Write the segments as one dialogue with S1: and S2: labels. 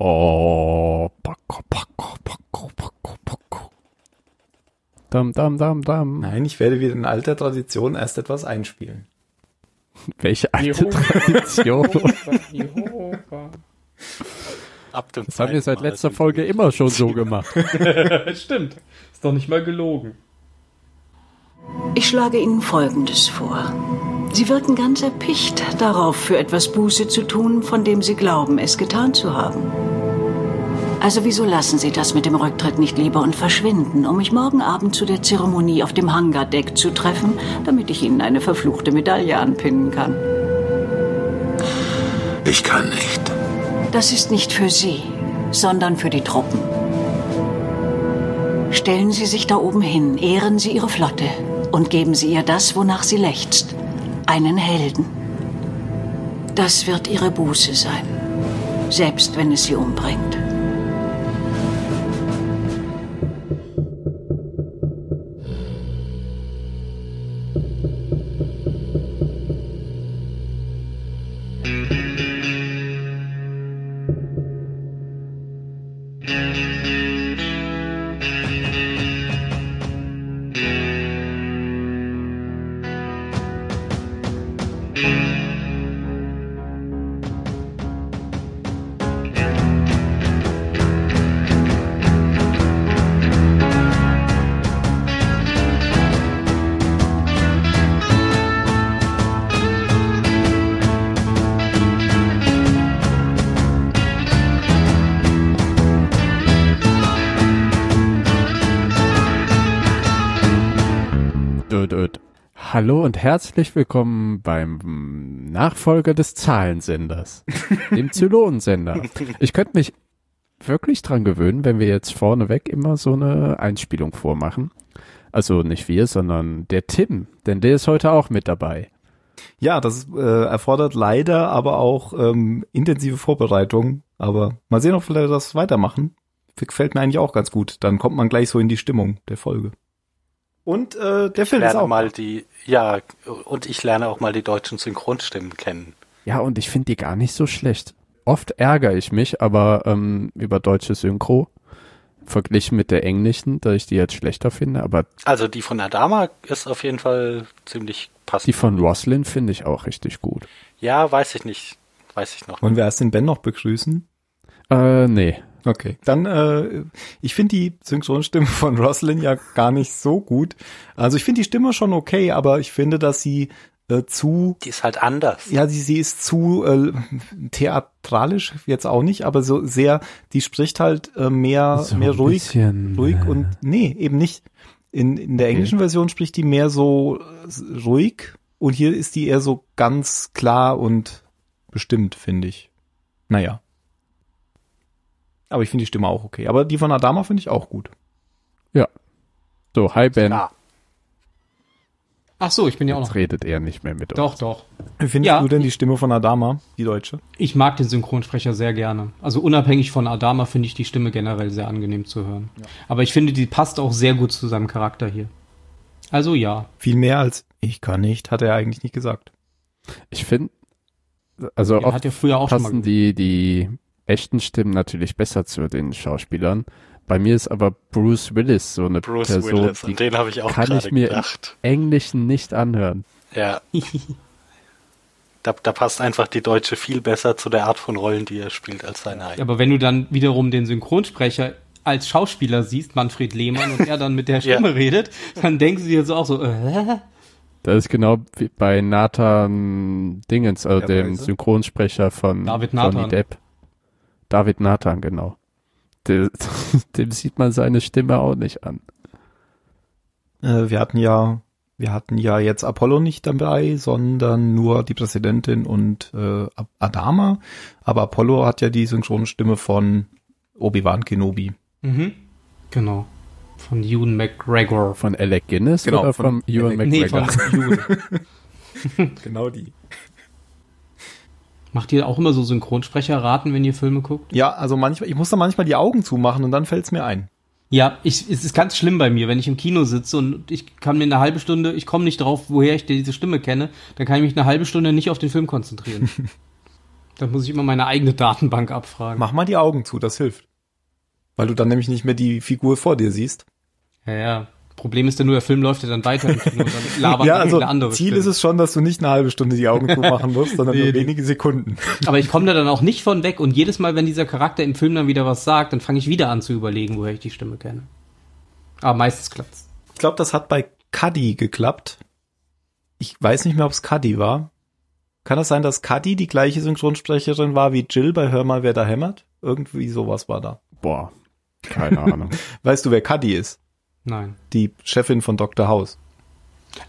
S1: Paco, Paco, Paco, Paco, Paco, Paco. Dam, dam, dam, dam.
S2: Nein, ich werde wieder in alter Tradition erst etwas einspielen.
S1: Welche alte
S3: Juhu.
S1: Tradition.
S3: Jehova.
S4: Ab dem
S1: Das haben wir
S4: zweiten
S1: seit
S4: Mal
S1: letzter
S4: sind
S1: Folge
S4: wir-
S1: immer schon so gemacht.
S3: Stimmt. Ist doch nicht mal gelogen.
S5: Ich schlage Ihnen Folgendes vor. Sie wirken ganz erpicht darauf, für etwas Buße zu tun, von dem Sie glauben, es getan zu haben. Also wieso lassen Sie das mit dem Rücktritt nicht lieber und verschwinden, um mich morgen Abend zu der Zeremonie auf dem Hangardeck zu treffen, damit ich Ihnen eine verfluchte Medaille anpinnen kann?
S6: Ich kann nicht.
S5: Das ist nicht für Sie, sondern für die Truppen. Stellen Sie sich da oben hin, ehren Sie Ihre Flotte und geben Sie ihr das, wonach sie lechzt. Einen Helden. Das wird Ihre Buße sein, selbst wenn es Sie umbringt.
S1: Död, död. Hallo und herzlich willkommen beim mm, Nachfolger des Zahlensenders, dem Zylonensender. Ich könnte mich wirklich dran gewöhnen, wenn wir jetzt vorneweg immer so eine Einspielung vormachen. Also nicht wir, sondern der Tim, denn der ist heute auch mit dabei.
S2: Ja, das äh, erfordert leider aber auch ähm, intensive Vorbereitung. Aber mal sehen, ob wir das weitermachen. Gefällt mir eigentlich auch ganz gut. Dann kommt man gleich so in die Stimmung der Folge. Und äh, der Film ist
S4: lerne
S2: auch.
S4: mal die, ja, und ich lerne auch mal die deutschen Synchronstimmen kennen.
S1: Ja, und ich finde die gar nicht so schlecht. Oft ärgere ich mich aber ähm, über deutsche Synchro, verglichen mit der englischen, da ich die jetzt schlechter finde, aber
S4: Also die von Adama ist auf jeden Fall ziemlich
S1: die
S4: passend.
S1: von Roslyn finde ich auch richtig gut.
S4: ja, weiß ich nicht. Weiß ich noch.
S2: Wollen wir erst den Ben noch begrüßen?
S1: Äh, nee.
S2: Okay. Dann, äh, ich finde die Synchronstimme von Roslyn ja gar nicht so gut. Also ich finde die Stimme schon okay, aber ich finde, dass sie äh, zu
S4: Die ist halt anders.
S2: ja, sie, sie ist zu äh, theatralisch jetzt auch nicht, aber so sehr, die spricht halt äh, mehr,
S1: So
S2: mehr
S1: ein
S2: ruhig,
S1: bisschen,
S2: ruhig
S1: äh,
S2: und nee, eben nicht. In, in der
S1: Okay.
S2: englischen Version spricht die mehr so äh, ruhig und hier ist die eher so ganz klar und bestimmt, finde ich. Naja. Aber ich finde die Stimme auch okay. Aber die von Adama finde ich auch gut.
S1: Ja. So, hi Ben.
S4: Ja.
S3: Ach so, ich bin ja auch
S1: Jetzt
S3: noch.
S1: redet er nicht mehr mit uns.
S3: Doch, doch.
S2: Wie findest
S3: Ja.
S2: du denn die Stimme von Adama, die deutsche?
S3: Ich mag den Synchronsprecher sehr gerne. Also unabhängig von Adama finde ich die Stimme generell sehr angenehm zu hören. Aber ich finde, die passt auch sehr gut zu seinem Charakter hier. Also ja.
S2: Viel mehr als ich kann nicht, hat er eigentlich nicht gesagt.
S1: Ich finde, also
S3: Den
S1: oft
S3: hat ja früher auch schon mal.
S1: passen die, die echten Stimmen natürlich besser zu den Schauspielern. Bei mir ist aber Bruce Willis so eine
S4: Bruce
S1: Person,
S4: Willis, an
S1: die
S4: den habe ich auch
S1: kann
S4: gerade
S1: ich mir
S4: gedacht.
S1: im Englischen nicht anhören.
S4: Ja. da, da passt einfach die Deutsche viel besser zu der Art von Rollen, die er spielt, als seine eigene.
S3: Aber wenn du dann wiederum den Synchronsprecher als Schauspieler siehst, Manfred Lehmann, und er dann mit der Stimme redet, dann denken sie dir so auch so, äh,
S1: Das ist genau wie bei Nathan Dingens, also
S2: Ja,
S1: dem
S2: Weise.
S1: Synchronsprecher von
S3: David
S1: Johnny
S3: Nathan.
S1: Depp. David Nathan, genau. Dem, dem sieht man seine Stimme auch nicht an.
S2: Äh, wir hatten ja, wir hatten ja jetzt Apollo nicht dabei, sondern nur die Präsidentin und äh, Ab- Adama. Aber Apollo hat ja die Synchronstimme von Obi-Wan Kenobi.
S3: mhm. genau. Von Ewan McGregor.
S1: Von Alec Guinness
S2: Genau,
S1: oder
S2: von
S1: von, Ewan
S2: Alec-
S3: Nee, von
S1: McGregor?
S3: Ewan.
S2: Genau die.
S3: Macht ihr auch immer so Synchronsprecherraten, wenn ihr Filme guckt?
S2: Ja, also manchmal, ich muss da manchmal die Augen zumachen und dann fällt's mir ein.
S3: Ja, ich, es ist ganz schlimm bei mir, wenn ich im Kino sitze und ich kann mir eine halbe Stunde, ich komme nicht drauf, woher ich diese Stimme kenne, dann kann ich mich eine halbe Stunde nicht auf den Film konzentrieren. Dann muss ich immer meine eigene Datenbank abfragen.
S2: Mach mal die Augen zu, das hilft. Weil du dann nämlich nicht mehr die Figur vor dir siehst.
S3: Ja, ja. Problem ist ja nur, der Film läuft ja dann weiter im Kino und dann labert
S2: ja,
S3: noch
S2: also
S3: eine andere
S2: Ziel
S3: Stimme.
S2: ist es schon, dass du nicht eine halbe Stunde die Augen zu machen musst, sondern nur wenige Sekunden.
S3: Aber ich komme da dann auch nicht von weg und jedes Mal, wenn dieser Charakter im Film dann wieder was sagt, dann fange ich wieder an zu überlegen, woher ich die Stimme kenne. Aber meistens klappt's.
S2: Ich glaube, das hat bei Cuddy geklappt. Ich weiß nicht mehr, ob es Cuddy war. Kann das sein, dass Cuddy die gleiche Synchronsprecherin war wie Jill bei Hör mal, wer da hämmert? Irgendwie sowas war da.
S1: Boah, keine Ahnung.
S2: Weißt du, wer Cuddy ist?
S3: Nein.
S2: Die Chefin von Dr. House.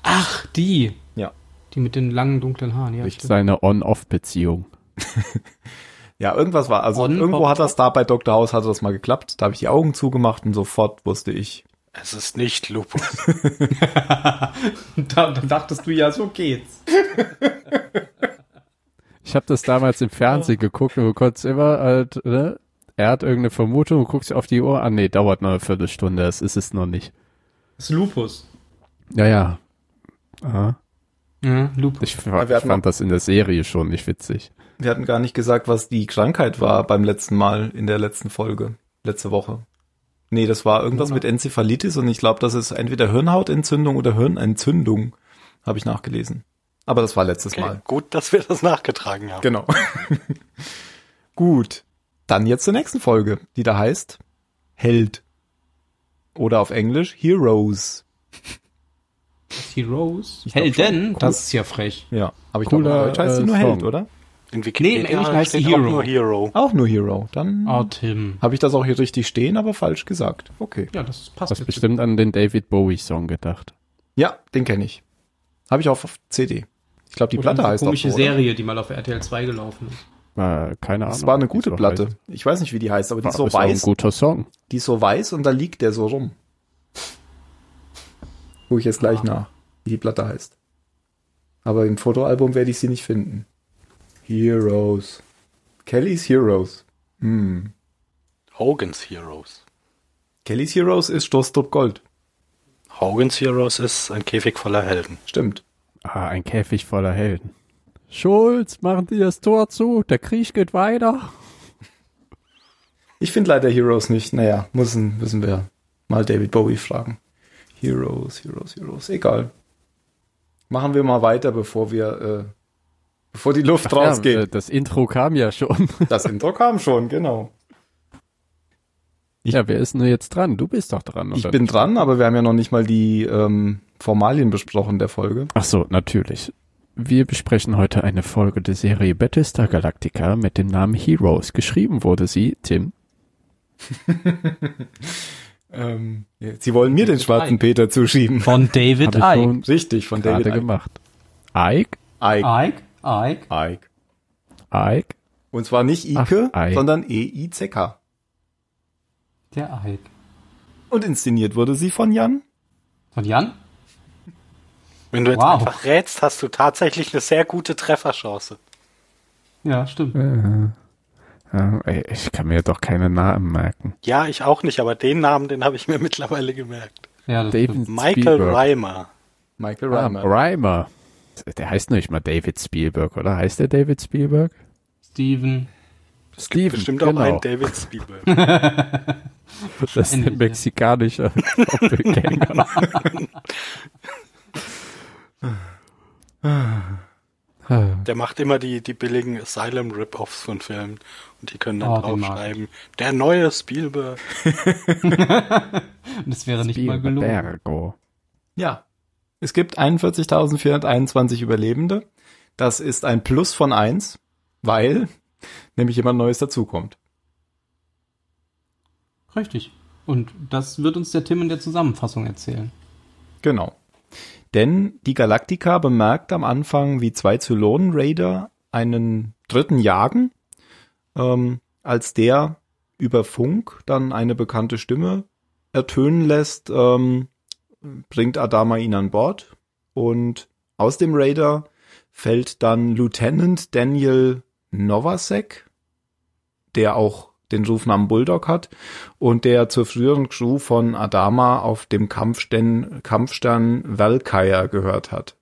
S3: Ach, die.
S2: Ja.
S3: Die mit den langen, dunklen Haaren. Ja,
S1: Durch
S3: stimmt.
S1: seine On-Off-Beziehung.
S2: Ja, irgendwas war. Also
S3: On,
S2: irgendwo
S3: Bob,
S2: hat das da bei Dr. House hatte das mal geklappt. Da habe ich die Augen zugemacht und sofort wusste ich.
S4: Es ist nicht Lupus.
S3: da, da dachtest du ja, so geht's.
S1: Ich habe das damals im Fernsehen geguckt und du konntest immer halt, ne? Er hat irgendeine Vermutung und guckst auf die Uhr an. Nee, dauert noch eine Viertelstunde, es ist es noch nicht.
S3: Das ist Lupus.
S1: Ja, ja. Aha.
S3: Ja, Lupus.
S1: Ich, fa-
S2: Ja, wir
S1: ich
S2: hatten-
S1: fand das in der Serie schon nicht witzig.
S2: Wir hatten gar nicht gesagt, was die Krankheit war beim letzten Mal in der letzten Folge, letzte Woche. Nee, das war irgendwas mit Enzephalitis und ich glaube, das ist entweder Hirnhautentzündung oder Hirnentzündung, habe ich nachgelesen. Aber das war letztes
S4: Okay,
S2: Mal.
S4: gut, dass wir das nachgetragen haben.
S2: Genau. Gut. Dann jetzt zur nächsten Folge, die da heißt Held. Oder auf Englisch Heroes.
S3: Heroes.
S2: Ich glaub
S3: Helden?
S2: schon. Cool.
S3: Das ist ja frech.
S2: Ja, aber ich
S1: Cooler,
S2: glaube, auf Deutsch heißt sie
S1: äh,
S2: nur Held,
S1: Song.
S2: oder?
S4: In
S3: Nee, im
S4: Wikipedia
S3: Englischen heißt
S4: steht
S3: sie
S4: auch
S3: Hero.
S4: nur Hero.
S2: Auch nur Hero. Dann
S1: Ah.
S3: Oh, Tim.
S2: habe ich das auch hier richtig stehen, aber falsch gesagt. Okay.
S3: Ja, das passt
S1: Hast
S3: jetzt.
S1: bestimmt an den David Bowie-Song gedacht.
S2: Ja, den kenne ich. Habe ich auch auf CD. Ich glaube, die
S3: Oder
S2: Platte
S3: eine
S2: heißt auch
S3: komische
S2: so. oder?
S3: Serie, die mal auf RTL 2 gelaufen ist.
S1: Äh, keine Ahnung.
S2: Das war eine
S1: wie
S2: gute
S1: es auch
S2: Platte.
S1: heißt.
S2: Ich weiß nicht, wie die heißt, aber die
S1: War
S2: ist so
S1: ist auch ein
S2: weiß.
S1: guter Song.
S2: Die ist so weiß und da liegt der so rum. Gucke ich jetzt
S3: Ah.
S2: gleich nach, wie die Platte heißt. Aber im Fotoalbum werde ich sie nicht finden. Heroes. Kelly's Heroes. Hm.
S4: Hogan's Heroes.
S2: Kelly's Heroes ist Stoßtrupp Gold.
S4: Hogan's Heroes ist ein Käfig voller Helden.
S2: Stimmt.
S1: Ah, ein Käfig voller Helden. Schulz, machen die das Tor zu, der Krieg geht weiter.
S2: Ich finde leider Heroes nicht. Naja, müssen, müssen wir mal David Bowie fragen. Heroes, Heroes, Heroes. Egal. Machen wir mal weiter, bevor wir, äh, bevor die Luft
S1: Ja, äh,
S2: rausgeht.
S1: das Intro kam ja schon.
S2: Das Intro kam schon, genau. Ich-
S1: ja, wer ist denn jetzt dran? Du bist doch dran.
S2: Ich
S1: oder?
S2: bin dran, aber wir haben ja noch nicht mal die ähm, Formalien besprochen der Folge.
S1: Ach so, natürlich. Wir besprechen heute eine Folge der Serie Battlestar Galactica mit dem Namen Heroes. Geschrieben wurde sie, Tim.
S2: Ähm, Sie wollen mir den schwarzen Peter zuschieben.
S3: Von David
S1: Habe ich schon
S2: Richtig, von
S1: gerade
S2: David
S1: gemacht. Ike?
S2: Ike.
S3: Ike? Ike?
S2: Ike.
S1: Ike?
S2: Und zwar nicht Ike,
S1: Ach, Ike.
S2: sondern E E-I-Z-K.
S3: Der Ike.
S2: Und inszeniert wurde sie von Jan
S3: Von Jan?
S4: Wenn du jetzt
S3: Wow.
S4: einfach rätst, hast du tatsächlich eine sehr gute Trefferchance.
S3: Ja, stimmt.
S1: Ah, ey, ich kann mir doch keine Namen merken.
S4: Ja, ich auch nicht, aber den Namen, den habe ich mir mittlerweile gemerkt.
S3: Ja, das stimmt.
S1: David
S4: Michael
S1: Spielberg.
S4: Reimer.
S2: Michael
S1: Ah,
S2: Reimer.
S1: Reimer. Der heißt nicht mal David Spielberg, oder? Heißt der David Spielberg?
S3: Steven.
S1: Steven, genau.
S4: Bestimmt
S3: genau.
S4: auch ein David Spielberg.
S1: Das ist ein
S3: Endlich,
S1: mexikanischer Doppelgänger. Ah.
S4: Der macht immer die, die billigen Asylum Rip-Offs von Filmen. Und die können dann
S3: Oh, den mag
S4: draufschreiben, der neue Spielberg.
S3: Und es wäre nicht mal gelungen.
S1: Spielbergo.
S2: Ja. Es gibt 41.421 Überlebende. Das ist ein Plus von 1, weil nämlich jemand Neues dazukommt.
S3: Richtig. Und das wird uns der Tim in der Zusammenfassung erzählen.
S2: Genau. Denn die Galaktika bemerkt am Anfang, wie zwei Zylonen Raider einen dritten jagen, ähm, als der über Funk dann eine bekannte Stimme ertönen lässt, ähm, bringt Adama ihn an Bord und aus dem Raider fällt dann Lieutenant Daniel Novasek, der auch den Rufnamen Bulldog hat, und der zur früheren Crew von Adama auf dem Kampfstern, Kampfstern Valkyrie gehört hat.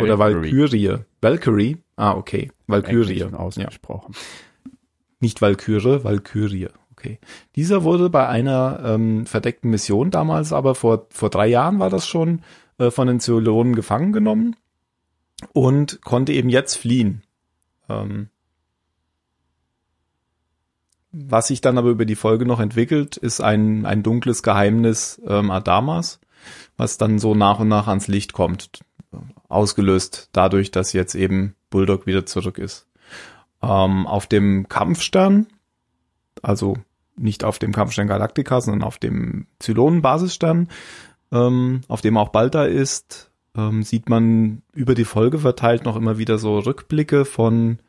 S2: Oder Valkyrie. Valkyrie. Ah, okay. Valkyrie.
S1: Englischen ausgesprochen.
S2: Nicht Valkyrie, Valkyrie. Okay. Dieser wurde bei einer ähm, verdeckten Mission damals, aber vor, vor drei Jahren war das schon, äh, von den Zylonen gefangen genommen und konnte eben jetzt fliehen. Ähm, was sich dann aber über die Folge noch entwickelt, ist ein, ein dunkles Geheimnis ähm, Adamas, was dann so nach und nach ans Licht kommt. Ausgelöst dadurch, dass jetzt eben Bulldog wieder zurück ist. Ähm, auf dem Kampfstern, also nicht auf dem Kampfstern Galactica, sondern auf dem Zylonen-Basisstern, ähm, auf dem auch Balta ist, ähm, sieht man über die Folge verteilt noch immer wieder so Rückblicke von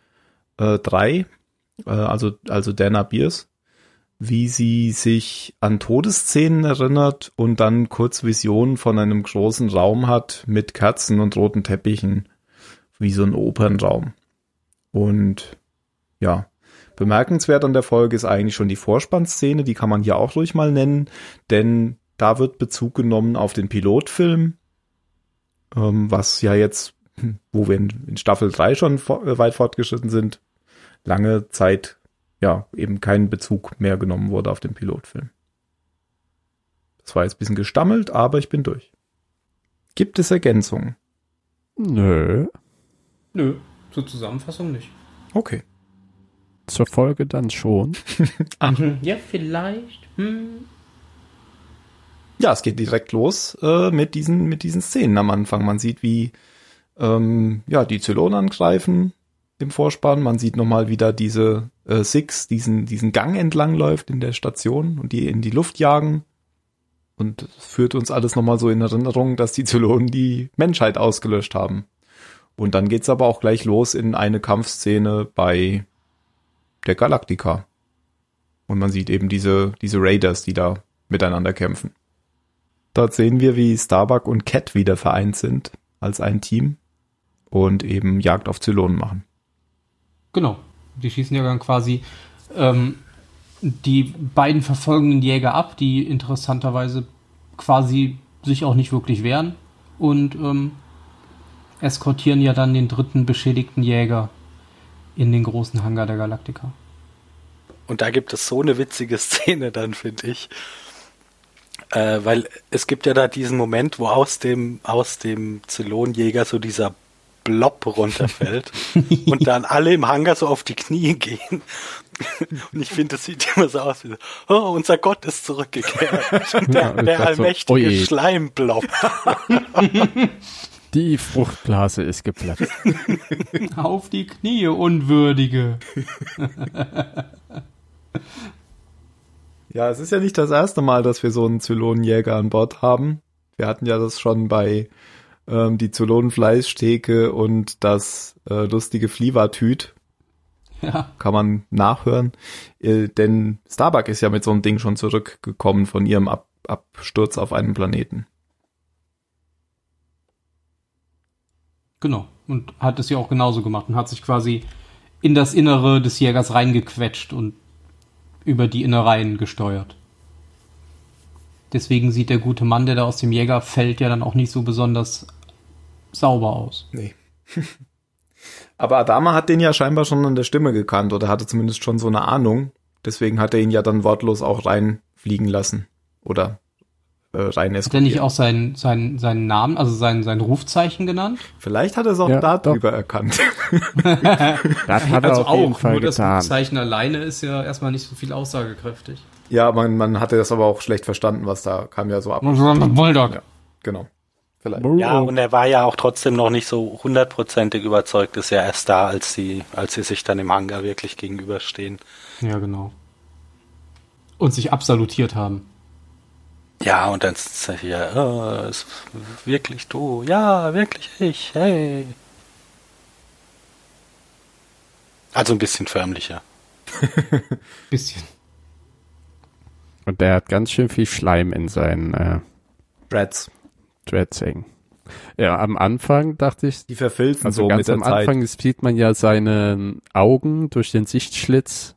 S2: äh, drei, äh, also, also Dana Beers, wie sie sich an Todesszenen erinnert und dann kurz Visionen von einem großen Raum hat mit Kerzen und roten Teppichen, wie so ein Opernraum. Und ja, bemerkenswert an der Folge ist eigentlich schon die Vorspannszene, die kann man hier auch ruhig mal nennen, denn da wird Bezug genommen auf den Pilotfilm, ähm, was ja jetzt, hm, wo wir in, in Staffel 3 schon vor, äh, weit fortgeschritten sind, lange Zeit ja eben keinen Bezug mehr genommen wurde auf den Pilotfilm. Das war jetzt ein bisschen gestammelt, aber ich bin durch. Gibt es Ergänzungen?
S1: Nö.
S3: Nö, zur Zusammenfassung nicht.
S2: Okay.
S1: Zur Folge dann schon.
S3: Hm, Ja, vielleicht. Hm.
S2: Ja, es geht direkt los äh, mit diesen mit diesen Szenen am Anfang. Man sieht, wie ähm, ja die Zylonen angreifen im Vorspann. Man sieht nochmal wieder diese äh, Six diesen diesen Gang entlang läuft in der Station und die in die Luft jagen. Und es führt uns alles nochmal so in Erinnerung, dass die Zylonen die Menschheit ausgelöscht haben. Und dann geht's aber auch gleich los in eine Kampfszene bei der Galaktika. Und man sieht eben diese, diese Raiders, die da miteinander kämpfen. Dort sehen wir, wie Starbuck und Cat wieder vereint sind als ein Team und eben Jagd auf Zylonen machen.
S3: Genau. Die schießen ja dann quasi ähm, die beiden verfolgenden Jäger ab, die interessanterweise quasi sich auch nicht wirklich wehren und ähm, eskortieren ja dann den dritten beschädigten Jäger in den großen Hangar der Galaktika.
S4: Und da gibt es so eine witzige Szene dann, finde ich. Äh, weil es gibt ja da diesen Moment, wo aus dem, aus dem Zylonjäger so dieser Blob runterfällt und dann alle im Hangar so auf die Knie gehen. Und ich finde, das sieht immer so aus wie so, oh, unser Gott ist zurückgekehrt.
S1: Ja,
S4: Der,
S1: ich
S4: der
S1: dachte so, oh
S4: allmächtige
S1: oje.
S4: Schleimblob.
S1: Die Fruchtblase ist geplatzt.
S3: Auf die Knie, Unwürdige.
S2: Ja, es ist ja nicht das erste Mal, dass wir so einen Zylonenjäger an Bord haben. Wir hatten ja das schon bei ähm, die Zylonenfleischtheke und das äh, lustige Flievertüt.
S3: Ja.
S2: Kann man nachhören. Äh, denn Starbuck ist ja mit so einem Ding schon zurückgekommen von ihrem Ab Absturz auf einem Planeten.
S3: Genau. Und hat es ja auch genauso gemacht und hat sich quasi in das Innere des Jägers reingequetscht und über die Innereien gesteuert. Deswegen sieht der gute Mann, der da aus dem Jäger fällt, ja dann auch nicht so besonders sauber aus.
S2: Nee. Aber Adama hat den ja scheinbar schon an der Stimme gekannt oder hatte zumindest schon so eine Ahnung. Deswegen hat er ihn ja dann wortlos auch reinfliegen lassen. Oder äh, rein
S3: Hat er nicht auch seinen, seinen, seinen Namen, also sein, sein Rufzeichen genannt?
S2: Vielleicht hat er es auch
S1: Ja,
S2: darüber erkannt.
S1: Das hat
S3: also
S4: Also
S1: er auf jeden Fall getan.
S3: Rufzeichen alleine ist ja erstmal nicht so viel aussagekräftig.
S2: ja, man, man hatte das aber auch schlecht verstanden, was da kam ja so ab.
S3: Mhm. Bulldog.
S2: Genau. Vielleicht.
S4: Ja,
S1: Oh.
S4: und er war ja auch trotzdem noch nicht so hundertprozentig überzeugt, ist ja erst da, als sie, als sie sich dann im Hangar wirklich gegenüberstehen.
S3: Ja, genau. Und sich absolutiert haben.
S4: Ja, und dann sitzt er hier, oh, ist wirklich du, ja, wirklich ich, hey. Also ein bisschen förmlicher.
S3: Bisschen.
S1: Und der hat ganz schön viel Schleim in seinen äh,
S2: Rats.
S1: Dreads hängen. Ja, am Anfang dachte ich,
S2: Die verfilzen
S1: also
S2: so
S1: ganz
S2: mit der
S1: am Anfang sieht man ja seine Augen durch den Sichtschlitz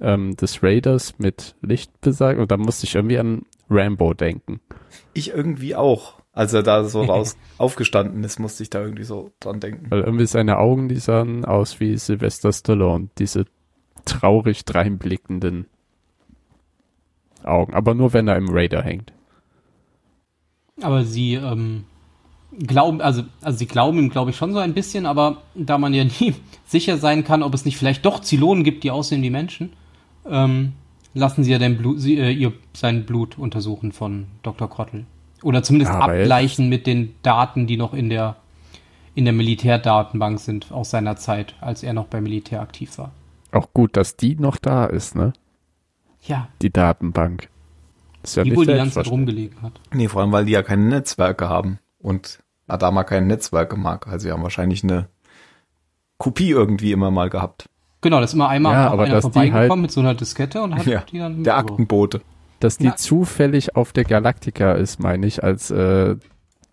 S1: ähm, des Raiders mit Licht besagt. Und da musste ich irgendwie an Rambo denken.
S2: Zeit. Ich irgendwie auch. als er da so raus aufgestanden ist, musste ich da irgendwie so dran denken.
S1: Weil irgendwie seine Augen, die sahen aus wie Sylvester Stallone, diese traurig dreinblickenden Augen. Aber nur, wenn er im Raider hängt.
S3: Aber sie ähm, glauben, also, also sie glauben ihm, glaube ich, schon so ein bisschen, aber da man ja nie sicher sein kann, ob es nicht vielleicht doch Zylonen gibt, die aussehen wie Menschen, ähm, lassen sie ja den Blut, sie, äh, ihr sein Blut untersuchen von Dr. Krottel. Oder zumindest
S1: Aber jetzt-
S3: abgleichen mit den Daten, die noch in der, in der Militärdatenbank sind aus seiner Zeit, als er noch beim Militär aktiv war.
S1: Auch gut, dass die noch da ist, ne?
S3: Ja,
S1: Die Datenbank. Ist ja
S3: die
S1: nicht
S3: wohl die ganze Zeit
S1: selbstverständlich.
S3: rumgelegen hat.
S2: Nee, vor allem, weil die ja keine Netzwerke haben und Adama keine Netzwerke mag. Also sie haben wahrscheinlich eine Kopie irgendwie immer mal gehabt.
S3: Genau, das ist immer einmal
S1: Ja,
S3: noch
S1: aber
S3: einer
S1: dass die
S3: vorbeigekommen
S1: halt-
S3: mit so einer Diskette und hat
S2: Ja,
S3: die dann
S2: der
S3: mitgebracht.
S2: Aktenbote.
S1: Dass die
S3: Ja.
S1: zufällig auf der Galaktika ist, meine ich, als äh,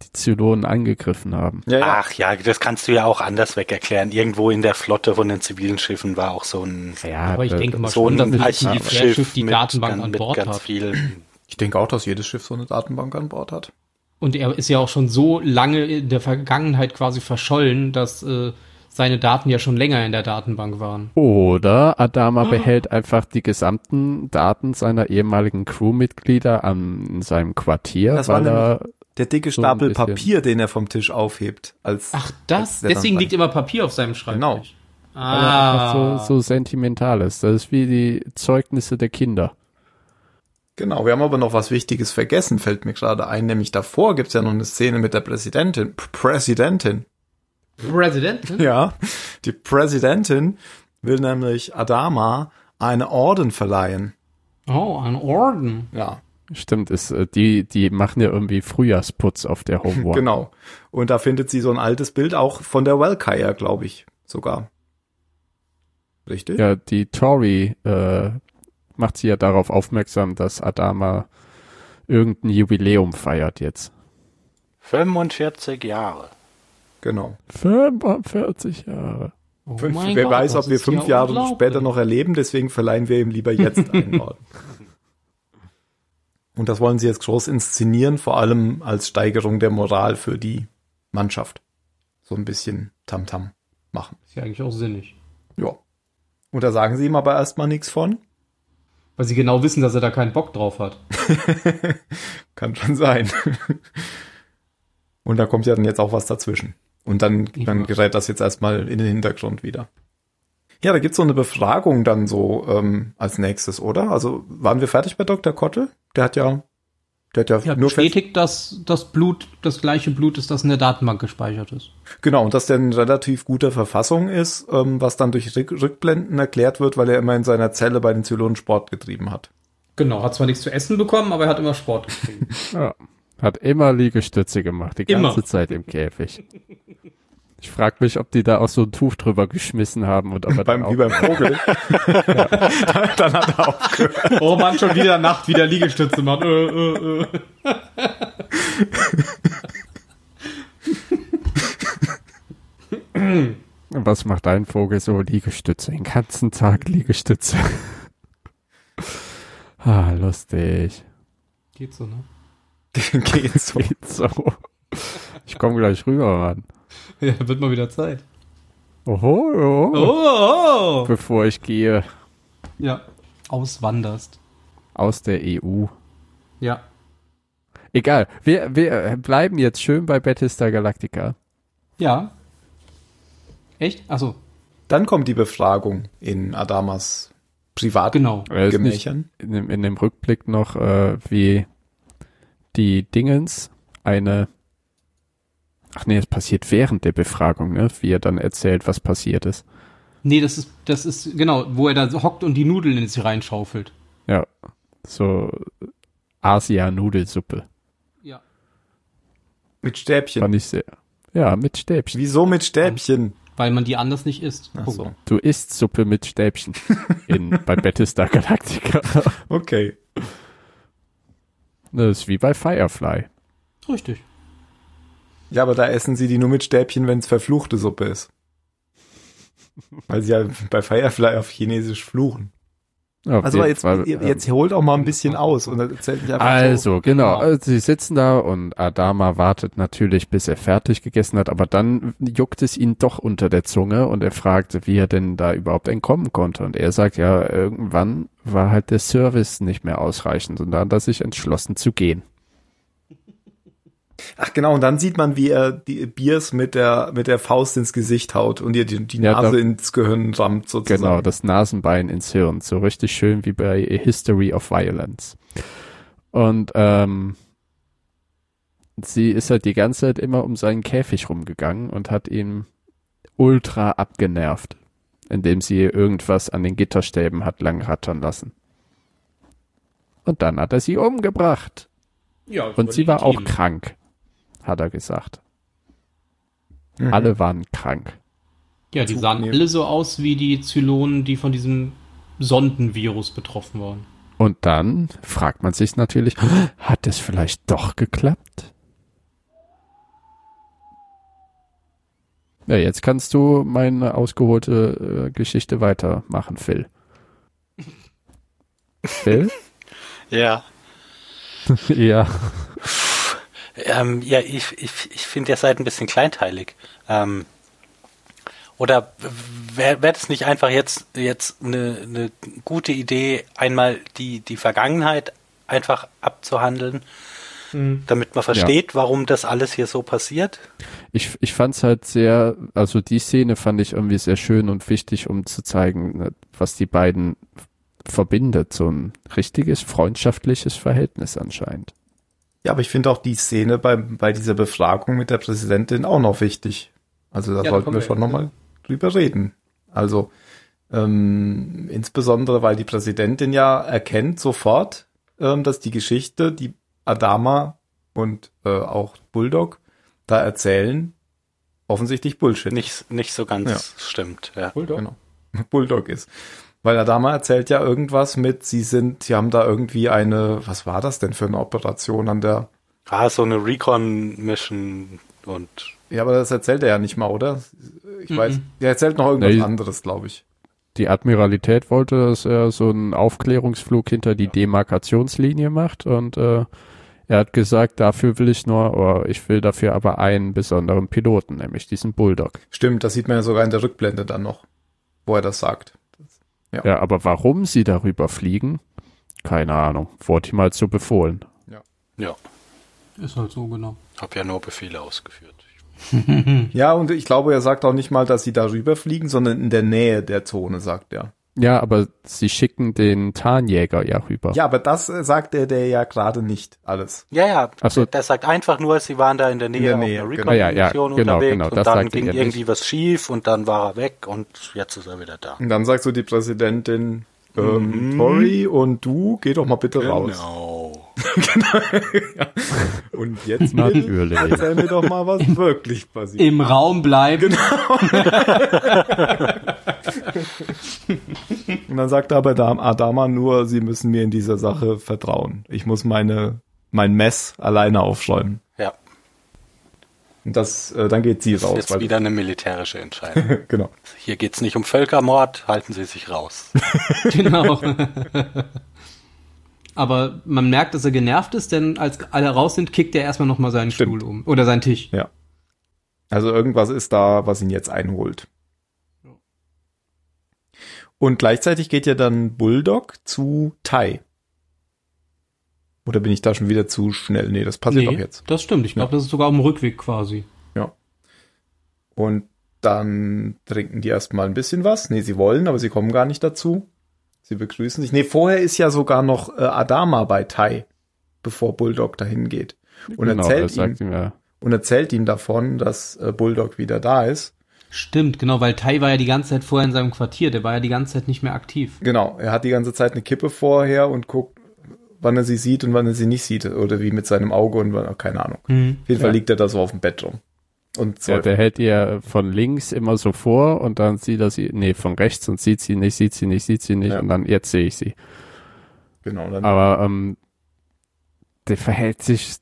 S1: die Zylonen angegriffen haben.
S2: Ja,
S4: Ach ja, das kannst du ja auch anders weg erklären. Irgendwo in der Flotte von den zivilen Schiffen war auch so ein,
S1: Ja,
S3: Aber ich
S1: äh,
S3: denke mal
S4: so
S3: schon, dass
S4: ein
S3: ein Archivschiff
S4: Archivschiff
S3: die
S4: mit,
S3: Datenbank
S4: ganz-
S3: an
S4: mit
S3: Bord
S4: ganz
S3: hat.
S4: vielen.
S2: Ich denke auch, dass jedes Schiff so eine Datenbank an Bord hat.
S3: Und er ist ja auch schon so lange in der Vergangenheit quasi verschollen, dass äh, seine Daten ja schon länger in der Datenbank waren.
S1: Oder Adama
S3: Ah.
S1: behält einfach die gesamten Daten seiner ehemaligen Crewmitglieder an seinem Quartier,
S2: Das war
S1: weil er
S2: Der dicke
S1: So ein
S2: Stapel
S1: bisschen.
S2: Papier, den er vom Tisch aufhebt. Als,
S3: Ach, das?
S2: als der
S3: Deswegen
S2: dann-
S3: liegt immer Papier auf seinem Schreibtisch.
S2: Genau.
S1: weil er
S3: Ah,
S1: einfach so, so sentimental ist. Das ist wie die Zeugnisse der Kinder.
S2: Genau, wir haben aber noch was Wichtiges vergessen, fällt mir gerade ein. Nämlich davor gibt's ja noch eine Szene mit der Präsidentin. P Präsidentin. Genau.
S3: President? ne?
S2: Ja. Die Präsidentin will nämlich Adama einen Orden verleihen.
S3: Oh, ein Orden.
S2: Ja,
S1: Stimmt, ist, äh, die, die machen ja irgendwie Frühjahrsputz auf der Homework.
S2: genau. Und da findet sie so ein altes Bild auch von der Welkire, glaube ich, sogar. Richtig?
S1: Ja, die Tori äh, macht sie ja darauf aufmerksam, dass Adama irgendein Jubiläum feiert jetzt.
S4: 45 Jahre.
S2: Genau.
S1: 45 Gott.
S3: Oh
S2: Fünf,
S3: mein
S2: wer
S3: Gott,
S2: weiß,
S3: das
S2: ob wir
S3: ist
S2: fünf
S3: ja
S2: Jahre
S3: unglaublich.
S2: später noch erleben, deswegen verleihen wir ihm lieber jetzt einen Orden. Und das wollen sie jetzt groß inszenieren, vor allem als Steigerung der Moral für die Mannschaft. So ein bisschen Tamtam machen.
S3: Ist ja eigentlich auch sinnig.
S2: Ja. Und da sagen sie ihm aber erstmal nichts von.
S3: Weil sie genau wissen, dass er da keinen Bock drauf hat.
S2: Kann schon sein. Und da kommt ja dann jetzt auch was dazwischen. Und dann,
S3: Ich
S2: dann
S3: mach's.
S2: gerät das jetzt erstmal in den Hintergrund wieder. Ja, da gibt's so eine Befragung dann so ähm, als nächstes, oder? Also waren wir fertig bei Dr. Kottel? Der hat ja, der hat ja,
S3: Er
S2: nur fest,
S3: bestätigt, dass das Blut das gleiche Blut ist, das in der Datenbank gespeichert ist.
S2: genau, und dass der in relativ guter Verfassung ist, ähm, was dann durch Rück Rückblenden erklärt wird, weil er immer in seiner Zelle bei den Zylonen Sport getrieben hat.
S3: Genau, hat zwar nichts zu essen bekommen, aber er hat immer Sport getrieben.
S1: Ja. Hat immer Liegestütze gemacht, die
S3: Immer.
S1: ganze Zeit im Käfig. Ich frage mich, ob die da auch so ein Tuch drüber geschmissen haben und ob er dann
S2: Beim,
S1: auch,
S2: wie beim Vogel. dann hat er auch
S3: oh Mann, schon wieder Nacht, wieder Liegestütze machen. Äh, äh, äh.
S1: was macht ein Vogel so Liegestütze? Den ganzen Tag Liegestütze. ah, lustig.
S3: Geht so, ne?
S2: geht so.
S1: Geht so. Ich komme gleich rüber, Mann.
S3: Ja, wird mal wieder Zeit.
S1: Oho,
S3: Oh,
S1: oho.
S3: oh, oh.
S1: Bevor ich gehe
S3: Ja. Auswanderst.
S1: aus der EU.
S3: Ja.
S1: Egal, wir, wir bleiben jetzt schön bei Battlestar Galactica.
S3: Ja. Echt? Also, Achso,
S2: Dann kommt die Befragung in Adamas Privat.
S3: genau.
S1: Er ist nicht
S2: Gemächern.
S1: in dem, in dem Rückblick noch, äh, wie die Dingens eine. Ach nee, es passiert während der Befragung, ne? Wie er dann erzählt, was passiert ist.
S3: Nee, das ist, das ist, genau, wo er da so hockt und die Nudeln in sich reinschaufelt.
S1: Ja. So Asia-Nudelsuppe.
S3: Ja.
S2: Mit Stäbchen.
S1: Fand ich sehr. Ja, mit Stäbchen.
S2: Wieso mit Stäbchen?
S3: Weil man die anders nicht isst.
S2: Ach
S3: Punkt.
S2: so.
S1: Du isst Suppe mit Stäbchen in, bei Battlestar Galactica.
S2: Okay.
S1: Das ist wie bei Firefly.
S3: Richtig.
S2: Ja, aber da essen sie die nur mit Stäbchen, wenn es verfluchte Suppe ist. Weil sie ja bei Firefly auf Chinesisch fluchen.
S1: Auf
S2: Also
S1: jeden
S2: jetzt,
S1: Fall,
S2: ihr-
S1: ähm,
S2: jetzt holt auch mal ein bisschen aus und erzählt nicht einfach so.
S1: Also, genau.
S2: Genau.
S1: Also, Sie sitzen da und Adama wartet natürlich, bis er fertig gegessen hat, aber dann juckt es ihn doch unter der Zunge und er fragt, wie er denn da überhaupt entkommen konnte. Und er sagt, ja, irgendwann war halt der Service nicht mehr ausreichend und dann hat er sich entschlossen zu gehen.
S2: Ach genau, und dann sieht man, wie er die Biers mit der, mit der Faust ins Gesicht haut und ihr die, die
S1: Ja,
S2: Nase
S1: da-
S2: ins Gehirn rammt sozusagen.
S1: Genau, das Nasenbein ins Hirn. So richtig schön wie bei History of Violence. Und ähm, sie ist halt die ganze Zeit immer um seinen Käfig rumgegangen und hat ihn ultra abgenervt, indem sie irgendwas an den Gitterstäben hat lang rattern lassen. Und dann hat er sie umgebracht.
S3: Ja,
S1: Und sie war auch krank, hat er gesagt.
S2: Mhm.
S1: Alle waren krank.
S3: Ja,
S1: Also,
S3: die sahen
S2: Zugnehmen.
S3: alle so aus wie die Zylonen, die von diesem Sondenvirus betroffen waren.
S1: Und dann fragt man sich natürlich, hat es vielleicht doch geklappt? Ja, jetzt kannst du meine ausgeholte äh, Geschichte weitermachen, Phil. Phil?
S4: Ja.
S1: ja.
S4: Ähm, ja, ich, ich, ich finde, ihr seid ein bisschen kleinteilig. Ähm, oder wäre wär das nicht einfach jetzt, jetzt eine, eine gute Idee, einmal die, die Vergangenheit einfach abzuhandeln, damit man versteht, warum das alles hier so passiert?
S1: Ich, ich fand's halt sehr, also die Szene fand ich irgendwie sehr schön und wichtig, um zu zeigen, ne, was die beiden verbindet. So ein richtiges freundschaftliches Verhältnis anscheinend.
S2: Ja, aber ich finde auch die Szene bei, bei dieser Befragung mit der Präsidentin auch noch wichtig. Also da
S3: da
S2: sollten
S3: kommen
S2: wir
S3: wir
S2: schon
S3: ja.
S2: nochmal drüber reden. Also ähm, insbesondere, weil die Präsidentin ja erkennt sofort, ähm, dass die Geschichte, die Adama und äh, auch Bulldog da erzählen, offensichtlich Bullshit
S4: Nicht, nicht so ganz stimmt. Ja.
S3: Bulldog?
S2: Genau. Bulldog ist. Weil Adama erzählt ja irgendwas mit, sie sind, sie haben da irgendwie eine, was war das denn für eine Operation an der
S4: Ah, so eine Recon-Mission und
S2: Ja, aber das erzählt er ja nicht mal, oder? Ich
S3: Mhm.
S2: weiß. Er erzählt noch irgendwas
S1: Nee.
S2: anderes, glaube ich.
S1: die Admiralität wollte, dass er so einen Aufklärungsflug hinter die Demarkationslinie macht und äh, er hat gesagt, dafür will ich nur, oder ich will dafür aber einen besonderen Piloten, nämlich diesen Bulldog.
S2: Stimmt, das sieht man ja sogar in der Rückblende dann noch, wo er das sagt.
S1: Ja, aber warum sie darüber fliegen? Keine Ahnung. Wurde ihm halt so befohlen.
S4: ja,
S3: Ist halt so, genau.
S4: habe ja nur Befehle ausgeführt.
S2: Ja, und ich glaube, er sagt auch nicht mal, dass sie darüber fliegen, sondern in der Nähe der Zone, sagt er.
S1: Ja, aber sie schicken den Tarnjäger ja rüber.
S2: Ja, aber das äh, sagt er der ja gerade nicht alles.
S4: Ja, ja,
S1: Ach so.
S4: der sagt einfach nur, sie waren da in der Nähe,
S2: der Nähe,
S4: auf einer
S2: genau.
S1: Ja, ja,
S4: Recon-Mission
S1: genau, genau,
S4: unterwegs und
S1: das
S4: dann
S1: sagt er
S4: ging
S1: ja
S4: irgendwie
S1: nicht.
S4: was schief und dann war er weg und jetzt ist er wieder da.
S2: Und dann sagt so die Präsidentin, ähm,
S3: Mhm.
S2: Tori und du, geh doch mal bitte raus.
S4: Genau.
S2: Und jetzt Mädel,
S1: Natürlich.
S2: erzähl mir doch mal, was wirklich passiert.
S3: Im Raum bleiben.
S2: Und dann sagt aber Dam- Adama nur, sie müssen mir in dieser Sache vertrauen. Ich muss meine, mein Mess alleine aufschäumen.
S4: Ja,
S2: Und das, äh, dann geht sie
S4: das ist
S2: raus.
S4: jetzt wieder eine militärische Entscheidung.
S2: genau.
S4: Hier geht's nicht um Völkermord, halten Sie sich raus.
S3: Genau. Aber man merkt, dass er genervt ist, denn als alle raus sind, kickt er erstmal nochmal seinen
S2: Stimmt.
S3: Stuhl um. Oder seinen Tisch.
S2: Ja. Also irgendwas ist da, was ihn jetzt einholt. Und gleichzeitig geht ja dann Bulldog zu Tai. Oder bin ich da schon wieder zu schnell? Nee, das passiert doch jetzt.
S3: Das stimmt. Ich glaube, das ist sogar auf dem Rückweg quasi.
S2: Und dann trinken die erstmal ein bisschen was. Nee, sie wollen, aber sie kommen gar nicht dazu. Sie begrüßen sich. Nee, vorher ist ja sogar noch äh, Adama bei Tai, bevor Bulldog dahin geht. Und
S1: genau,
S2: erzählt
S1: das sagt ihm ja.
S2: Und erzählt ihm davon, dass äh, Bulldog wieder da ist.
S3: Stimmt, genau, weil Tai war ja die ganze Zeit vorher in seinem Quartier. Der war ja die ganze Zeit nicht mehr aktiv.
S2: Genau, er hat die ganze Zeit eine Kippe vorher und guckt, wann er sie sieht und wann er sie nicht sieht. Oder wie mit seinem Auge und wann, keine Ahnung. Auf jeden Fall liegt er da so auf dem Bett rum. Und
S1: Ja,
S2: säuft.
S1: der hält ihr von links immer so vor und dann sieht er sie, nee, von rechts und sieht sie nicht, sieht sie nicht, sieht sie nicht
S2: Ja.
S1: und dann, jetzt sehe ich sie.
S2: genau, dann
S1: Aber ähm, der verhält sich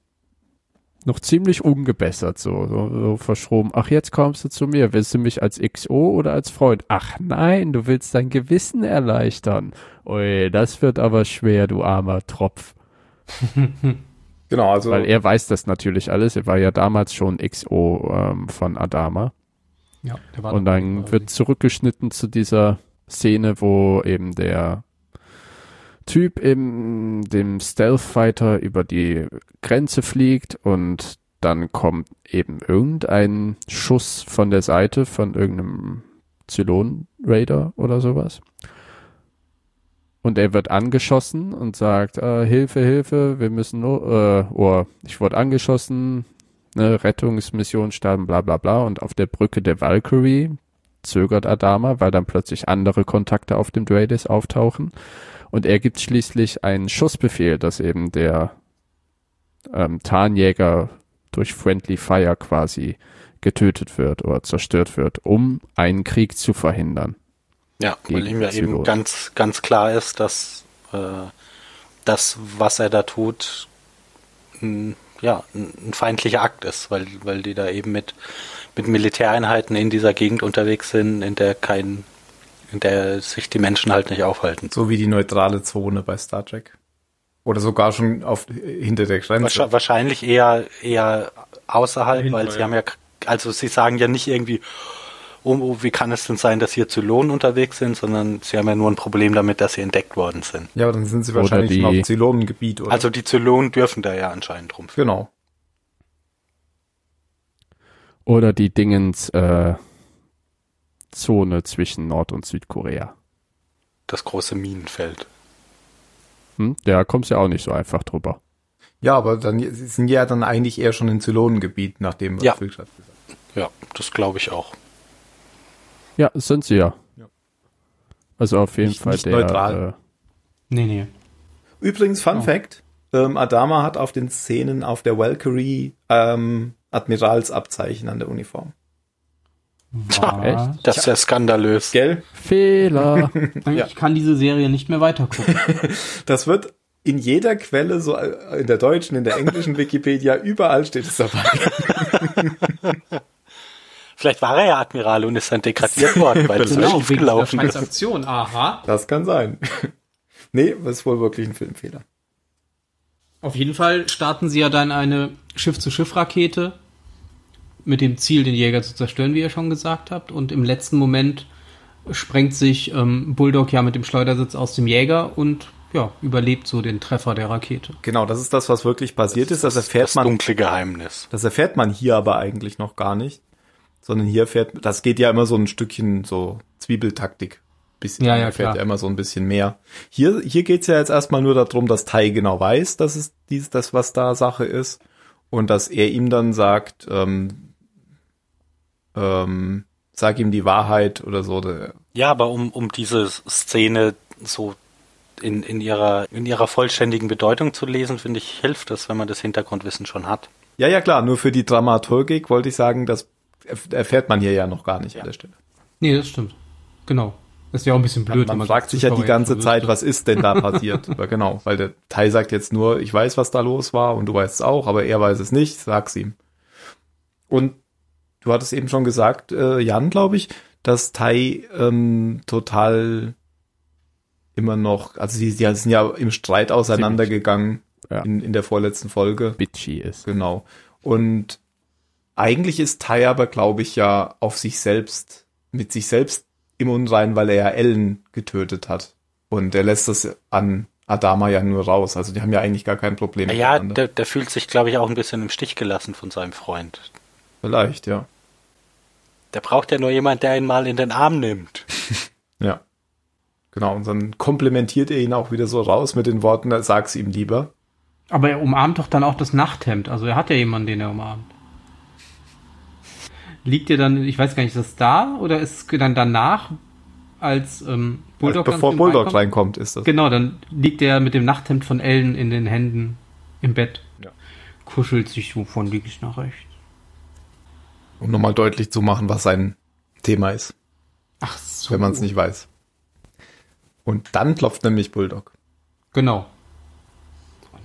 S1: noch ziemlich ungebessert, so, so, so verschoben. Ach, jetzt kommst du zu mir. Willst du mich als XO oder als Freund? Ach nein, du willst dein Gewissen erleichtern. Ui, das wird aber schwer, du armer Tropf.
S2: Genau, also
S1: Weil er weiß das natürlich alles. Er war ja damals schon XO ähm, von Adama.
S3: Ja, der
S1: Und
S3: dabei
S1: dann
S3: quasi.
S1: wird zurückgeschnitten zu dieser Szene, wo eben der Typ im dem Stealth Fighter über die Grenze fliegt und dann kommt eben irgendein Schuss von der Seite von irgendeinem Zylon Raider oder sowas. Und er wird angeschossen und sagt, äh, Hilfe, Hilfe, wir müssen nur, äh, oh, ich wurde angeschossen, ne, Rettungsmission starten, bla bla bla. Und auf der Brücke der Valkyrie zögert Adama, weil dann plötzlich andere Kontakte auf dem Dreadis auftauchen. Und er gibt schließlich einen Schussbefehl, dass eben der ähm, Tarnjäger durch Friendly Fire quasi getötet wird oder zerstört wird, um einen Krieg zu verhindern.
S4: Ja, weil
S1: gegen
S4: ihm ja eben
S1: Zylo.
S4: ganz, ganz klar ist, dass äh, das, was er da tut, ein, ja, ein ein feindlicher Akt ist, weil, weil die da eben mit, mit Militäreinheiten in dieser Gegend unterwegs sind, in der kein, in der sich die Menschen halt nicht aufhalten.
S2: so wie die neutrale Zone bei Star Trek. Oder sogar schon auf, hinter der Grenze.
S4: Wahrsch- Wahrscheinlich eher, eher außerhalb,
S6: Dahinter,
S4: weil sie
S6: ja.
S4: haben ja, k- also sie sagen ja nicht irgendwie, oh, oh, wie kann es denn sein, dass hier Zylonen unterwegs sind, sondern sie haben ja nur ein Problem damit, dass sie entdeckt worden sind.
S2: Ja, aber dann sind sie
S1: Oder
S2: wahrscheinlich schon
S1: die-
S2: auf Zylonengebiet, oder?
S4: Also die Zylonen dürfen da ja anscheinend rumführen.
S2: genau.
S1: Oder die Dingens äh, Zone zwischen Nord- und Südkorea.
S4: das große Minenfeld.
S1: Hm? Da kommst du ja auch nicht so einfach drüber.
S2: Ja, aber dann sie sind ja dann eigentlich eher schon im Zylonengebiet, nachdem was
S4: Ja.
S2: Phil gerade gesagt hat.
S4: Ja, das glaube ich auch.
S1: Ja, das sind sie ja.
S2: Ja.
S1: Also auf jeden
S2: Nicht-
S1: Fall
S2: nicht
S1: der.
S2: neutral.
S1: Äh,
S3: Nee, nee.
S2: Übrigens, Fun
S3: Oh.
S2: Fact, ähm, Adama hat auf den Szenen auf der Valkyrie ähm, Admiralsabzeichen an der Uniform.
S3: Was?
S1: echt?
S4: Das ist ja skandalös.
S2: Gell?
S1: Fehler.
S2: Ja.
S3: Ich kann diese Serie nicht mehr weitergucken.
S2: Das wird in jeder Quelle, so äh, in der deutschen, in der englischen Wikipedia, überall steht es dabei.
S4: Vielleicht war er ja Admiral und ist dann degradiert worden, weil das
S3: genau,
S4: schief
S3: wegen der
S4: gelaufen ist.
S3: Transaktion. Aha.
S2: Das kann sein. nee, das ist wohl wirklich ein Filmfehler.
S3: Auf jeden Fall starten sie ja dann eine Schiff-zu-Schiff-Rakete mit dem Ziel, den Jäger zu zerstören, wie ihr schon gesagt habt. Und im letzten Moment sprengt sich ähm, Bulldog ja mit dem Schleudersitz aus dem Jäger und ja, überlebt so den Treffer der Rakete.
S2: Genau, das ist das, was wirklich passiert ist. Das erfährt
S4: Das
S2: man
S4: dunkle Geheimnis.
S2: Das erfährt man hier aber eigentlich noch gar nicht. Sondern hier erfährt, das geht ja immer so ein Stückchen so Zwiebeltaktik. Bisschen,
S3: Ja,
S2: Man
S3: ja,
S2: erfährt
S3: klar.
S2: ja immer so ein bisschen mehr. Hier, hier geht's ja jetzt erstmal nur darum, dass Tai genau weiß, dass es dies, das, was da Sache ist. Und dass er ihm dann sagt, ähm, ähm, sag ihm die Wahrheit oder so. Der-
S4: Ja, aber um, um diese Szene so in, in, ihrer, in ihrer vollständigen Bedeutung zu lesen, finde ich, hilft das, wenn man das Hintergrundwissen schon hat.
S2: Ja, ja, klar, nur für die Dramaturgik wollte ich sagen, das erf- erfährt man hier ja noch gar nicht an der Stelle.
S3: Nee, das stimmt. Genau. Das wäre auch ein bisschen blöd. wenn
S2: man
S3: so
S2: fragt sich ja die
S3: Zuschauer
S2: ganze
S3: jetzt so
S2: Zeit,
S3: wüsste.
S2: was ist denn da passiert? Aber genau, weil der Tai sagt jetzt nur, ich weiß, was da los war und du weißt es auch, aber er weiß es nicht, sag's ihm. Und du hattest eben schon gesagt, äh, Jan, glaube ich, dass Tai ähm, total immer noch, also sie, sie sind ja im Streit auseinandergegangen
S1: Ja.
S2: in, in der vorletzten Folge.
S1: Bitchy ist.
S2: Genau. Und eigentlich ist Tai aber, glaube ich, ja auf sich selbst, mit sich selbst im Unrein, weil er ja Ellen getötet hat. Und er lässt das an Adama ja nur raus. Also die haben ja eigentlich gar kein Problem.
S3: ne?
S4: Naja,
S2: miteinander.
S4: der, der fühlt sich, glaube ich, auch ein bisschen im Stich gelassen von seinem Freund.
S2: vielleicht, ja.
S4: Der braucht ja nur jemand, der ihn mal in den Arm nimmt.
S2: Ja. Genau, und dann komplementiert er ihn auch wieder so raus mit den Worten, "Na, sag's ihm lieber.
S3: Aber er umarmt doch dann auch das Nachthemd. Also er hat ja jemanden, den er umarmt. Liegt ihr dann, ich weiß gar nicht, ist das da oder ist es dann danach, als ähm,
S2: Also
S3: Bulldog
S2: bevor
S3: ganz
S2: Bulldog
S3: reinkommt?
S2: reinkommt, ist das.
S3: Genau, dann liegt er mit dem Nachthemd von Ellen in den Händen im Bett.
S2: Ja.
S3: Kuschelt sich so von links nach rechts.
S2: Um nochmal deutlich zu machen, was sein Thema ist,
S3: Ach so.
S2: wenn man es nicht weiß. Und dann klopft nämlich Bulldog.
S3: Genau.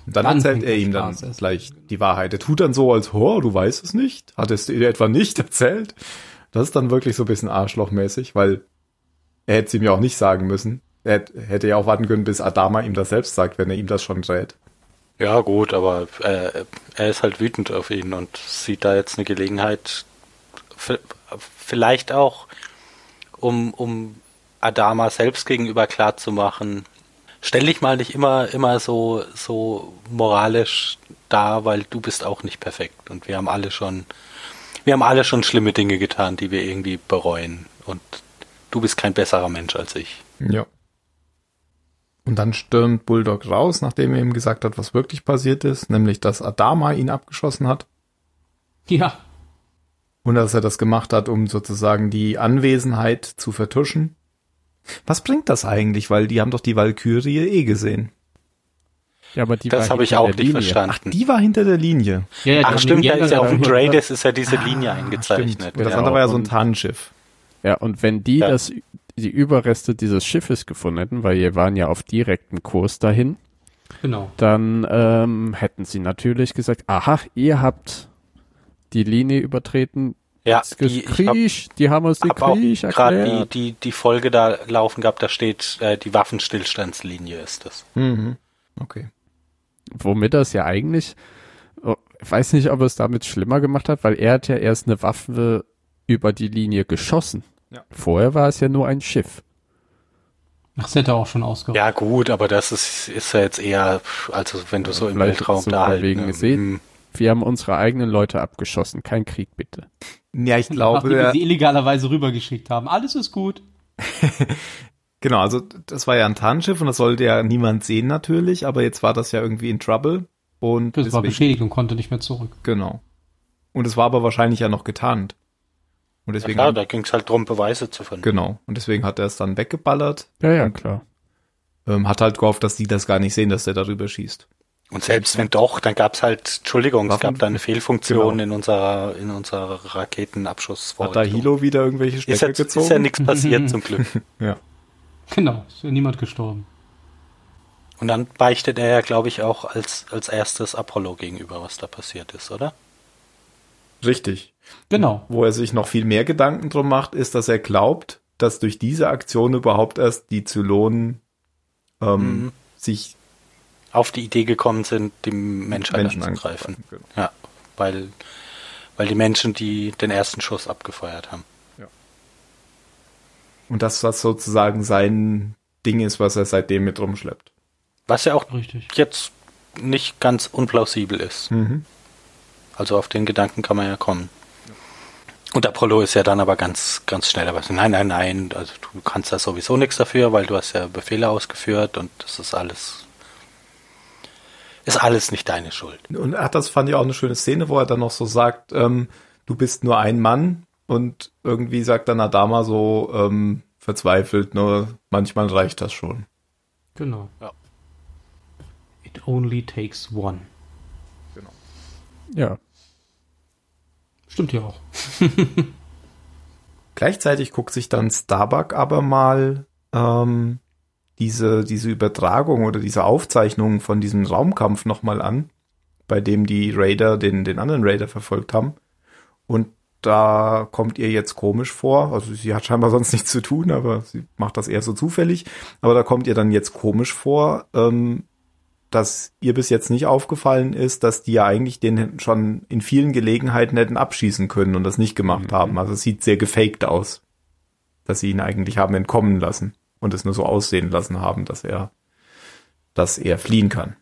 S3: Und
S2: Dann erzählt er ihm dann
S3: Straße ist.
S2: gleich die Wahrheit. Er tut dann so, als, oh, du weißt es nicht. Hat es dir etwa nicht erzählt? Das ist dann wirklich so ein bisschen arschlochmäßig, weil er hätte es ihm ja auch nicht sagen müssen. Er hätt- hätte ja auch warten können, bis Adama ihm das selbst sagt, wenn er ihm das schon rät.
S4: Ja, gut, aber äh, er ist halt wütend auf ihn und sieht da jetzt eine Gelegenheit, v- vielleicht auch, um, um Adama selbst gegenüber klarzumachen. Stell dich mal nicht immer, immer so, so moralisch da, weil du bist auch nicht perfekt. Und wir haben alle schon, wir haben alle schon schlimme Dinge getan, die wir irgendwie bereuen. Und du bist kein besserer Mensch als ich.
S2: Ja. Und dann stürmt Bulldog raus, nachdem er ihm gesagt hat, was wirklich passiert ist, nämlich dass Adama ihn abgeschossen hat
S3: Ja,
S2: und dass er das gemacht hat, um sozusagen die Anwesenheit zu vertuschen. Was bringt das eigentlich? Weil die haben doch die Valkyrie eh gesehen.
S1: Ja, aber die
S4: das
S1: war
S4: habe ich
S1: hinter
S4: auch
S1: der
S4: nicht
S1: Linie.
S2: Ach,
S4: verstanden.
S2: die war hinter der Linie.
S3: ja, ja die
S4: Ach,
S3: haben
S4: stimmt,
S3: den
S4: da ist ja
S3: Jäger
S4: auf dem
S3: da-
S4: Trades ist ja diese Linie eingezeichnet.
S2: Stimmt. Das
S4: ja.
S2: andere war ja so ein
S1: Und-
S2: Tarnschiff.
S1: Ja, und wenn die
S4: Ja.
S1: das, die Überreste dieses Schiffes gefunden hätten, weil wir waren ja auf direktem Kurs dahin,
S3: Genau.
S1: dann ähm, hätten sie natürlich gesagt, aha, ihr habt die Linie übertreten,
S4: Ja,
S1: das
S4: die, ich hab-
S1: Krieg, die haben uns den
S4: hab auch
S1: Krieg
S4: gerade die,
S1: erklärt.
S4: die, die Folge da laufen gehabt, da steht, äh, die Waffenstillstandslinie ist das.
S2: Mhm. Okay.
S1: Womit das ja eigentlich, oh, ich weiß nicht, ob er es damit schlimmer gemacht hat, weil er hat ja erst eine Waffe über die Linie geschossen.
S2: Ja.
S1: Vorher war es ja nur ein Schiff.
S3: Ach, Das hätte er auch schon ausgereicht.
S4: Ja gut, aber das ist, ist ja jetzt eher, also wenn du so im
S1: vielleicht
S4: Weltraum
S1: so
S4: da
S1: von
S4: halt.
S1: wegen
S4: ne,
S1: gesehen.
S4: mm.
S1: Wir haben unsere eigenen Leute abgeschossen, kein Krieg bitte.
S2: Ja, ich
S3: Nachdem
S2: glaube,
S3: wir
S2: er-
S3: sie illegalerweise rübergeschickt haben. Alles ist gut.
S2: Genau, also das war ja ein Tarnschiff und das sollte ja niemand sehen natürlich, aber jetzt war das ja irgendwie in Trouble und
S3: Das war
S2: deswegen-
S3: beschädigt und konnte nicht mehr zurück.
S2: genau. Und es war aber wahrscheinlich ja noch getarnt. Und
S4: Ja,
S2: deswegen
S4: klar, da ging es halt drum, Beweise zu finden.
S2: genau, und deswegen hat er es dann weggeballert,
S1: Ja, ja, klar.
S2: ähm, hat halt gehofft, dass die das gar nicht sehen, dass der darüber schießt.
S4: Und selbst wenn doch, dann gab es halt, Entschuldigung, es
S2: Waffen-
S4: gab da eine Fehlfunktion
S2: Genau.
S4: in unserer in unserer
S2: Hat da
S4: Raketenabschussvorrichtung.
S2: Hilo wieder irgendwelche
S4: ist ja,
S2: Stecker gezogen?
S4: ist ja nichts passiert zum Glück.
S3: Genau, ist ja niemand gestorben.
S4: Und dann beichtet er ja, glaube ich, auch als als erstes Apollo gegenüber, was da passiert ist, oder?
S2: Richtig.
S3: Genau.
S2: Wo er sich noch viel mehr Gedanken drum macht, ist, dass er glaubt, dass durch diese Aktion überhaupt erst die Zylonen ähm,
S4: Mhm.
S2: sich
S4: auf die Idee gekommen sind, die Menschheit
S2: Menschen
S4: anzugreifen.
S2: angreifen. Genau.
S4: Ja, weil, weil die Menschen, die den ersten Schuss abgefeuert haben.
S2: Und dass das sozusagen sein Ding ist, was er seitdem mit rumschleppt.
S4: Was ja auch
S3: Richtig.
S4: jetzt nicht ganz unplausibel ist.
S2: Mhm.
S4: Also auf den Gedanken kann man ja kommen. Und Apollo ist ja dann aber ganz, ganz schnell dabei. Nein, nein, nein, also du kannst da sowieso nichts dafür, weil du hast ja Befehle ausgeführt und das ist alles, ist alles nicht deine Schuld.
S2: Und ach, das fand ich auch eine schöne Szene, wo er dann noch so sagt, ähm, du bist nur ein Mann. Und irgendwie sagt dann Adama so ähm, verzweifelt, nur manchmal reicht das schon.
S3: Genau.
S4: Ja.
S3: It only takes one.
S1: Ja.
S3: Stimmt ja auch.
S2: Gleichzeitig guckt sich dann Starbuck aber mal ähm, diese, diese Übertragung oder diese Aufzeichnung von diesem Raumkampf nochmal an, bei dem die Raider den, den anderen Raider verfolgt haben. Und da kommt ihr jetzt komisch vor. Also sie hat scheinbar sonst nichts zu tun, aber sie macht das eher so zufällig. Aber da kommt ihr dann jetzt komisch vor, ähm, dass ihr bis jetzt nicht aufgefallen ist, dass die ja eigentlich den schon in vielen Gelegenheiten hätten abschießen können und das nicht gemacht haben. Also es sieht sehr gefaked aus, dass sie ihn eigentlich haben entkommen lassen und es nur so aussehen lassen haben, dass er, dass er fliehen kann.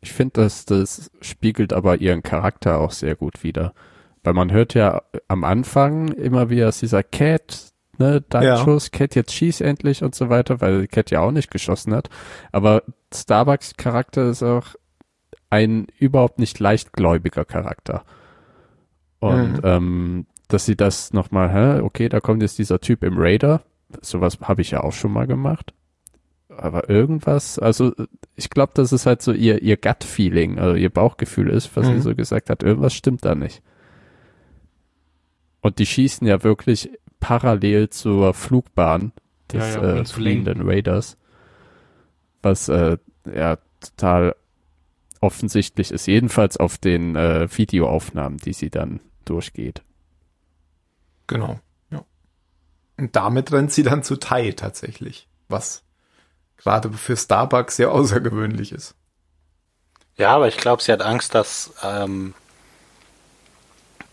S1: Ich finde, dass das spiegelt aber ihren Charakter auch sehr gut wider. Weil man hört ja am Anfang immer wieder, dass dieser Cat, ne, dann
S2: Ja.
S1: Schuss, Cat jetzt schieß endlich und so weiter, weil Cat ja auch nicht geschossen hat. Aber Starbucks Charakter ist auch ein überhaupt nicht leichtgläubiger Charakter. Und
S2: Mhm.
S1: ähm, dass sie das nochmal, hä, okay, da kommt jetzt dieser Typ im Raider. Sowas habe ich ja auch schon mal gemacht. Aber irgendwas, also ich glaube, das ist halt so ihr, ihr Gut-Feeling, also ihr Bauchgefühl ist, was
S2: Mhm.
S1: sie so gesagt hat, irgendwas stimmt da nicht. Und die schießen ja wirklich parallel zur Flugbahn des
S3: Ja, ja, um
S1: äh,
S3: zu lenken.
S1: fliegenden Raiders. Was äh, ja total offensichtlich ist. Jedenfalls auf den äh, Videoaufnahmen, die sie dann durchgeht.
S2: Genau. Ja. Und damit rennt sie dann zu Tai tatsächlich, was gerade für Starbucks sehr außergewöhnlich ist.
S4: Ja, aber ich glaube, sie hat Angst, dass, ähm,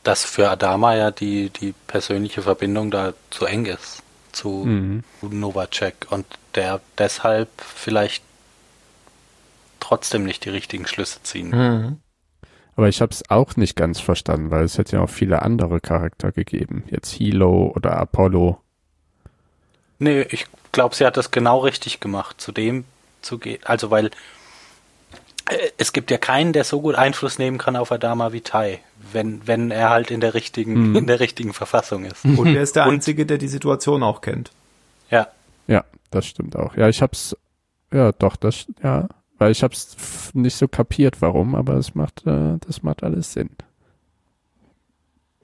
S4: dass für Adama ja die, die persönliche Verbindung da zu eng ist zu
S1: Mhm.
S4: Novacek und der deshalb vielleicht trotzdem nicht die richtigen Schlüsse ziehen.
S1: Aber ich habe es auch nicht ganz verstanden, weil es hätte ja auch viele andere Charakter gegeben. Jetzt Hilo oder Apollo.
S4: Nee, ich glaube, sie hat das genau richtig gemacht, zu dem zu gehen. Also, weil äh, es gibt ja keinen, der so gut Einfluss nehmen kann auf Adama wie Tai, wenn, wenn er halt in der richtigen, in der richtigen Verfassung ist.
S2: Und er ist der Einzige, der die Situation auch kennt.
S4: Ja.
S1: Ja, das stimmt auch. Ja, ich hab's, ja, doch, das, ja, weil ich hab's f- nicht so kapiert, warum, aber es macht, äh, das macht alles Sinn.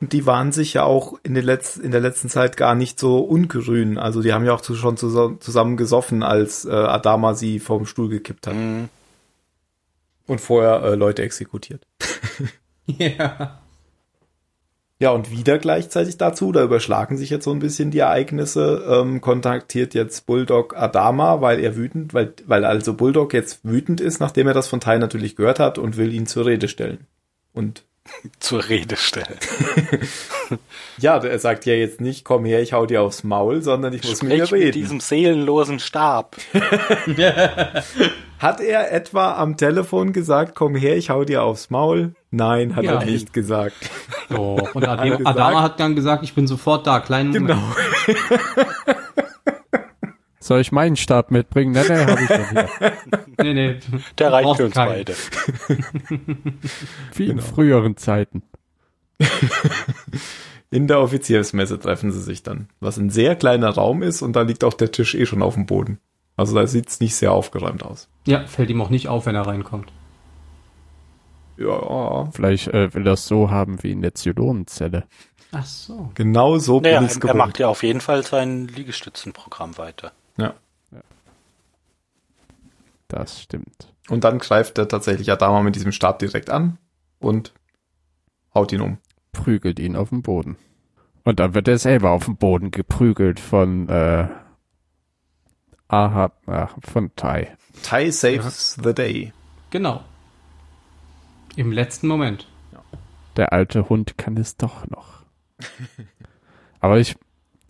S2: Und die waren sich ja auch in, den Letz-, in der letzten Zeit gar nicht so ungrün. Also die haben ja auch zu, schon zus zusammen gesoffen, als äh, Adama sie vom Stuhl gekippt hat.
S4: Mhm.
S2: Und vorher äh, Leute exekutiert.
S3: Ja.
S2: Ja, und wieder gleichzeitig dazu, da überschlagen sich jetzt so ein bisschen die Ereignisse, ähm, kontaktiert jetzt Bulldog Adama, weil er wütend, weil, weil also Bulldog jetzt wütend ist, nachdem er das von Tai natürlich gehört hat und will ihn zur Rede stellen. Und
S4: Zur Rede stellen.
S2: ja, er sagt ja jetzt nicht, komm her, ich hau dir aufs Maul, sondern ich muss mit
S4: Sprich
S2: dir
S4: mit
S2: reden.
S4: diesem seelenlosen Stab.
S2: Hat er etwa am Telefon gesagt, komm her, ich hau dir aufs Maul? Nein, hat
S3: Ja.
S2: er nicht gesagt.
S3: Doch. Und
S2: Hat er
S3: Adama,
S2: gesagt?
S3: Adama hat dann gesagt, ich bin sofort da, kleinen Moment.
S2: Genau.
S1: Soll ich meinen Stab mitbringen? Nein, nein, hab ich schon hier.
S3: Nee, nee.
S4: Der reicht
S3: Brauchst
S4: für uns
S3: keinen.
S4: beide.
S1: Wie in früheren Zeiten.
S2: In der Offiziersmesse treffen sie sich dann, was ein sehr kleiner Raum ist und da liegt auch der Tisch eh schon auf dem Boden. Also da sieht's nicht sehr aufgeräumt aus.
S3: Ja, fällt ihm auch nicht auf, wenn er reinkommt.
S2: Ja,
S1: Vielleicht äh, will er es so haben wie in der Zylonenzelle.
S3: Ach so.
S2: genau so
S4: Naja,
S2: bin ich's
S4: er
S2: gewohnt.
S4: macht ja auf jeden Fall sein Liegestützenprogramm weiter.
S2: Ja.
S1: Das stimmt.
S2: Und dann greift er tatsächlich Adama mit diesem Stab direkt an und haut ihn um.
S1: Prügelt ihn auf den Boden. Und dann wird er selber auf den Boden geprügelt von, äh, Aha, ach, von Tai.
S2: Tai saves the day.
S3: Genau. Im letzten Moment.
S1: der alte Hund kann es doch noch. Aber ich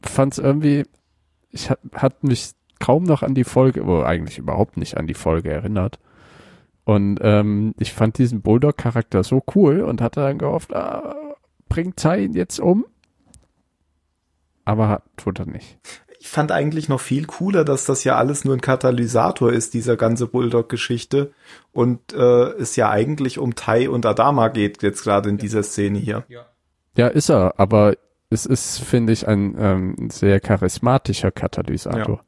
S1: fand es irgendwie, ich hat, hat mich kaum noch an die Folge, oder eigentlich überhaupt nicht an die Folge erinnert. Und ähm, ich fand diesen Bulldog-Charakter so cool und hatte dann gehofft, ah, bringt Tai ihn jetzt um? Aber hat, tut er nicht.
S2: ich fand eigentlich noch viel cooler, dass das ja alles nur ein Katalysator ist, dieser ganze Bulldog-Geschichte. Und äh, es ja eigentlich um Tai und Adama geht, jetzt gerade in dieser Szene hier.
S1: Ja, ist er, aber es ist, finde ich, ein ähm, sehr charismatischer Katalysator.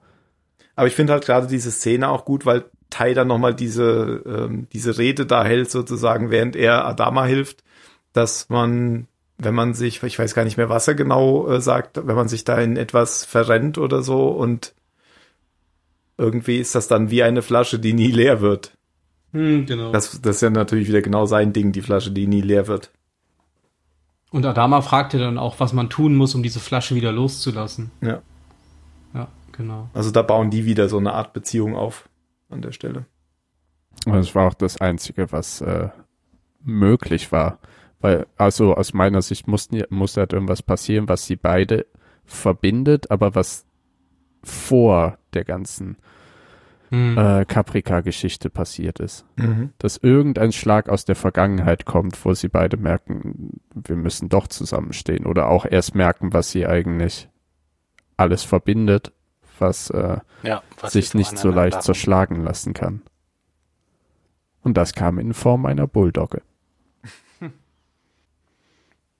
S2: Aber ich finde halt gerade diese Szene auch gut, weil Tai dann nochmal diese, ähm, diese Rede da hält, sozusagen, während er Adama hilft, dass man, wenn man sich, ich weiß gar nicht mehr, was er genau äh, sagt, wenn man sich da in etwas verrennt oder so und irgendwie ist das dann wie eine Flasche, die nie leer wird.
S3: Hm, genau.
S2: Das, das ist ja natürlich wieder genau sein Ding, die Flasche, die nie leer wird.
S3: Und Adama fragte dann auch, was man tun muss, um diese Flasche wieder loszulassen.
S2: Ja.
S3: Ja, genau.
S2: Also da bauen die wieder so eine Art Beziehung auf an der Stelle.
S1: Und Das war auch das Einzige, was äh, möglich war. Weil, also aus meiner Sicht mussten, ja- musste halt irgendwas passieren, was sie beide verbindet, aber was vor der ganzen
S3: Hm.
S1: äh, Caprica-Geschichte passiert ist.
S2: Mhm.
S1: Dass irgendein Schlag aus der Vergangenheit kommt, wo sie beide merken, wir müssen doch zusammenstehen. Oder auch erst merken, was sie eigentlich alles verbindet, was äh,
S4: Ja, was
S1: sich
S4: sie
S1: nicht so
S4: voneinander
S1: leicht
S4: haben.
S1: zerschlagen lassen kann. Und das kam in Form einer Bulldogge.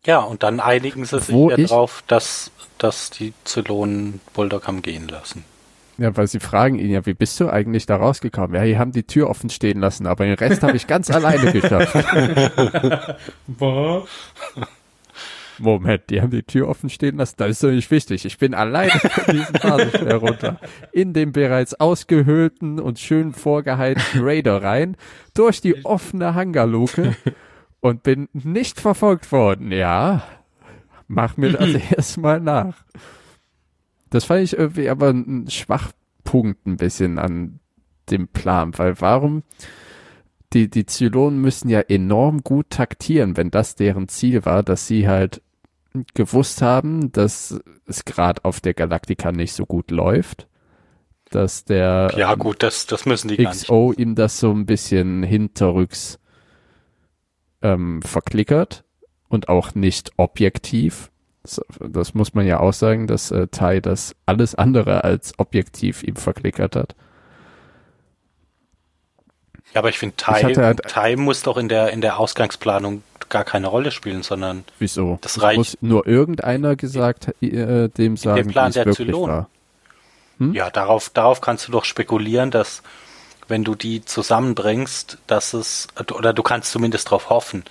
S4: Ja, und dann einigen sie sich
S1: Wo
S4: ja
S1: ich-
S4: drauf, dass, dass die Zylonen Bulldog haben gehen lassen.
S1: Ja, weil sie fragen ihn ja, wie bist du eigentlich da rausgekommen? Ja, die haben die Tür offen stehen lassen, aber den Rest habe ich ganz alleine geschafft.
S3: Boah.
S1: Moment, die haben die Tür offen stehen lassen. Das ist doch nicht wichtig. Ich bin alleine von diesem Basisstell runter. In den bereits ausgehöhlten und schön vorgeheizten Raider rein, durch die offene Hangarluke und bin nicht verfolgt worden. Ja, mach mir das erstmal nach. Das fand ich irgendwie aber ein Schwachpunkt ein bisschen an dem Plan, weil warum die, die Zylonen müssen ja enorm gut taktieren, wenn das deren Ziel war, dass sie halt gewusst haben, dass es gerade auf der Galaktika nicht so gut läuft, dass der
S4: Ja, gut, das, das müssen die gar nicht.
S1: XO ihm das so ein bisschen hinterrücks ähm, verklickert und auch nicht objektiv. Das, das muss man ja auch sagen, dass äh, Tai das alles andere als objektiv ihm verklickert hat.
S4: Ja, aber ich finde,
S1: Ich
S4: Time,
S1: hatte halt-
S4: Time muss doch in der, in der Ausgangsplanung gar keine Rolle spielen, sondern
S1: Wieso?
S4: Das reicht.
S1: Muss nur irgendeiner gesagt äh, dem sagen, wie
S4: Plan
S1: es
S4: der
S1: wirklich
S4: Zylonen.
S1: war.
S4: ja, darauf, darauf kannst du doch spekulieren, dass wenn du die zusammenbringst, dass es, oder du kannst zumindest darauf hoffen,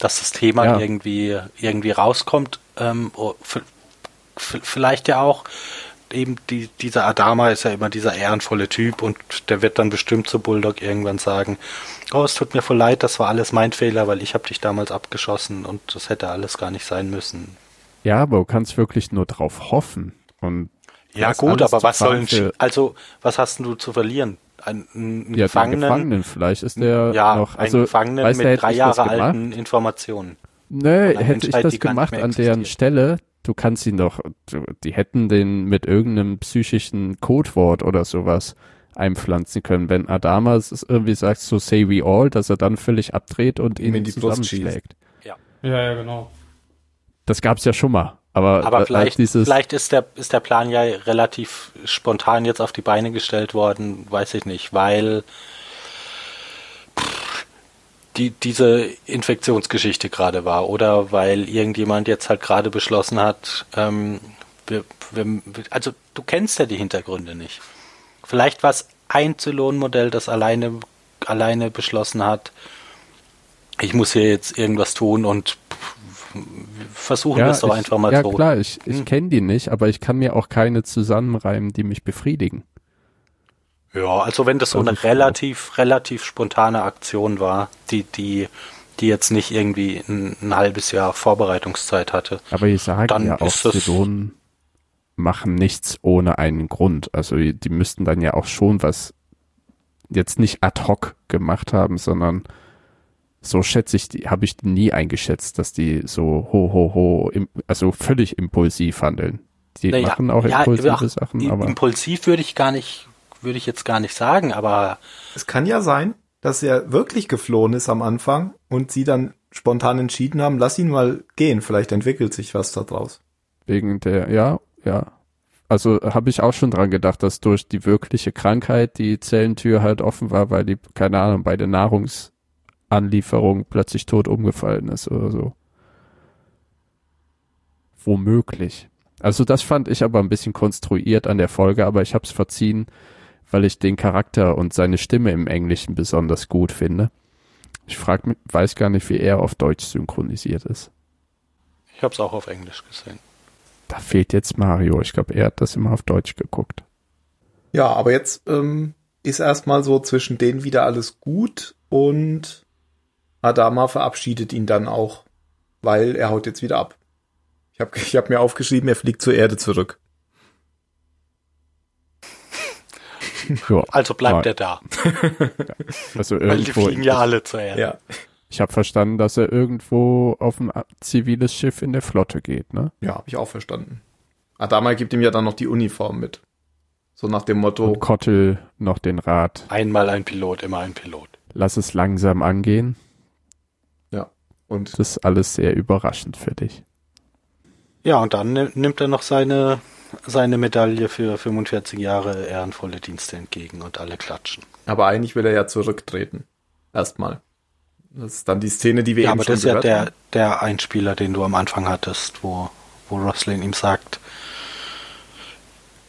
S4: dass das Thema
S1: Ja.
S4: irgendwie, irgendwie rauskommt. Ähm, o- v- v- vielleicht ja auch eben die, dieser Adama ist ja immer dieser ehrenvolle Typ und der wird dann bestimmt zu Bulldog irgendwann sagen, oh, es tut mir voll leid, das war alles mein Fehler, weil ich habe dich damals abgeschossen und das hätte alles gar nicht sein müssen.
S1: Ja, aber du kannst wirklich nur drauf hoffen. Und
S4: Ja
S1: das
S4: gut,
S1: alles
S4: aber
S1: zu
S4: was sollen
S1: fahren für-
S4: also was hast denn du zu verlieren? Ein, ein, ein
S1: ja, Gefangenen, den
S4: Gefangenen,
S1: Gefangenen vielleicht ist der
S4: ja,
S1: noch,
S4: ein
S1: also
S4: Gefangenen
S1: weiß, der
S4: mit
S1: hätte
S4: drei
S1: ich das
S4: Jahre
S1: gemacht.
S4: alten Informationen.
S1: Nö,
S4: einer
S1: Ne, hätte ich das
S4: Menschheit, halt die gar nicht
S1: gemacht
S4: mehr
S1: an deren
S4: existiert.
S1: Stelle, du kannst ihn doch, du, die hätten den mit irgendeinem psychischen Codewort oder sowas einpflanzen können, wenn Adama es irgendwie sagt, so say we all, dass er dann völlig abdreht und
S2: Ihm
S1: ihn
S2: in die Brust schießt.
S1: zusammenschlägt.
S3: Ja, ja, genau.
S1: Das gab's ja schon mal. Aber,
S4: Aber
S1: äh,
S4: vielleicht,
S1: dieses,
S4: vielleicht ist der ist der Plan ja relativ spontan jetzt auf die Beine gestellt worden, weiß ich nicht, weil pff, die, diese Infektionsgeschichte gerade war oder weil irgendjemand jetzt halt gerade beschlossen hat, ähm, wir, wir, also du kennst ja die Hintergründe nicht. Vielleicht war es ein Zylon-Modell, das alleine, alleine beschlossen hat, ich muss hier jetzt irgendwas tun und pff, versuchen wir es doch
S1: ich,
S4: einfach mal
S1: ja
S4: so.
S1: klar, ich, ich
S4: Hm.
S1: kenne die nicht, aber ich kann mir auch keine zusammenreimen, die mich befriedigen.
S4: Ja, also wenn das so
S1: Das
S4: eine
S1: ist so.
S4: relativ, relativ spontane Aktion war, die, die, die jetzt nicht irgendwie ein, ein halbes Jahr Vorbereitungszeit hatte.
S1: Aber ich sage
S4: Dann
S1: ja auch,
S4: ist das-
S1: Zylonen machen nichts ohne einen Grund. Also die die müssten dann ja auch schon was jetzt nicht ad hoc gemacht haben, sondern so schätze ich, die habe ich die nie eingeschätzt, dass die so ho ho ho, im, also völlig impulsiv handeln. Die
S4: Naja,
S1: machen auch
S4: ja,
S1: impulsive
S4: ach,
S1: Sachen,
S4: i-
S1: aber
S4: Impulsiv würde ich gar nicht, würde ich jetzt gar nicht sagen, aber
S2: Es kann ja sein, dass er wirklich geflohen ist am Anfang und sie dann spontan entschieden haben, lass ihn mal gehen, vielleicht entwickelt sich was daraus.
S1: Wegen der, ja, ja. Also habe ich auch schon dran gedacht, dass durch die wirkliche Krankheit die Zellentür halt offen war, weil die, keine Ahnung, bei der Nahrungsanlieferung plötzlich tot umgefallen ist oder so. Womöglich. Also das fand ich aber ein bisschen konstruiert an der Folge, aber ich hab's verziehen, weil ich den Charakter und seine Stimme im Englischen besonders gut finde. Ich frag mich, weiß gar nicht, wie er auf Deutsch synchronisiert ist.
S4: ich habe es auch auf Englisch gesehen.
S1: Da fehlt jetzt Mario. Ich glaube, er hat das immer auf Deutsch geguckt.
S2: Ja, aber jetzt ähm, ist erstmal so zwischen denen wieder alles gut und Adama verabschiedet ihn dann auch, weil er haut jetzt wieder ab. Ich habe ich hab mir aufgeschrieben, er fliegt zur Erde zurück.
S1: Ja,
S4: Also bleibt
S1: Nein.
S4: er da,
S1: also
S4: weil die
S1: irgendwo.
S4: fliegen ja alle zur Erde.
S2: Ja.
S1: Ich habe verstanden, dass er irgendwo auf ein ziviles Schiff in der Flotte geht, ne?
S2: Ja, habe ich auch verstanden. Adama gibt ihm ja dann noch die Uniform mit. So nach dem
S4: Oh.
S2: Motto,
S1: Und Kottel noch den Rat,
S4: Einmal ein Pilot, immer ein Pilot.
S1: lass es langsam angehen.
S2: und
S1: Das ist alles sehr überraschend für dich.
S4: Ja, und dann ni- nimmt er noch seine, seine Medaille für 45 Jahre ehrenvolle Dienste entgegen und alle klatschen.
S2: aber eigentlich will er ja zurücktreten. Erstmal. Das ist dann die Szene, die wir
S4: Ja,
S2: eben
S4: aber
S2: schon
S4: das ist ja
S2: gehört ne?
S4: der,
S2: haben.
S4: der Einspieler, den du am Anfang hattest, wo, wo Roslin ihm sagt,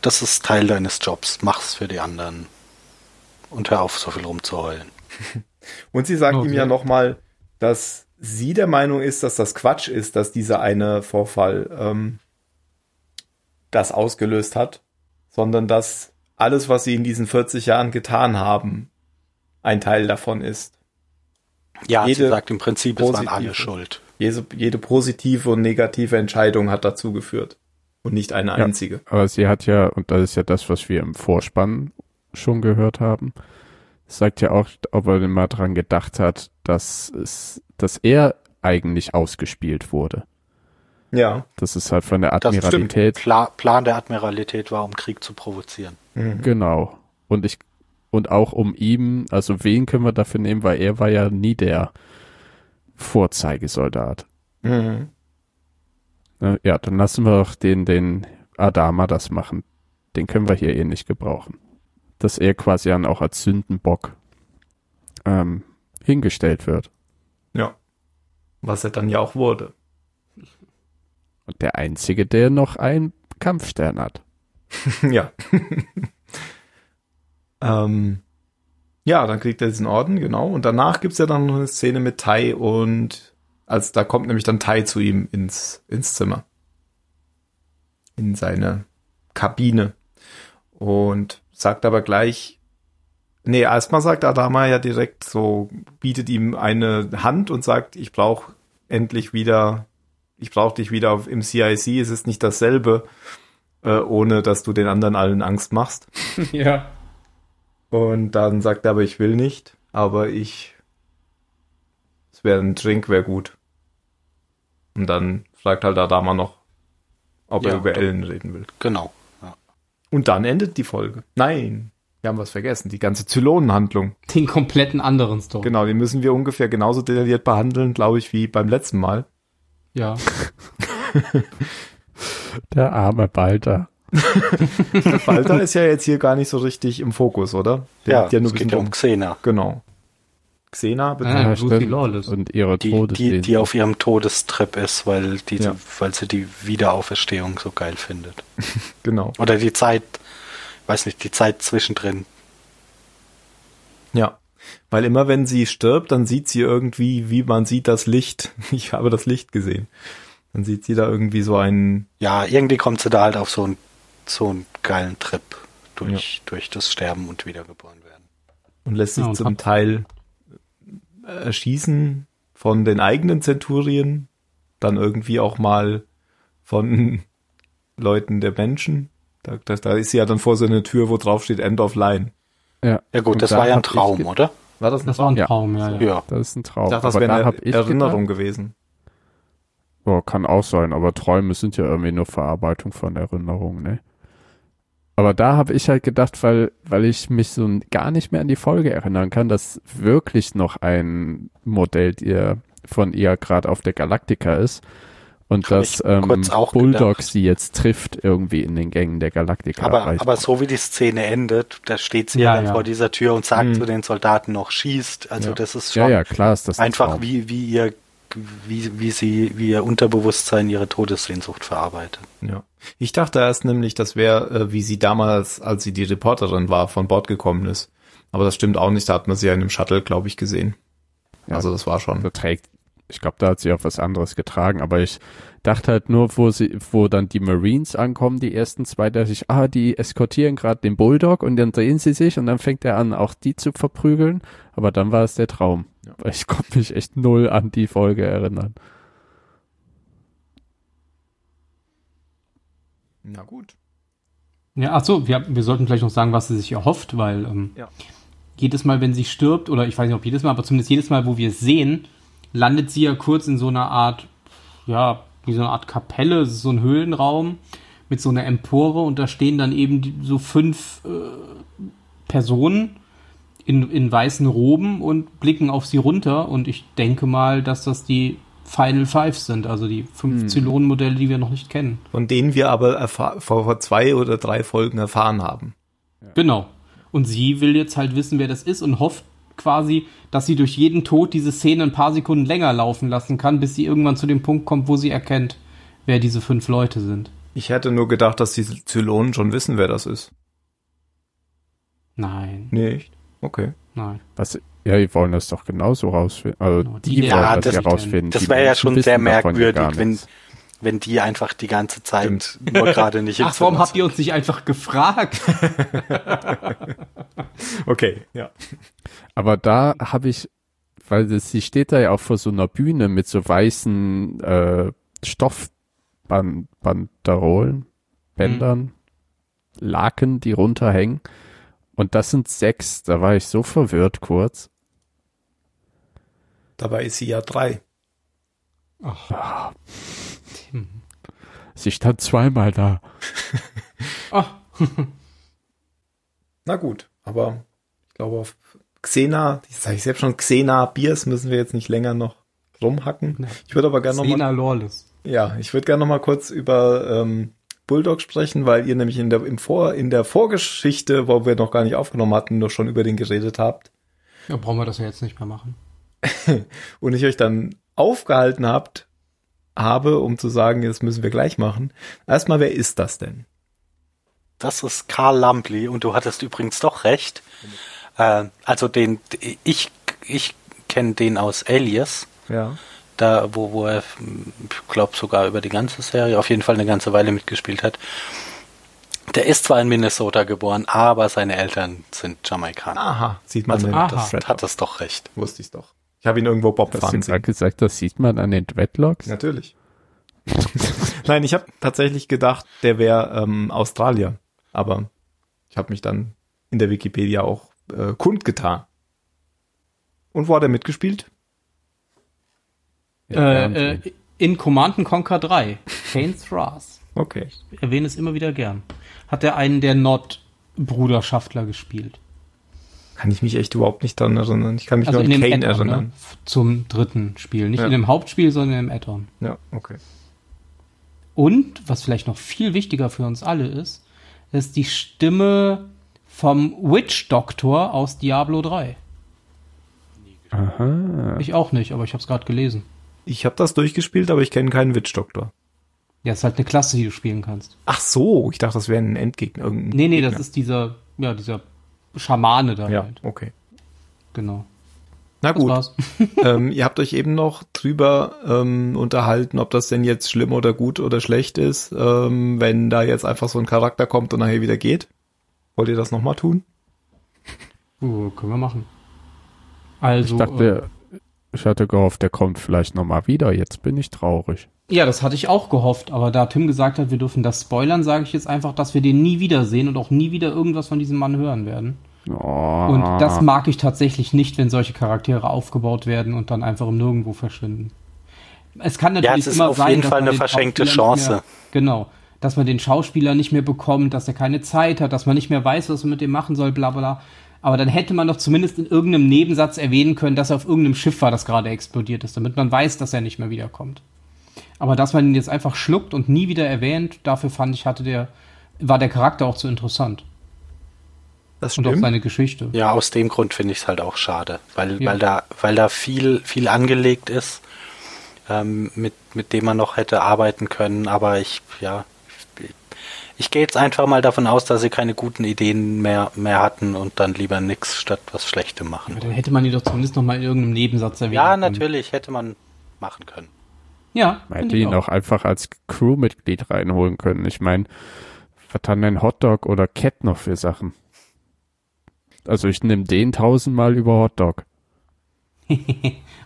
S4: das ist Teil deines Jobs, mach's für die anderen. Und hör auf, so viel rumzuheulen.
S2: Und sie sagt ihm
S3: Okay.
S2: ja nochmal, dass sie der Meinung ist, dass das Quatsch ist, dass dieser eine Vorfall ähm, das ausgelöst hat, sondern dass alles, was sie in diesen 40 Jahren getan haben, ein Teil davon ist.
S4: Ja,
S2: Jede
S4: sie sagt im Prinzip, es waren alle
S2: positive-
S4: schuld.
S2: Jede, jede positive und negative Entscheidung hat dazu geführt und nicht eine
S1: Ja.
S2: einzige.
S1: Aber sie hat ja, und das ist ja das, was wir im Vorspann schon gehört haben, sagt ja auch, ob er denn mal dran gedacht hat, dass es, dass er eigentlich ausgespielt wurde.
S2: Ja.
S1: Das ist halt von der
S4: Das stimmt.
S1: Admiralität.
S4: Pla Plan der Admiralität war, um Krieg zu provozieren.
S2: Mhm.
S1: Genau. Und ich, und auch um ihm, also wen können wir dafür nehmen, weil er war ja nie der Vorzeigesoldat.
S2: Mhm.
S1: Ne? Ja, dann lassen wir doch den, den Adama das machen. Den können wir hier eh nicht gebrauchen. Dass er quasi dann auch als Sündenbock ähm, hingestellt wird.
S2: Was er dann ja auch wurde.
S1: Und der Einzige, der noch einen Kampfstern hat.
S2: ja. ähm, ja, dann kriegt er diesen Orden, genau. Und danach gibt's ja dann noch eine Szene mit Tai und als da kommt nämlich dann Tai zu ihm ins, ins Zimmer. In seine Kabine. Und sagt aber gleich, nee, erstmal sagt Adama ja direkt so, bietet ihm eine Hand und sagt, ich brauche endlich wieder, ich brauche dich wieder auf, im CIC, es ist nicht dasselbe äh, ohne dass du den anderen allen Angst machst.
S3: ja.
S2: Und dann sagt er, aber ich will nicht, aber ich, es wäre ein Drink, wäre gut. Und dann fragt halt Adama noch, ob
S4: Ja,
S2: er über
S4: und-
S2: Ellen reden will.
S4: Genau. Ja.
S2: Und dann endet die Folge. Nein, wir haben was vergessen, die ganze Zylonenhandlung.
S3: Den kompletten anderen Story.
S2: Genau, die müssen wir ungefähr genauso detailliert behandeln, glaube ich, wie beim letzten Mal.
S3: Ja.
S1: Der arme Balder.
S2: Walter ist ja jetzt hier gar nicht so richtig im Fokus, oder? Der liegt ja nur
S4: es
S2: ein bisschen
S4: geht ja um
S2: rum.
S4: Xena,
S2: Genau. Xena, bitte.
S3: Ah,
S1: Ja,
S3: Lucy
S1: stimmt.
S3: Lawless.
S1: Und ihre
S4: die, die, die
S1: Todessehnsucht.
S4: auf ihrem Todestrip ist, weil, die,
S2: Ja.
S4: weil sie die Wiederauferstehung so geil findet.
S2: Genau.
S4: Oder die Zeit, weiß nicht, die Zeit zwischendrin.
S2: Ja. Weil immer wenn sie stirbt, dann sieht sie irgendwie, wie man sieht das Licht. Ich habe das Licht gesehen. Dann sieht sie da irgendwie so einen,
S4: Ja, irgendwie kommt sie da halt auf so einen, so einen geilen Trip durch, durch das Sterben und Wiedergeboren werden.
S2: und lässt sich
S3: Ja, und
S2: zum
S3: hat-
S2: Teil äh, erschießen von den eigenen Zenturien, dann irgendwie auch mal von Leuten der Menschen. Da, da, da ist sie ja dann vor so einer Tür, wo drauf steht End of Line.
S1: Ja,
S4: Ja gut,
S2: Und
S4: das
S2: da
S4: war ja ein
S2: hab ich ge-
S4: Traum, oder?
S2: War das
S3: Das war ein
S1: Ja.
S3: Traum, ja, ja.
S4: Ja.
S1: das ist ein Traum.
S2: ich dachte, das
S1: Aber
S2: wäre
S1: da
S2: eine
S1: hab ich
S2: Erinnerung
S1: gedacht,
S2: gewesen.
S1: Boah, kann auch sein, aber Träume sind ja irgendwie nur Verarbeitung von Erinnerungen, ne? Aber da habe ich halt gedacht, weil, weil ich mich so n- gar nicht mehr an die Folge erinnern kann, dass wirklich noch ein Modell ihr, von ihr gerade auf der Galaktika ist und
S4: Hab
S1: dass
S4: ich
S1: ähm,
S4: kurz auch
S1: Bulldog
S4: gedacht.
S1: sie jetzt trifft irgendwie in den Gängen der Galaktika.
S4: Aber,
S1: Weil-
S4: aber so wie die Szene endet, da steht sie ja,
S3: Ja,
S4: dann
S3: ja.
S4: vor dieser Tür und sagt
S2: Hm.
S4: zu den Soldaten noch, schießt. Also
S2: Ja.
S4: das ist schon
S1: Mhm. ja, ja, klar ist das ein
S4: einfach
S1: Traum.
S4: wie, wie ihr wie, wie sie, wie ihr Unterbewusstsein ihre Todessehnsucht verarbeitet.
S2: Ja. Ich dachte erst nämlich, das wäre, äh, wie sie damals, als sie die Reporterin war, von Bord gekommen ist. Aber das stimmt auch nicht, da hat man sie ja in einem Shuttle, glaube ich, gesehen.
S1: Ja.
S2: Also das war schon.
S1: so trägt. Ich glaube, da hat sie auch was anderes getragen, aber ich dachte halt nur, wo sie, wo dann die Marines ankommen, die ersten zwei, dachte ich, ah, die eskortieren gerade den Bulldog und dann drehen sie sich und dann fängt er an, auch die zu verprügeln. Aber dann war es der Traum. Weil Ich konnte mich echt null an die Folge erinnern.
S2: Na gut.
S3: Ja, ach so, wir, wir sollten vielleicht noch sagen, was sie sich erhofft, weil ähm,
S2: Ja.
S3: jedes Mal, wenn sie stirbt, oder ich weiß nicht, ob jedes Mal, aber zumindest jedes Mal, wo wir es sehen, landet sie ja kurz in so einer Art, ja, wie so eine Art Kapelle, es ist so ein Höhlenraum mit so einer Empore und da stehen dann eben die, so fünf äh, Personen in, in weißen Roben und blicken auf sie runter und ich denke mal, dass das die Final Five sind, also die fünf Zylonen-Modelle, die wir noch nicht kennen.
S2: Von denen wir aber erfahr- vor vor zwei oder drei Folgen erfahren haben.
S3: Genau. Und sie will jetzt halt wissen, wer das ist und hofft quasi, dass sie durch jeden Tod diese Szene ein paar Sekunden länger laufen lassen kann, bis sie irgendwann zu dem Punkt kommt, wo sie erkennt, wer diese fünf Leute sind.
S2: Ich hätte nur gedacht, dass die Zylonen schon wissen, wer das ist.
S3: Nein,
S2: Nicht? Okay.
S3: nein.
S1: Was, Ja, die wollen das doch genauso rausfinden. Also
S3: Genau,
S1: die, wollen
S3: die ja,
S1: das,
S4: das-
S1: ja rausfinden.
S4: das
S1: Die
S4: wäre ja
S1: Menschen
S4: schon
S1: wissen
S4: sehr
S1: davon ja gar
S4: merkwürdig, wenn-
S1: nichts.
S4: wenn die einfach die ganze Zeit nur gerade nicht
S3: Ach, warum habt
S4: informativ-
S3: ihr uns nicht einfach gefragt?
S2: Okay, ja.
S1: Aber da habe ich, weil das, sie steht da ja auch vor so einer Bühne mit so weißen äh, Stoffbanderolen, Bändern, Laken, die runterhängen. Und das sind sechs. Da war ich so verwirrt kurz.
S2: Dabei ist sie ja drei.
S3: Tim.
S1: Sie stand zweimal da.
S3: Ach,
S2: Na gut, aber ich glaube auf Xena, das sage ich selbst schon, Xena Biers müssen wir jetzt nicht länger noch rumhacken. Ich würde aber gerne nochmal
S3: Lena Lawless.
S2: Ja, ich würde gerne noch mal kurz über ähm, Bulldog sprechen, weil ihr nämlich in der, im Vor, in der Vorgeschichte, wo wir noch gar nicht aufgenommen hatten, noch schon über den geredet habt
S3: Ja, brauchen wir das ja jetzt nicht mehr machen.
S2: und ich euch dann aufgehalten habt, habe, um zu sagen, das müssen wir gleich machen. Erstmal, wer ist das denn?
S4: Das ist Karl Lampley und du hattest übrigens doch recht. Äh, also den, ich, ich kenne den aus Alias,
S2: Ja.
S4: da wo, wo er, glaube sogar über die ganze Serie, auf jeden Fall eine ganze Weile mitgespielt hat. Der ist zwar in Minnesota geboren, aber seine Eltern sind Jamaikaner.
S2: Aha, sieht man,
S4: Also,
S2: denn,
S3: aha.
S2: das
S4: Du hattest doch recht.
S2: wusste ich doch. Ich habe ihn irgendwo Bob
S1: Hast du
S2: fahren sehen.
S1: gerade gesagt, das sieht man an den Dreadlocks?
S2: Natürlich. Nein, ich habe tatsächlich gedacht, der wäre ähm, Australier. Aber ich habe mich dann in der Wikipedia auch äh, kundgetan. Und wo hat er mitgespielt?
S1: Ja,
S3: äh,
S1: Wahnsinn.
S3: äh, in Command and Conquer 3, Kane Thras.
S2: Okay.
S3: Erwähne es immer wieder gern. Hat er einen der Nordbruderschaftler gespielt.
S2: Kann ich mich echt überhaupt nicht daran erinnern. Ich kann mich
S3: Also
S2: nur
S3: in
S2: an
S3: dem
S2: Kane
S3: Add-on, ne?
S2: erinnern.
S3: F- zum dritten Spiel. Nicht
S2: Ja.
S3: in dem Hauptspiel, sondern im Add-on.
S2: Ja, okay.
S3: Und, was vielleicht noch viel wichtiger für uns alle ist, ist die Stimme vom Witch Doctor aus Diablo 3.
S1: Aha.
S3: Ich auch nicht, aber ich habe es gerade gelesen.
S2: Ich habe das durchgespielt, aber ich kenne keinen Witch-Doktor.
S3: Ja, ist halt eine Klasse, die du spielen kannst.
S2: Ach so, ich dachte, das wäre ein Endgegner. Irgendein
S3: Nee, nee, das
S2: Gegner.
S3: ist dieser, ja, dieser Schamane da
S2: Ja,
S3: halt.
S2: okay.
S3: Genau.
S2: Na
S3: Das
S2: gut.
S3: war's.
S2: ähm, ihr habt euch eben noch drüber ähm, unterhalten, ob das denn jetzt schlimm oder gut oder schlecht ist, ähm, wenn da jetzt einfach so ein Charakter kommt und nachher wieder geht. Wollt ihr das nochmal tun?
S3: Uh, können wir machen.
S1: Ich
S3: Also, äh,
S1: dachte, ich hatte gehofft, der kommt vielleicht nochmal wieder. Jetzt bin ich traurig.
S3: ja, das hatte ich auch gehofft, aber da Tim gesagt hat, wir dürfen das spoilern, sage ich jetzt einfach, dass wir den nie wiedersehen und auch nie wieder irgendwas von diesem Mann hören werden.
S1: Oh.
S3: Und
S4: Ah.
S3: das mag ich tatsächlich nicht, wenn solche Charaktere aufgebaut werden und dann einfach im Nirgendwo verschwinden. Es kann natürlich
S4: Ja, es ist
S3: immer
S4: auf
S3: sein,
S4: jeden
S3: dass
S4: Fall
S3: man
S4: eine
S3: den
S4: verschenkte
S3: Schauspieler nicht Mehr,
S4: Chance.
S3: genau, dass man den Schauspieler nicht mehr bekommt, dass er keine Zeit hat, dass man nicht mehr weiß, was man mit dem machen soll, bla bla. Aber dann hätte man doch zumindest in irgendeinem Nebensatz erwähnen können, dass er auf irgendeinem Schiff war, das gerade explodiert ist, damit man weiß, dass er nicht mehr wiederkommt. Aber dass man ihn jetzt einfach schluckt und nie wieder erwähnt, dafür fand ich, hatte der, war der Charakter auch zu interessant.
S2: Das
S3: Und auch seine Geschichte.
S4: Ja, aus dem Grund finde ich es halt auch schade, weil,
S3: Ja.
S4: weil da, weil da viel, viel angelegt ist, ähm, mit, mit dem man noch hätte arbeiten können. Aber ich, ja, ich, ich gehe jetzt einfach mal davon aus, dass sie keine guten Ideen mehr, mehr hatten und dann lieber nix statt was Schlechtes
S3: Aber
S4: machen.
S3: dann hätte man die doch zumindest noch mal in irgendeinem Nebensatz erwähnt.
S4: Ja, natürlich hätte man machen können.
S3: Ja,
S1: Man
S3: finde
S1: hätte
S3: ich
S1: ihn auch einfach als Crewmitglied reinholen können. Ich meine, was hat denn Hotdog oder Cat noch für Sachen? Also ich nehme den tausendmal über Hotdog.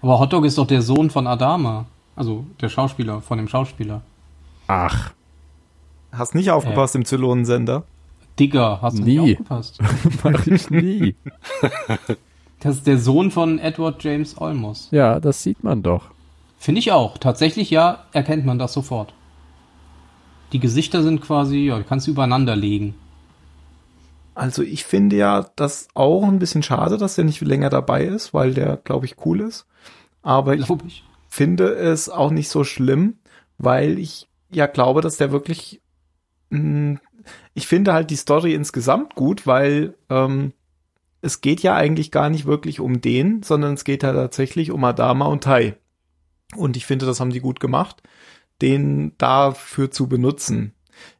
S3: Aber Hotdog ist doch der Sohn von Adama. Also der Schauspieler, von dem Schauspieler.
S1: Ach,
S2: Hast nicht aufgepasst im Zylonensender?
S3: Digger, hast du
S1: Nie.
S3: nicht aufgepasst.
S1: mach ich nie.
S3: Das ist der Sohn von Edward James Olmos.
S1: Ja, das sieht man doch.
S3: Finde ich auch. Tatsächlich, ja, erkennt man das sofort. Die Gesichter sind quasi, ja, die kannst du übereinander legen.
S2: Also ich finde ja das auch ein bisschen schade, dass der nicht länger dabei ist, weil der, glaube ich, cool ist. Aber ich
S3: Glaub ich.
S2: finde es auch nicht so schlimm, weil ich ja glaube, dass der wirklich. Mh, ich finde halt die Story insgesamt gut, weil ähm, es geht ja eigentlich gar nicht wirklich um den, sondern es geht ja tatsächlich um Adama und Tai. Und ich finde, das haben die gut gemacht, den dafür zu benutzen.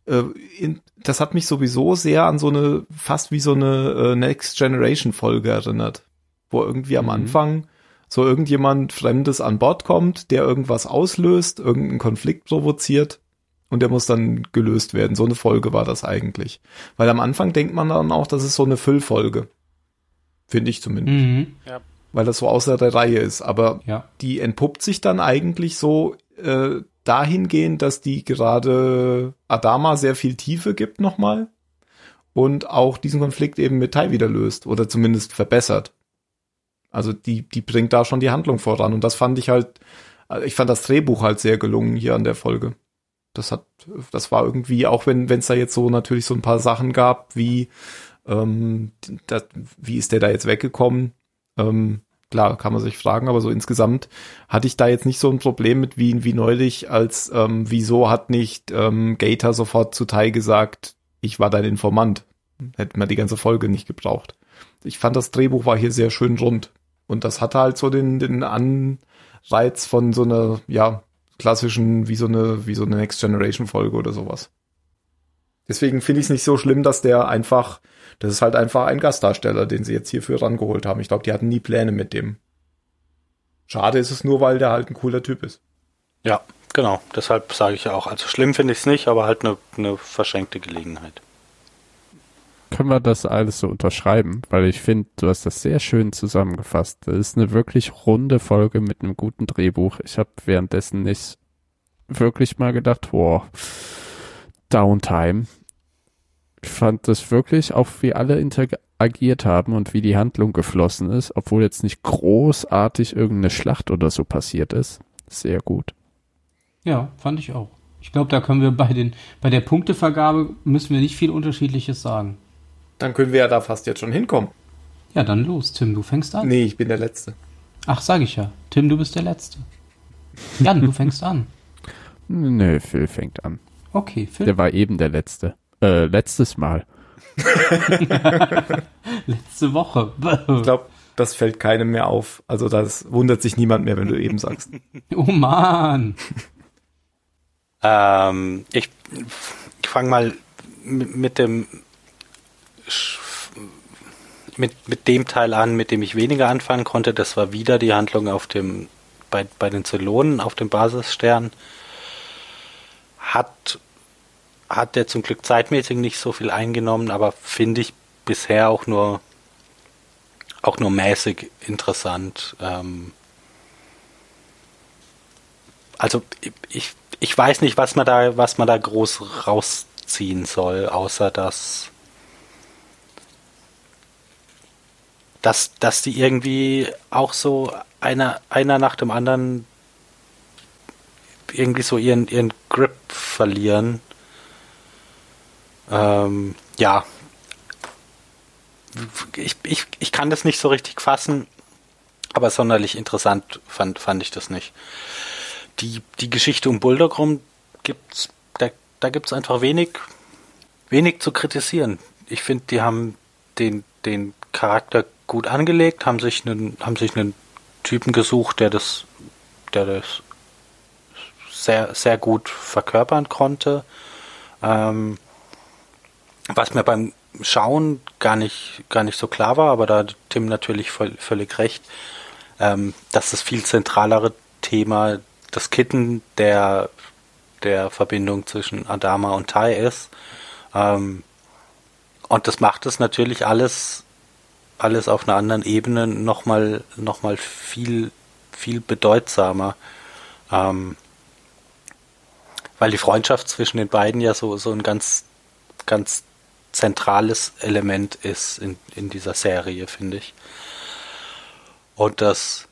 S2: Äh, in, das hat mich sowieso sehr an so eine, fast wie so eine äh, Next Generation Folge erinnert. wo irgendwie am Anfang so irgendjemand Fremdes an Bord kommt, der irgendwas auslöst, irgendeinen Konflikt provoziert und der muss dann gelöst werden. So eine Folge war das eigentlich. Weil am Anfang denkt man dann auch, das ist so eine Füllfolge. Finde ich zumindest.
S3: Mhm.
S2: Weil das so außer der Reihe ist. Aber
S3: Ja.
S2: die entpuppt sich dann eigentlich so äh, dahingehend, dass die gerade Adama sehr viel Tiefe gibt nochmal und auch diesen Konflikt eben mit Tai wieder löst oder zumindest verbessert. Also die, die bringt da schon die Handlung voran und das fand ich halt, also ich fand das Drehbuch halt sehr gelungen hier an der Folge. Das hat, das war irgendwie, auch wenn es da jetzt so natürlich so ein paar Sachen gab, wie, ähm, das, wie ist der da jetzt weggekommen? Ähm, klar, kann man sich fragen, aber so insgesamt hatte ich da jetzt nicht so ein Problem mit wie, wie neulich, als ähm, wieso hat nicht ähm, Gator sofort zu Tai gesagt, ich war dein Informant. Hätte man die ganze Folge nicht gebraucht. Ich fand, das Drehbuch war hier sehr schön rund. Und das hatte halt so den, den Anreiz von so einer, ja, klassischen, wie so eine, wie so eine Next Generation Folge oder sowas. Deswegen finde ich es nicht so schlimm, dass der einfach, das ist halt einfach ein Gastdarsteller, den sie jetzt hierfür rangeholt haben. Ich glaube, die hatten nie Pläne mit dem. Schade ist es nur, weil der halt ein cooler Typ ist.
S4: Ja, genau. Deshalb sage ich ja auch, also schlimm finde ich es nicht, aber halt eine eine verschenkte Gelegenheit.
S1: können wir das alles so unterschreiben, weil ich finde, du hast das sehr schön zusammengefasst. Das ist eine wirklich runde Folge mit einem guten Drehbuch. Ich habe währenddessen nicht wirklich mal gedacht, wow, Downtime. Ich fand das wirklich, auch wie alle interagiert haben und wie die Handlung geflossen ist, obwohl jetzt nicht großartig irgendeine Schlacht oder so passiert ist. Sehr gut.
S3: ja, fand ich auch. Ich glaube, da können wir bei, den, bei der Punktevergabe müssen wir nicht viel Unterschiedliches sagen.
S2: Dann können wir ja da fast jetzt schon hinkommen.
S3: Ja, dann los, Tim, du fängst an.
S2: Nee, ich bin der Letzte.
S3: Ach, sag ich ja. Tim, du bist der Letzte. Jan, du fängst an.
S1: Nö, Phil fängt an.
S3: Okay, Phil,
S1: Der war eben der letzte. Äh, letztes Mal.
S3: letzte Woche.
S2: Ich glaube, das fällt keinem mehr auf. Also das wundert sich niemand mehr, wenn du eben sagst.
S3: Oh Mann.
S4: Ähm, ich ich fange mal mit, mit dem Sch- mit, mit dem Teil an, mit dem ich weniger anfangen konnte. Das war wieder die Handlung auf dem bei, bei den Zylonen auf dem Basisstern. Hat hat der zum Glück zeitmäßig nicht so viel eingenommen, aber finde ich bisher auch nur auch nur mäßig interessant. Ähm, also ich, ich weiß nicht, was man da, was man da groß rausziehen soll, außer dass, dass, dass die irgendwie auch so einer, einer nach dem anderen irgendwie so ihren, ihren Grip verlieren. Ähm, ja. Ich, ich, ich kann das nicht so richtig fassen, aber sonderlich interessant fand, fand ich das nicht die, die Geschichte um Bulldog rum gibt's, da, da gibt's einfach wenig, wenig zu kritisieren. Ich finde, die haben den, den Charakter gut angelegt, haben sich einen, haben sich einen Typen gesucht, der das, der das sehr, sehr gut verkörpern konnte. Ähm, was mir beim Schauen gar nicht, gar nicht so klar war, aber da hat Tim natürlich voll, völlig recht, ähm, dass das viel zentralere Thema das Kitten der, der Verbindung zwischen Adama und Tai ist. Ähm, und das macht es natürlich alles, alles auf einer anderen Ebene nochmal noch mal viel, viel bedeutsamer. Ähm, weil die Freundschaft zwischen den beiden ja so, so ein ganz, ganz zentrales Element ist in, in dieser Serie, finde ich. Und das,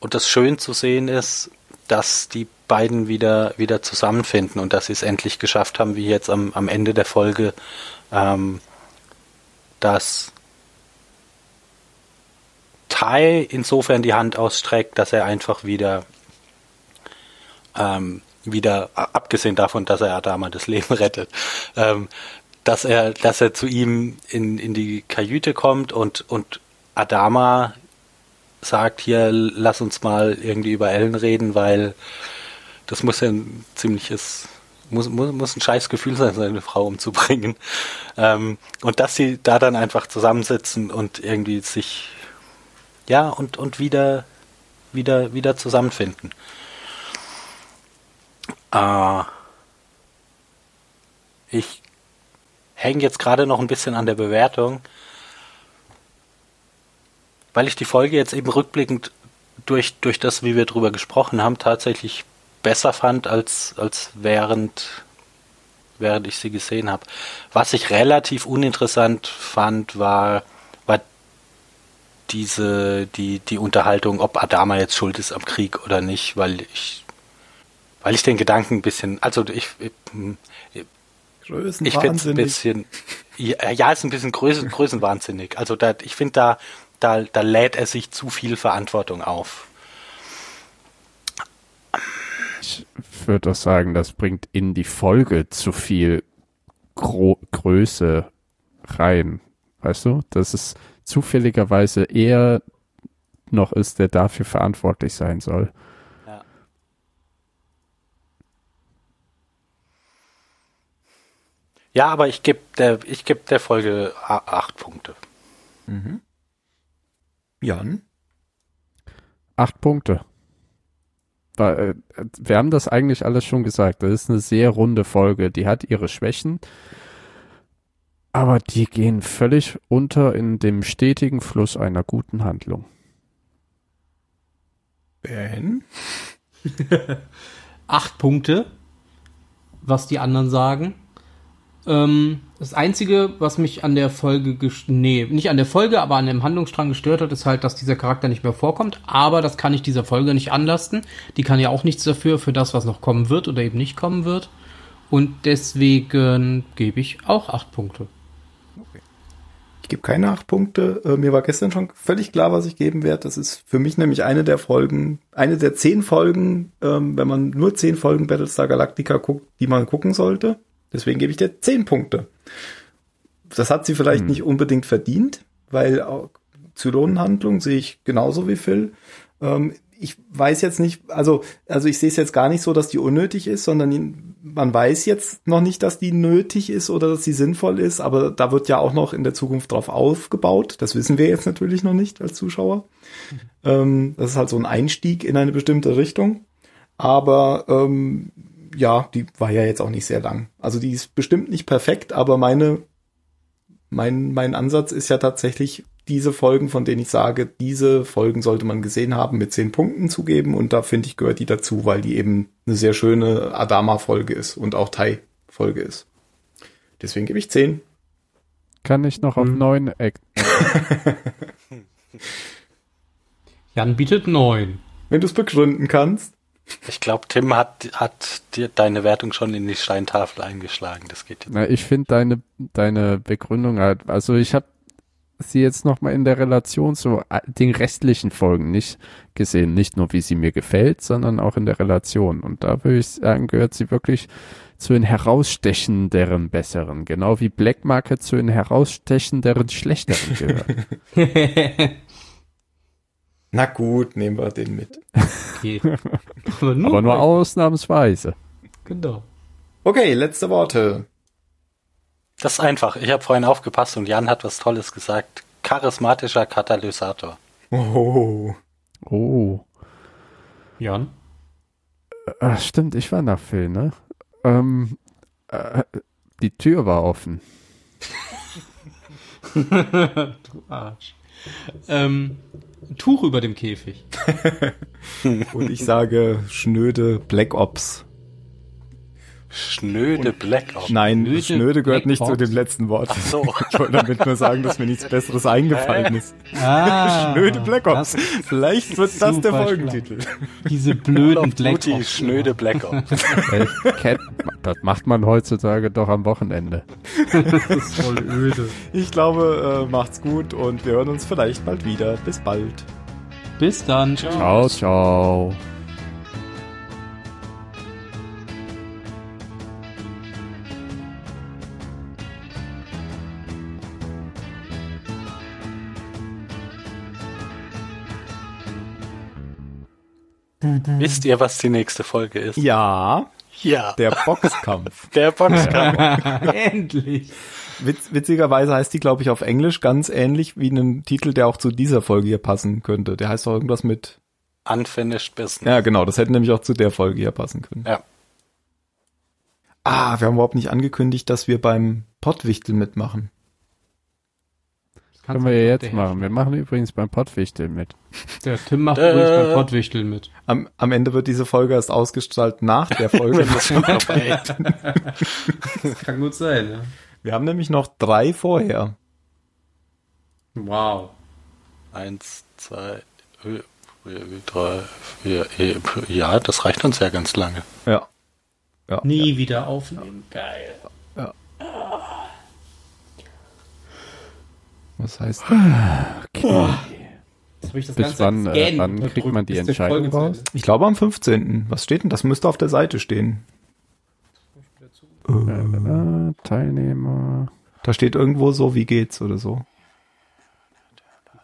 S4: und das schön zu sehen ist, dass die beiden wieder, wieder zusammenfinden und dass sie es endlich geschafft haben, wie jetzt am, am Ende der Folge, ähm, dass Tai insofern die Hand ausstreckt, dass er einfach wieder, ähm, wieder, a- abgesehen davon, dass er Adama das Leben rettet, ähm, dass er, dass er zu ihm in, in die Kajüte kommt und, und Adama sagt, hier, lass uns mal irgendwie über Ellen reden, weil das muss ja ein ziemliches, muss, muss, muss ein scheiß Gefühl sein, seine Frau umzubringen. Ähm, und dass sie da dann einfach zusammensitzen und irgendwie sich, ja, und, und wieder, wieder, wieder zusammenfinden. Äh, ich hänge jetzt gerade noch ein bisschen an der Bewertung, weil ich die Folge jetzt eben rückblickend durch, durch das, wie wir drüber gesprochen haben, tatsächlich besser fand, als, als während, während ich sie gesehen habe. Was ich relativ uninteressant fand, war, war diese, die, die Unterhaltung, ob Adama jetzt schuld ist am Krieg oder nicht, weil ich, weil ich den Gedanken ein bisschen, also ich, ich,
S2: Größen
S4: ich finde es ein bisschen, ja, ja, ist ein bisschen größen, größenwahnsinnig. Also da, ich finde da, da, da lädt er sich zu viel Verantwortung auf.
S1: Ich würde auch sagen, das bringt in die Folge zu viel Gro Größe rein. Weißt du, dass es zufälligerweise er noch ist, der dafür verantwortlich sein soll.
S4: Ja. Ja, aber ich gebe der, ich geb der Folge a- acht Punkte.
S2: Mhm. Jan?
S1: Acht Punkte. Weil, äh, Wir haben das eigentlich alles schon gesagt. Das ist eine sehr runde Folge. Die hat ihre Schwächen, aber die gehen völlig unter in dem stetigen Fluss einer guten Handlung.
S2: Ben?
S3: acht Punkte, was die anderen sagen. Ähm, das Einzige, was mich an der Folge, gest- nee, nicht an der Folge, aber an dem Handlungsstrang gestört hat, ist halt, dass dieser Charakter nicht mehr vorkommt. Aber das kann ich dieser Folge nicht anlasten. Die kann ja auch nichts dafür, für das, was noch kommen wird oder eben nicht kommen wird. Und deswegen gebe ich auch acht Punkte.
S2: Ich gebe keine acht Punkte. Äh, mir war gestern schon völlig klar, was ich geben werde. Das ist für mich nämlich eine der Folgen, eine der zehn Folgen, ähm, wenn man nur zehn Folgen Battlestar Galactica guckt, die man gucken sollte. Deswegen gebe ich dir zehn Punkte. Das hat sie vielleicht nicht unbedingt verdient, weil auch Zylonenhandlung sehe ich genauso wie Phil. Ähm, ich weiß jetzt nicht, also, also ich sehe es jetzt gar nicht so, dass die unnötig ist, sondern ihn- man weiß jetzt noch nicht, dass die nötig ist oder dass sie sinnvoll ist, aber da wird ja auch noch in der Zukunft drauf aufgebaut. Das wissen wir jetzt natürlich noch nicht als Zuschauer. Ähm, das ist halt so ein Einstieg in eine bestimmte Richtung. Aber ähm, ja, die war ja jetzt auch nicht sehr lang. Also die ist bestimmt nicht perfekt, aber meine mein, mein Ansatz ist ja tatsächlich, diese Folgen, von denen ich sage, diese Folgen sollte man gesehen haben, mit zehn Punkten zu geben. Und da finde ich, gehört die dazu, weil die eben eine sehr schöne Adama-Folge ist und auch Tai-Folge ist. Deswegen gebe ich zehn.
S1: Kann ich noch auf neun Eck
S3: Jan bietet neun.
S2: Wenn du es begründen kannst.
S4: Ich glaube, Tim hat, hat dir deine Wertung schon in die Steintafel eingeschlagen. Das geht jetzt.
S1: Na, ich finde deine, deine Begründung halt, also ich habe sie jetzt nochmal in der Relation zu a- den restlichen Folgen nicht gesehen. Nicht nur, wie sie mir gefällt, sondern auch in der Relation. Und da würde ich sagen, gehört sie wirklich zu den herausstechenderen Besseren. Genau wie Black Market zu den herausstechenderen Schlechteren gehört.
S2: Na gut, nehmen wir den mit.
S3: Okay. Aber nur,
S1: Aber nur ausnahmsweise.
S3: Genau.
S2: Okay, letzte Worte.
S4: Das ist einfach. Ich habe vorhin aufgepasst und Jan hat was Tolles gesagt. Charismatischer Katalysator.
S2: Oh.
S1: Oh.
S3: Jan?
S1: Ach, stimmt, ich war nach Phil, ne? Ähm, äh, die Tür war offen.
S3: du Arsch. Ähm, Tuch über dem Käfig.
S2: Und ich sage schnöde Black Ops.
S4: Schnöde Black Ops.
S2: Nein,
S3: Schnöde
S2: schnöde, gehört
S3: Black
S2: nicht zu
S3: Ops.
S2: dem letzten Wort.
S4: Ach so.
S2: Ich wollte damit nur sagen, dass mir nichts Besseres
S3: Äh.
S2: eingefallen ist.
S3: Ah,
S2: Schnöde Black Ops.
S3: das-
S2: Vielleicht wird das der
S3: super
S2: Folgentitel.
S3: Diese
S4: Call
S3: blöden
S4: of
S3: Black
S4: Duty,
S3: Ops.
S4: schnöde Black Ops.
S1: Äh, Cat, das macht man heutzutage doch am Wochenende.
S3: Das ist voll öde.
S2: Ich glaube, äh, macht's gut und wir hören uns vielleicht bald wieder. Bis bald.
S3: Bis dann.
S1: Ciao, ciao.
S4: Wisst ihr, was die nächste Folge ist?
S2: Ja.
S4: Ja,
S2: Der Boxkampf.
S4: der Boxkampf.
S3: Endlich.
S2: Witz, witzigerweise heißt die, glaube ich, auf Englisch ganz ähnlich wie einen Titel, der auch zu dieser Folge hier passen könnte. Der heißt doch irgendwas mit.
S4: Unfinished Business.
S2: Ja, genau, das hätte nämlich auch zu der Folge hier passen können.
S4: Ja.
S2: Ah, wir haben überhaupt nicht angekündigt, dass wir beim Pottwichtel mitmachen.
S3: Das
S1: Können wir ja jetzt machen. Wir machen übrigens beim Pottwichtel mit.
S3: Der Tim macht
S4: Äh.
S3: übrigens beim Pottwichteln mit.
S2: Am, am Ende wird diese Folge erst ausgestrahlt nach der Folge.
S3: Kann gut sein, ne?
S2: wir haben nämlich noch drei vorher.
S3: Wow.
S4: Eins, zwei, äh, drei, vier. äh, Ja, das reicht uns ja ganz lange.
S2: Ja. ja.
S3: Nie wieder aufnehmen. Geil.
S2: Was heißt?
S3: Jetzt habe ich das
S1: Bis
S3: ganze
S1: wann,
S3: Scan
S1: äh, wann
S3: unterdrückt,
S1: kriegt man die
S3: bis
S1: Entscheidung
S3: Folge zu Ende
S1: raus?
S3: ist.
S2: Ich glaube am 15. Was steht denn? Das müsste auf der Seite stehen.
S1: Ah, Teilnehmer.
S2: Da steht irgendwo so, wie geht's oder so.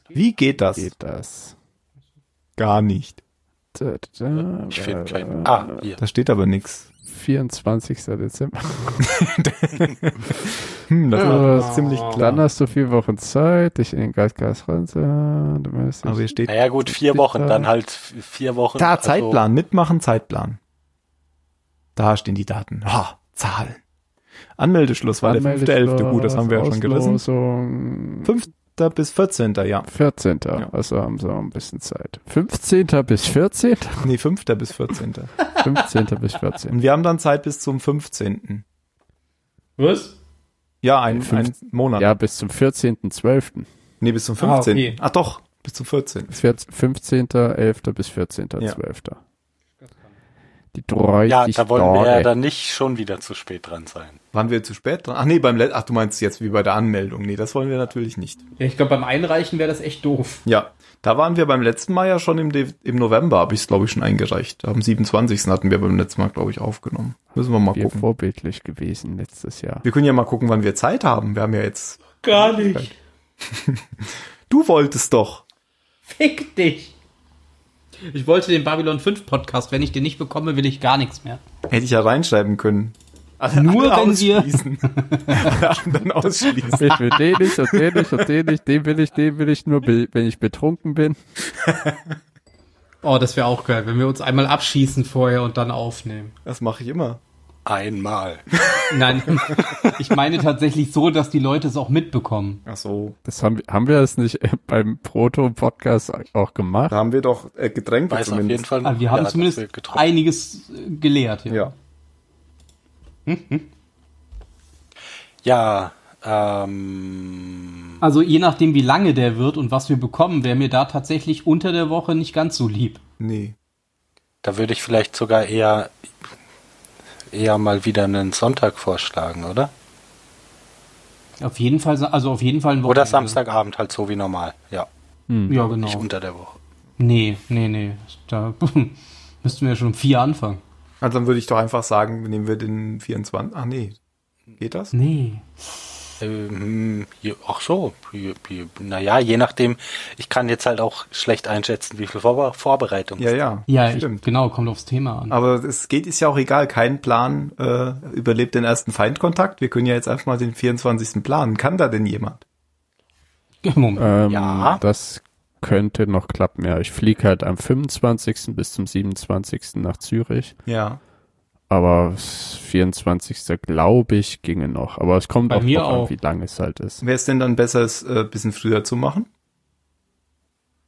S2: Wie geht das?
S1: Geht das?
S2: Gar nicht.
S1: Da, da, da,
S4: Ich finde keinen. Ah, hier.
S2: Da steht aber nichts.
S1: 24. Dezember.
S2: Hm, das
S1: Ja.
S2: ist ziemlich
S1: Dann
S2: klar.
S1: hast du vier Wochen Zeit, dich in den Geistgas runter. Du müsstest
S2: Aber hier steht.
S4: Naja, gut, vier Wochen, dann halt vier Wochen.
S2: Da,
S4: also-
S2: Zeitplan, mitmachen, Zeitplan. Da stehen die Daten. Ha, Zahlen. Anmeldeschluss war der
S1: Anmeldeschluss,
S2: 5.11. Gut, das haben wir ja schon gerissen.
S1: Auslosung.
S2: 5. bis 14. Ja.
S1: 14.
S2: Ja.
S1: Also haben sie auch ein bisschen Zeit. 15. bis 14.
S2: Nee, 5. bis 14.
S1: 15. bis 14.
S2: Und wir haben dann Zeit bis zum 15.
S3: Was?
S2: Ja, ein, ein
S1: Fünf-
S2: Monat.
S1: Ja, bis zum 14.12.
S2: Nee, bis zum
S3: Ah,
S2: 15.
S3: okay.
S2: Ach doch, bis zum 14.
S1: 15.11. bis 14.12. Die 30
S4: also, Ja, da wollen wir ja
S1: Tage.
S4: dann nicht schon wieder zu spät dran sein.
S2: Waren wir zu spät dran? Ach nee, beim Let Ach, du meinst jetzt wie bei der Anmeldung. Nee, das wollen wir natürlich nicht.
S3: Ja, ich glaube, beim Einreichen wäre das echt doof.
S2: Ja, da waren wir beim letzten Mal ja schon im, De im November, habe ich es, glaube ich, schon eingereicht. Am 27. hatten wir beim letzten Mal, glaube ich, aufgenommen. Müssen wir mal
S1: wir
S2: gucken.
S1: vorbildlich gewesen letztes Jahr.
S2: Wir können ja mal gucken, wann wir Zeit haben. Wir haben ja jetzt.
S3: Gar nicht.
S2: Du wolltest doch.
S3: Fick dich. Ich wollte den Babylon 5 Podcast. Wenn ich den nicht bekomme, will ich gar nichts mehr.
S2: Hätte ich ja reinschreiben können. Alle
S3: Nur
S2: anderen
S3: wenn wir-
S2: ausschließen. Alle anderen ausschließen.
S1: Ich will den nicht und den nicht und den nicht, den will ich, den will ich nur, be- wenn ich betrunken bin.
S3: Oh, das wäre auch geil, wenn wir uns einmal abschießen vorher und dann aufnehmen.
S2: Das mache ich immer.
S4: Einmal.
S3: Nein, ich meine tatsächlich so, dass die Leute es auch mitbekommen.
S2: Ach so.
S1: Das haben, wir- haben wir das nicht äh, beim Proto-Podcast auch gemacht?
S2: Da haben wir doch äh, Getränke
S4: Weiß auf jeden
S2: zumindest.
S4: Fall.
S3: Aber Ah, Also wir haben
S4: ja, dass wir
S3: zumindest
S4: getrunken-
S3: einiges äh, gelehrt. Ja.
S2: Ja.
S4: Ja, ähm,
S3: Also je nachdem, wie lange der wird und was wir bekommen, wäre mir da tatsächlich unter der Woche nicht ganz so lieb.
S2: Nee.
S4: da würde ich vielleicht sogar eher, eher mal wieder einen Sonntag vorschlagen, oder?
S3: Auf jeden Fall, also auf jeden Fall ein
S4: Oder
S3: Wochenende.
S4: Samstagabend halt so wie normal. Ja,
S3: Ja,
S4: nicht
S3: genau.
S4: unter der Woche.
S3: Nee, nee, nee. Da müssten wir schon um vier anfangen.
S2: Also dann würde ich doch einfach sagen, nehmen wir den 24. Ach nee. Geht das?
S3: Nee.
S4: Ähm, je- ach so, je- je- naja, je nachdem. Ich kann jetzt halt auch schlecht einschätzen, wie viel Vorbe Vorbereitung.
S2: Ja, ja.
S3: Ja, ich,
S2: stimmt.
S3: genau, kommt aufs Thema an.
S2: Aber es geht, ist ja auch egal. Kein Plan äh, überlebt den ersten Feindkontakt. Wir können ja jetzt einfach mal den 24. planen. Kann da denn jemand?
S3: Moment.
S1: Ähm,
S4: Ja.
S1: Das könnte noch klappen, ja. Ich fliege halt am 25. bis zum 27. nach Zürich.
S2: Ja.
S1: Aber s- 24. glaube ich, ginge noch. Aber es kommt
S3: Bei
S1: auch
S3: mir
S1: drauf
S3: auch.
S1: an, wie lang es halt ist.
S2: Wäre es denn dann besser, es äh, ein bisschen früher zu machen?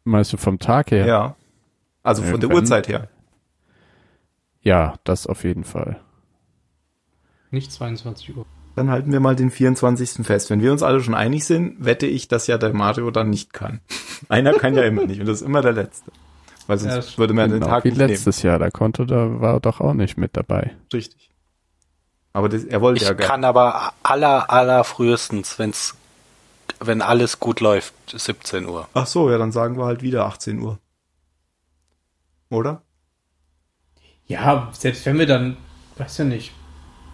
S1: Meinst du vom Tag her?
S2: Also von der
S1: Irgendwann.
S2: Uhrzeit her.
S1: Ja, das auf jeden Fall.
S3: Nicht 22 Uhr.
S2: Dann halten wir mal den 24. fest. Wenn wir uns alle schon einig sind, wette ich, dass ja der Mario dann nicht kann. Einer kann ja immer nicht und das ist immer der Letzte. Weil
S3: Ja,
S2: sonst
S3: das
S2: würde man ja den
S1: Genau,
S2: Tag
S1: wie
S2: nicht nehmen.
S1: letztes Jahr. Da konnte, da war er doch auch nicht mit dabei.
S2: Richtig. Aber das, er wollte
S4: Ich
S2: ja gar
S4: kann aber aller, aller frühestens, wenn's, wenn alles gut läuft, 17 Uhr.
S2: Ach so, ja, dann sagen wir halt wieder 18 Uhr. Oder?
S3: Ja, selbst wenn wir dann, weiß ja nicht,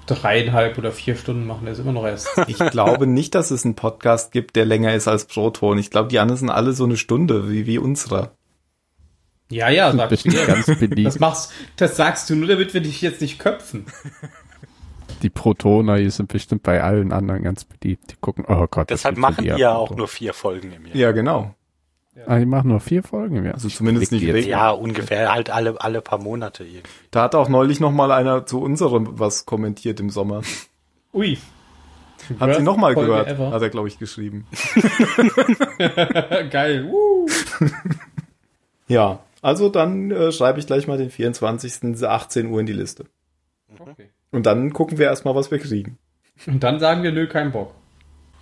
S3: dreieinhalb oder vier Stunden machen, ist immer noch erst.
S2: Ich glaube nicht, dass es einen Podcast gibt, der länger ist als Proton. Ich glaube, die anderen sind alle so eine Stunde, wie, wie unserer.
S3: Ja, ja, sag ich
S1: Bitte
S3: dir.
S1: ganz beliebt.
S3: Das, machst, das sagst du nur, damit wir dich jetzt nicht köpfen.
S1: Die Protoner, die sind bestimmt bei allen anderen ganz beliebt. Die gucken, oh Gott. das
S4: Deshalb
S1: sind so
S4: machen die
S1: die
S4: ja auch
S1: Protoner.
S4: nur vier Folgen im Jahr.
S2: Ja, genau.
S1: Ah, die machen nur vier Folgen im Jahr.
S2: Also zumindest
S1: Klick
S2: nicht
S1: jetzt.
S2: reg-
S4: Ja, ungefähr halt alle, alle paar Monate irgendwie.
S2: Da hat auch neulich noch mal einer zu unserem was kommentiert im Sommer.
S3: Ui.
S2: Hat sie noch mal
S3: Folge
S2: gehört, Also-
S3: ever. Äh,
S2: hat er, glaube ich, geschrieben.
S3: Geil. Uh. Woo.
S2: Ja, also dann äh, schreibe ich gleich mal den 24. 18 Uhr in die Liste.
S3: Okay.
S2: Und dann gucken wir erstmal, was wir kriegen.
S3: Und dann sagen wir, nö, kein Bock.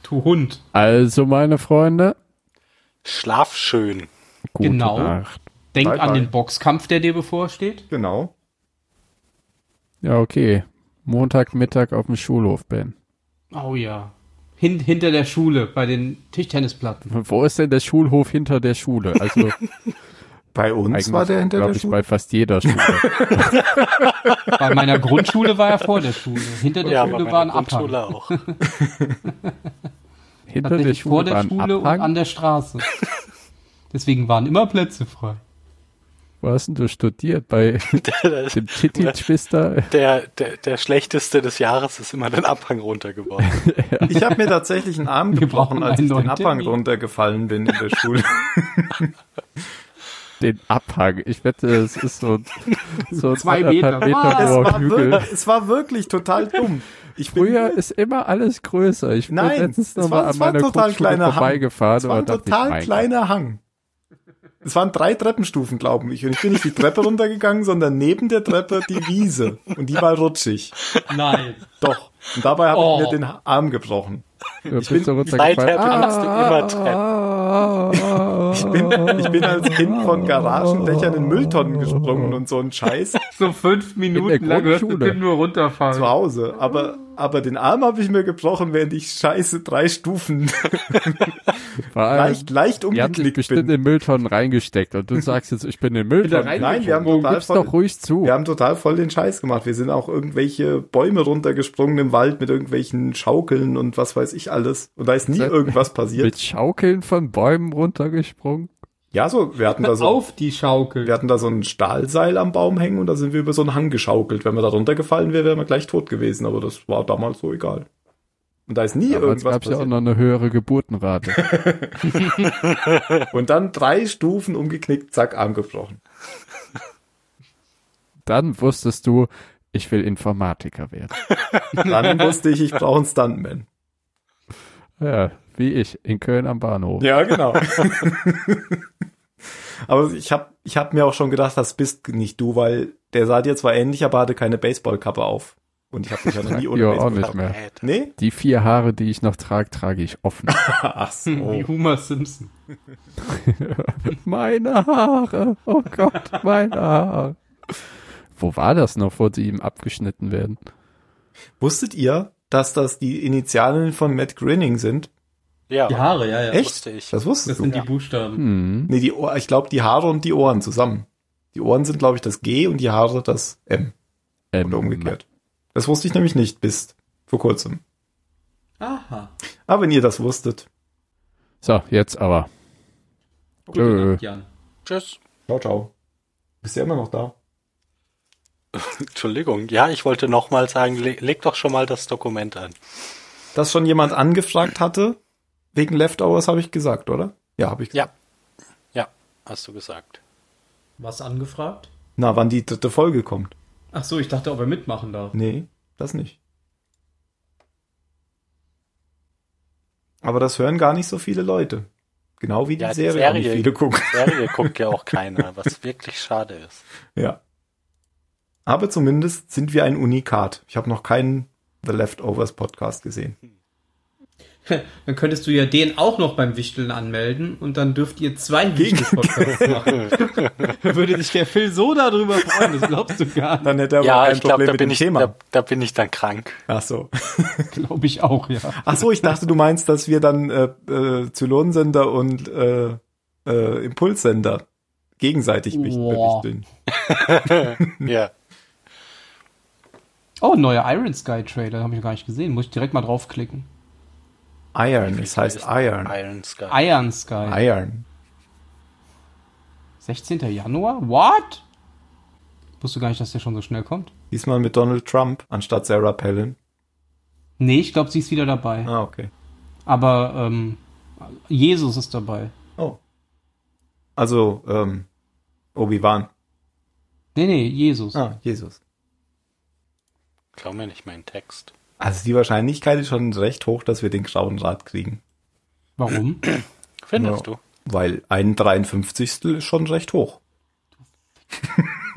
S3: Du Hund.
S1: Also, meine Freunde,
S4: Schlaf schön.
S1: gute
S3: Genau.
S1: Nacht.
S3: Denk
S2: Bye,
S3: an
S2: bye.
S3: den Boxkampf, der dir bevorsteht.
S2: Genau.
S1: Ja, okay. Montagmittag auf dem Schulhof bin.
S3: Oh ja. Hin, hinter der Schule, bei den Tischtennisplatten.
S1: Wo ist denn der Schulhof hinter der Schule? Also,
S2: Bei uns
S1: eigentlich,
S2: war der hinter
S1: glaub
S2: der
S1: ich,
S2: Schule.
S1: bei fast jeder Schule.
S3: Bei meiner Grundschule war er vor der Schule. Hinter der
S4: Ja, aber
S3: Schule
S4: bei
S3: war
S4: der
S3: ein Abhang.
S4: Grundschule auch.
S1: Hinter der
S3: Tatsächlich
S1: Schule,
S3: vor der
S1: war ein
S3: Schule und
S1: Abhang.
S3: an der Straße. Deswegen waren immer Plätze frei.
S1: Wo hast denn du studiert? Bei dem Titty Twister?
S4: Der, der, der schlechteste des Jahres ist immer den Abhang runtergeworfen.
S2: Ich habe mir tatsächlich einen Arm gebrochen,
S3: brauchen
S2: als
S3: einen
S2: ich den
S3: neuen
S2: Abhang
S3: Termin.
S2: runtergefallen bin in der Schule.
S1: Den Abhang. Ich wette, es ist so, ein- so ein
S3: Zwei
S1: anderthalb
S3: Meter.
S1: Meter
S3: Was?
S2: Ah, es,
S1: hoher
S2: war
S1: Hügel.
S2: wirklich, es war wirklich total dumm. Ich bin,
S1: Früher ist immer alles größer. Ich bin
S2: Nein,
S1: letztens
S2: es
S1: noch
S2: war-
S1: mal
S2: es
S1: an
S2: war ein
S1: meiner
S2: total
S1: Grundschule
S2: kleiner Hang.
S1: vorbeigefahren.
S2: es war ein
S1: und dachte,
S2: total
S1: mein Gott.
S2: kleiner Hang. Es waren drei Treppenstufen, glaube ich. Und ich bin nicht die Treppe runtergegangen, sondern neben der Treppe die Wiese. Und die war rutschig.
S3: Nein.
S2: Doch. Und dabei habe
S3: Oh.
S2: ich mir den Arm gebrochen.
S1: Du bist
S2: bin-
S1: so
S4: Seither
S1: runtergefallen.
S4: benutzt du immer Treppen.
S1: Ah,
S2: Ich bin, ich bin als Kind von Garagendächern in Mülltonnen gesprungen und so ein Scheiß
S3: So fünf Minuten lang hörst du
S1: Grundschule.
S3: den nur runterfallen.
S2: zu Hause. Aber, aber den Arm habe ich mir gebrochen, während ich scheiße drei Stufen
S1: Vor allem,
S2: leicht, leicht
S1: Die haben dich
S2: umgeknickt
S1: Ähm, bestimmt
S2: bin.
S1: in Mülltonnen reingesteckt und du sagst jetzt, ich bin in Mülltonnen.
S3: rein-
S2: Nein, wir haben,
S3: Gib's
S2: total
S1: Gib's
S2: voll,
S1: doch ruhig zu.
S2: wir haben total voll den Scheiß gemacht. Wir sind auch irgendwelche Bäume runtergesprungen im Wald mit irgendwelchen Schaukeln und was weiß ich alles. Und da ist nie
S1: Seit-
S2: irgendwas passiert.
S1: Mit Schaukeln von Bäumen runtergesprungen.
S2: Ja, so, wir hatten da so
S3: Auf die Schaukel.
S2: Wir hatten da so ein Stahlseil am Baum hängen und da sind wir über so einen Hang geschaukelt. Wenn wir da runtergefallen wäre, wären wir gleich tot gewesen, aber das war damals so egal. Und da ist nie
S1: Damals
S2: irgendwas
S1: gab es ja auch
S2: passiert.
S1: noch eine höhere Geburtenrate.
S2: Und dann drei Stufen umgeknickt, zack, Arm gebrochen.
S1: Dann wusstest du, ich will Informatiker werden.
S2: Dann wusste ich, ich brauche einen Stuntman.
S1: Ja, wie ich in Köln am Bahnhof.
S2: Ja, genau. aber ich habe ich hab mir auch schon gedacht, das bist nicht du, weil der sah dir zwar ähnlich, aber hatte keine Baseballkappe auf. Und ich habe mich ja noch nie ohne
S1: Ja, auch
S2: Baseballkappe.
S1: nicht mehr.
S2: Nee?
S1: Die vier Haare, die ich noch trage, trage ich offen.
S2: Ach so.
S3: Wie Homer Simpson.
S1: meine Haare. Oh Gott, meine Haare. Wo war das noch, wo die ihm abgeschnitten werden?
S2: Wusstet ihr, dass das die Initialen von Matt Grinning sind?
S4: Ja,
S3: Die Haare, ja, ja.
S2: Echt?
S4: wusste ich.
S2: Das wusstest
S3: Das
S2: du.
S3: sind die Buchstaben.
S1: Hm.
S2: Nee, die Ohr, ich glaube, die Haare und die Ohren zusammen. Die Ohren sind, glaube ich, das G und die Haare das M
S1: Ähm,
S2: oder umgekehrt. Das wusste ich nämlich nicht bis vor kurzem.
S3: Aha.
S2: Aber wenn ihr das wusstet.
S1: So, jetzt aber.
S3: Gute
S1: Äh.
S3: Nacht, Jan.
S4: Tschüss.
S2: Ciao, ciao. Bist ja immer noch da.
S4: Entschuldigung. Ja, ich wollte nochmal sagen, le leg doch schon mal das Dokument an.
S2: Dass schon jemand angefragt hatte, wegen Leftovers, habe ich gesagt, oder? Ja, habe ich gesagt.
S4: Ja. Ja, hast du gesagt.
S3: Was angefragt?
S2: Na, wann die dritte Folge kommt.
S3: Ach so, ich dachte, ob er mitmachen darf.
S2: Nee, das nicht. Aber das hören gar nicht so viele Leute. Genau wie die
S4: Ja, die
S2: Serie, auch nicht
S4: Serie.
S2: viele gucken.
S4: Serie guckt ja auch keiner, was wirklich schade ist.
S2: Ja. Aber zumindest sind wir ein Unikat. Ich habe noch keinen The Leftovers Podcast gesehen.
S3: Dann könntest du ja den auch noch beim Wichteln anmelden und dann dürft ihr zwei Wichtel-Podcasts machen. da würde sich der Phil so darüber freuen, das glaubst du gar nicht.
S2: Dann hätte er aber
S4: ja,
S2: kein
S4: ich glaube,
S2: Problem
S4: da,
S2: mit
S4: bin
S2: dem
S4: ich-
S2: Thema.
S4: da, da bin ich dann krank.
S2: Ach so.
S3: Glaube ich auch, ja.
S2: Ach so, ich dachte, du meinst, dass wir dann äh, äh, Zylonsender und äh, äh, Impulssender gegenseitig mich
S3: Boah.
S2: berichteln. Hm.
S4: Ja.
S3: Oh, neuer Iron Sky Trailer, habe ich noch gar nicht gesehen. Muss ich direkt mal draufklicken.
S2: Iron, es heißt Iron.
S4: Iron Sky.
S3: Iron Sky.
S2: Iron.
S3: 16. Januar? What? Wusste gar nicht, dass der schon so schnell kommt.
S2: Diesmal mit Donald Trump anstatt Sarah Palin.
S3: Nee, ich glaube, sie ist wieder dabei.
S2: Ah, okay.
S3: Aber ähm, Jesus ist dabei.
S2: Oh. Also, ähm, Obi-Wan.
S3: Nee, nee, Jesus.
S2: Ah, Jesus.
S4: Glaub mir nicht meinen Text.
S2: Also die Wahrscheinlichkeit ist schon recht hoch, dass wir den grauen Rat kriegen.
S3: Warum?
S4: Findest
S2: Ja.
S4: du?
S2: Weil ein 53. ist schon recht hoch.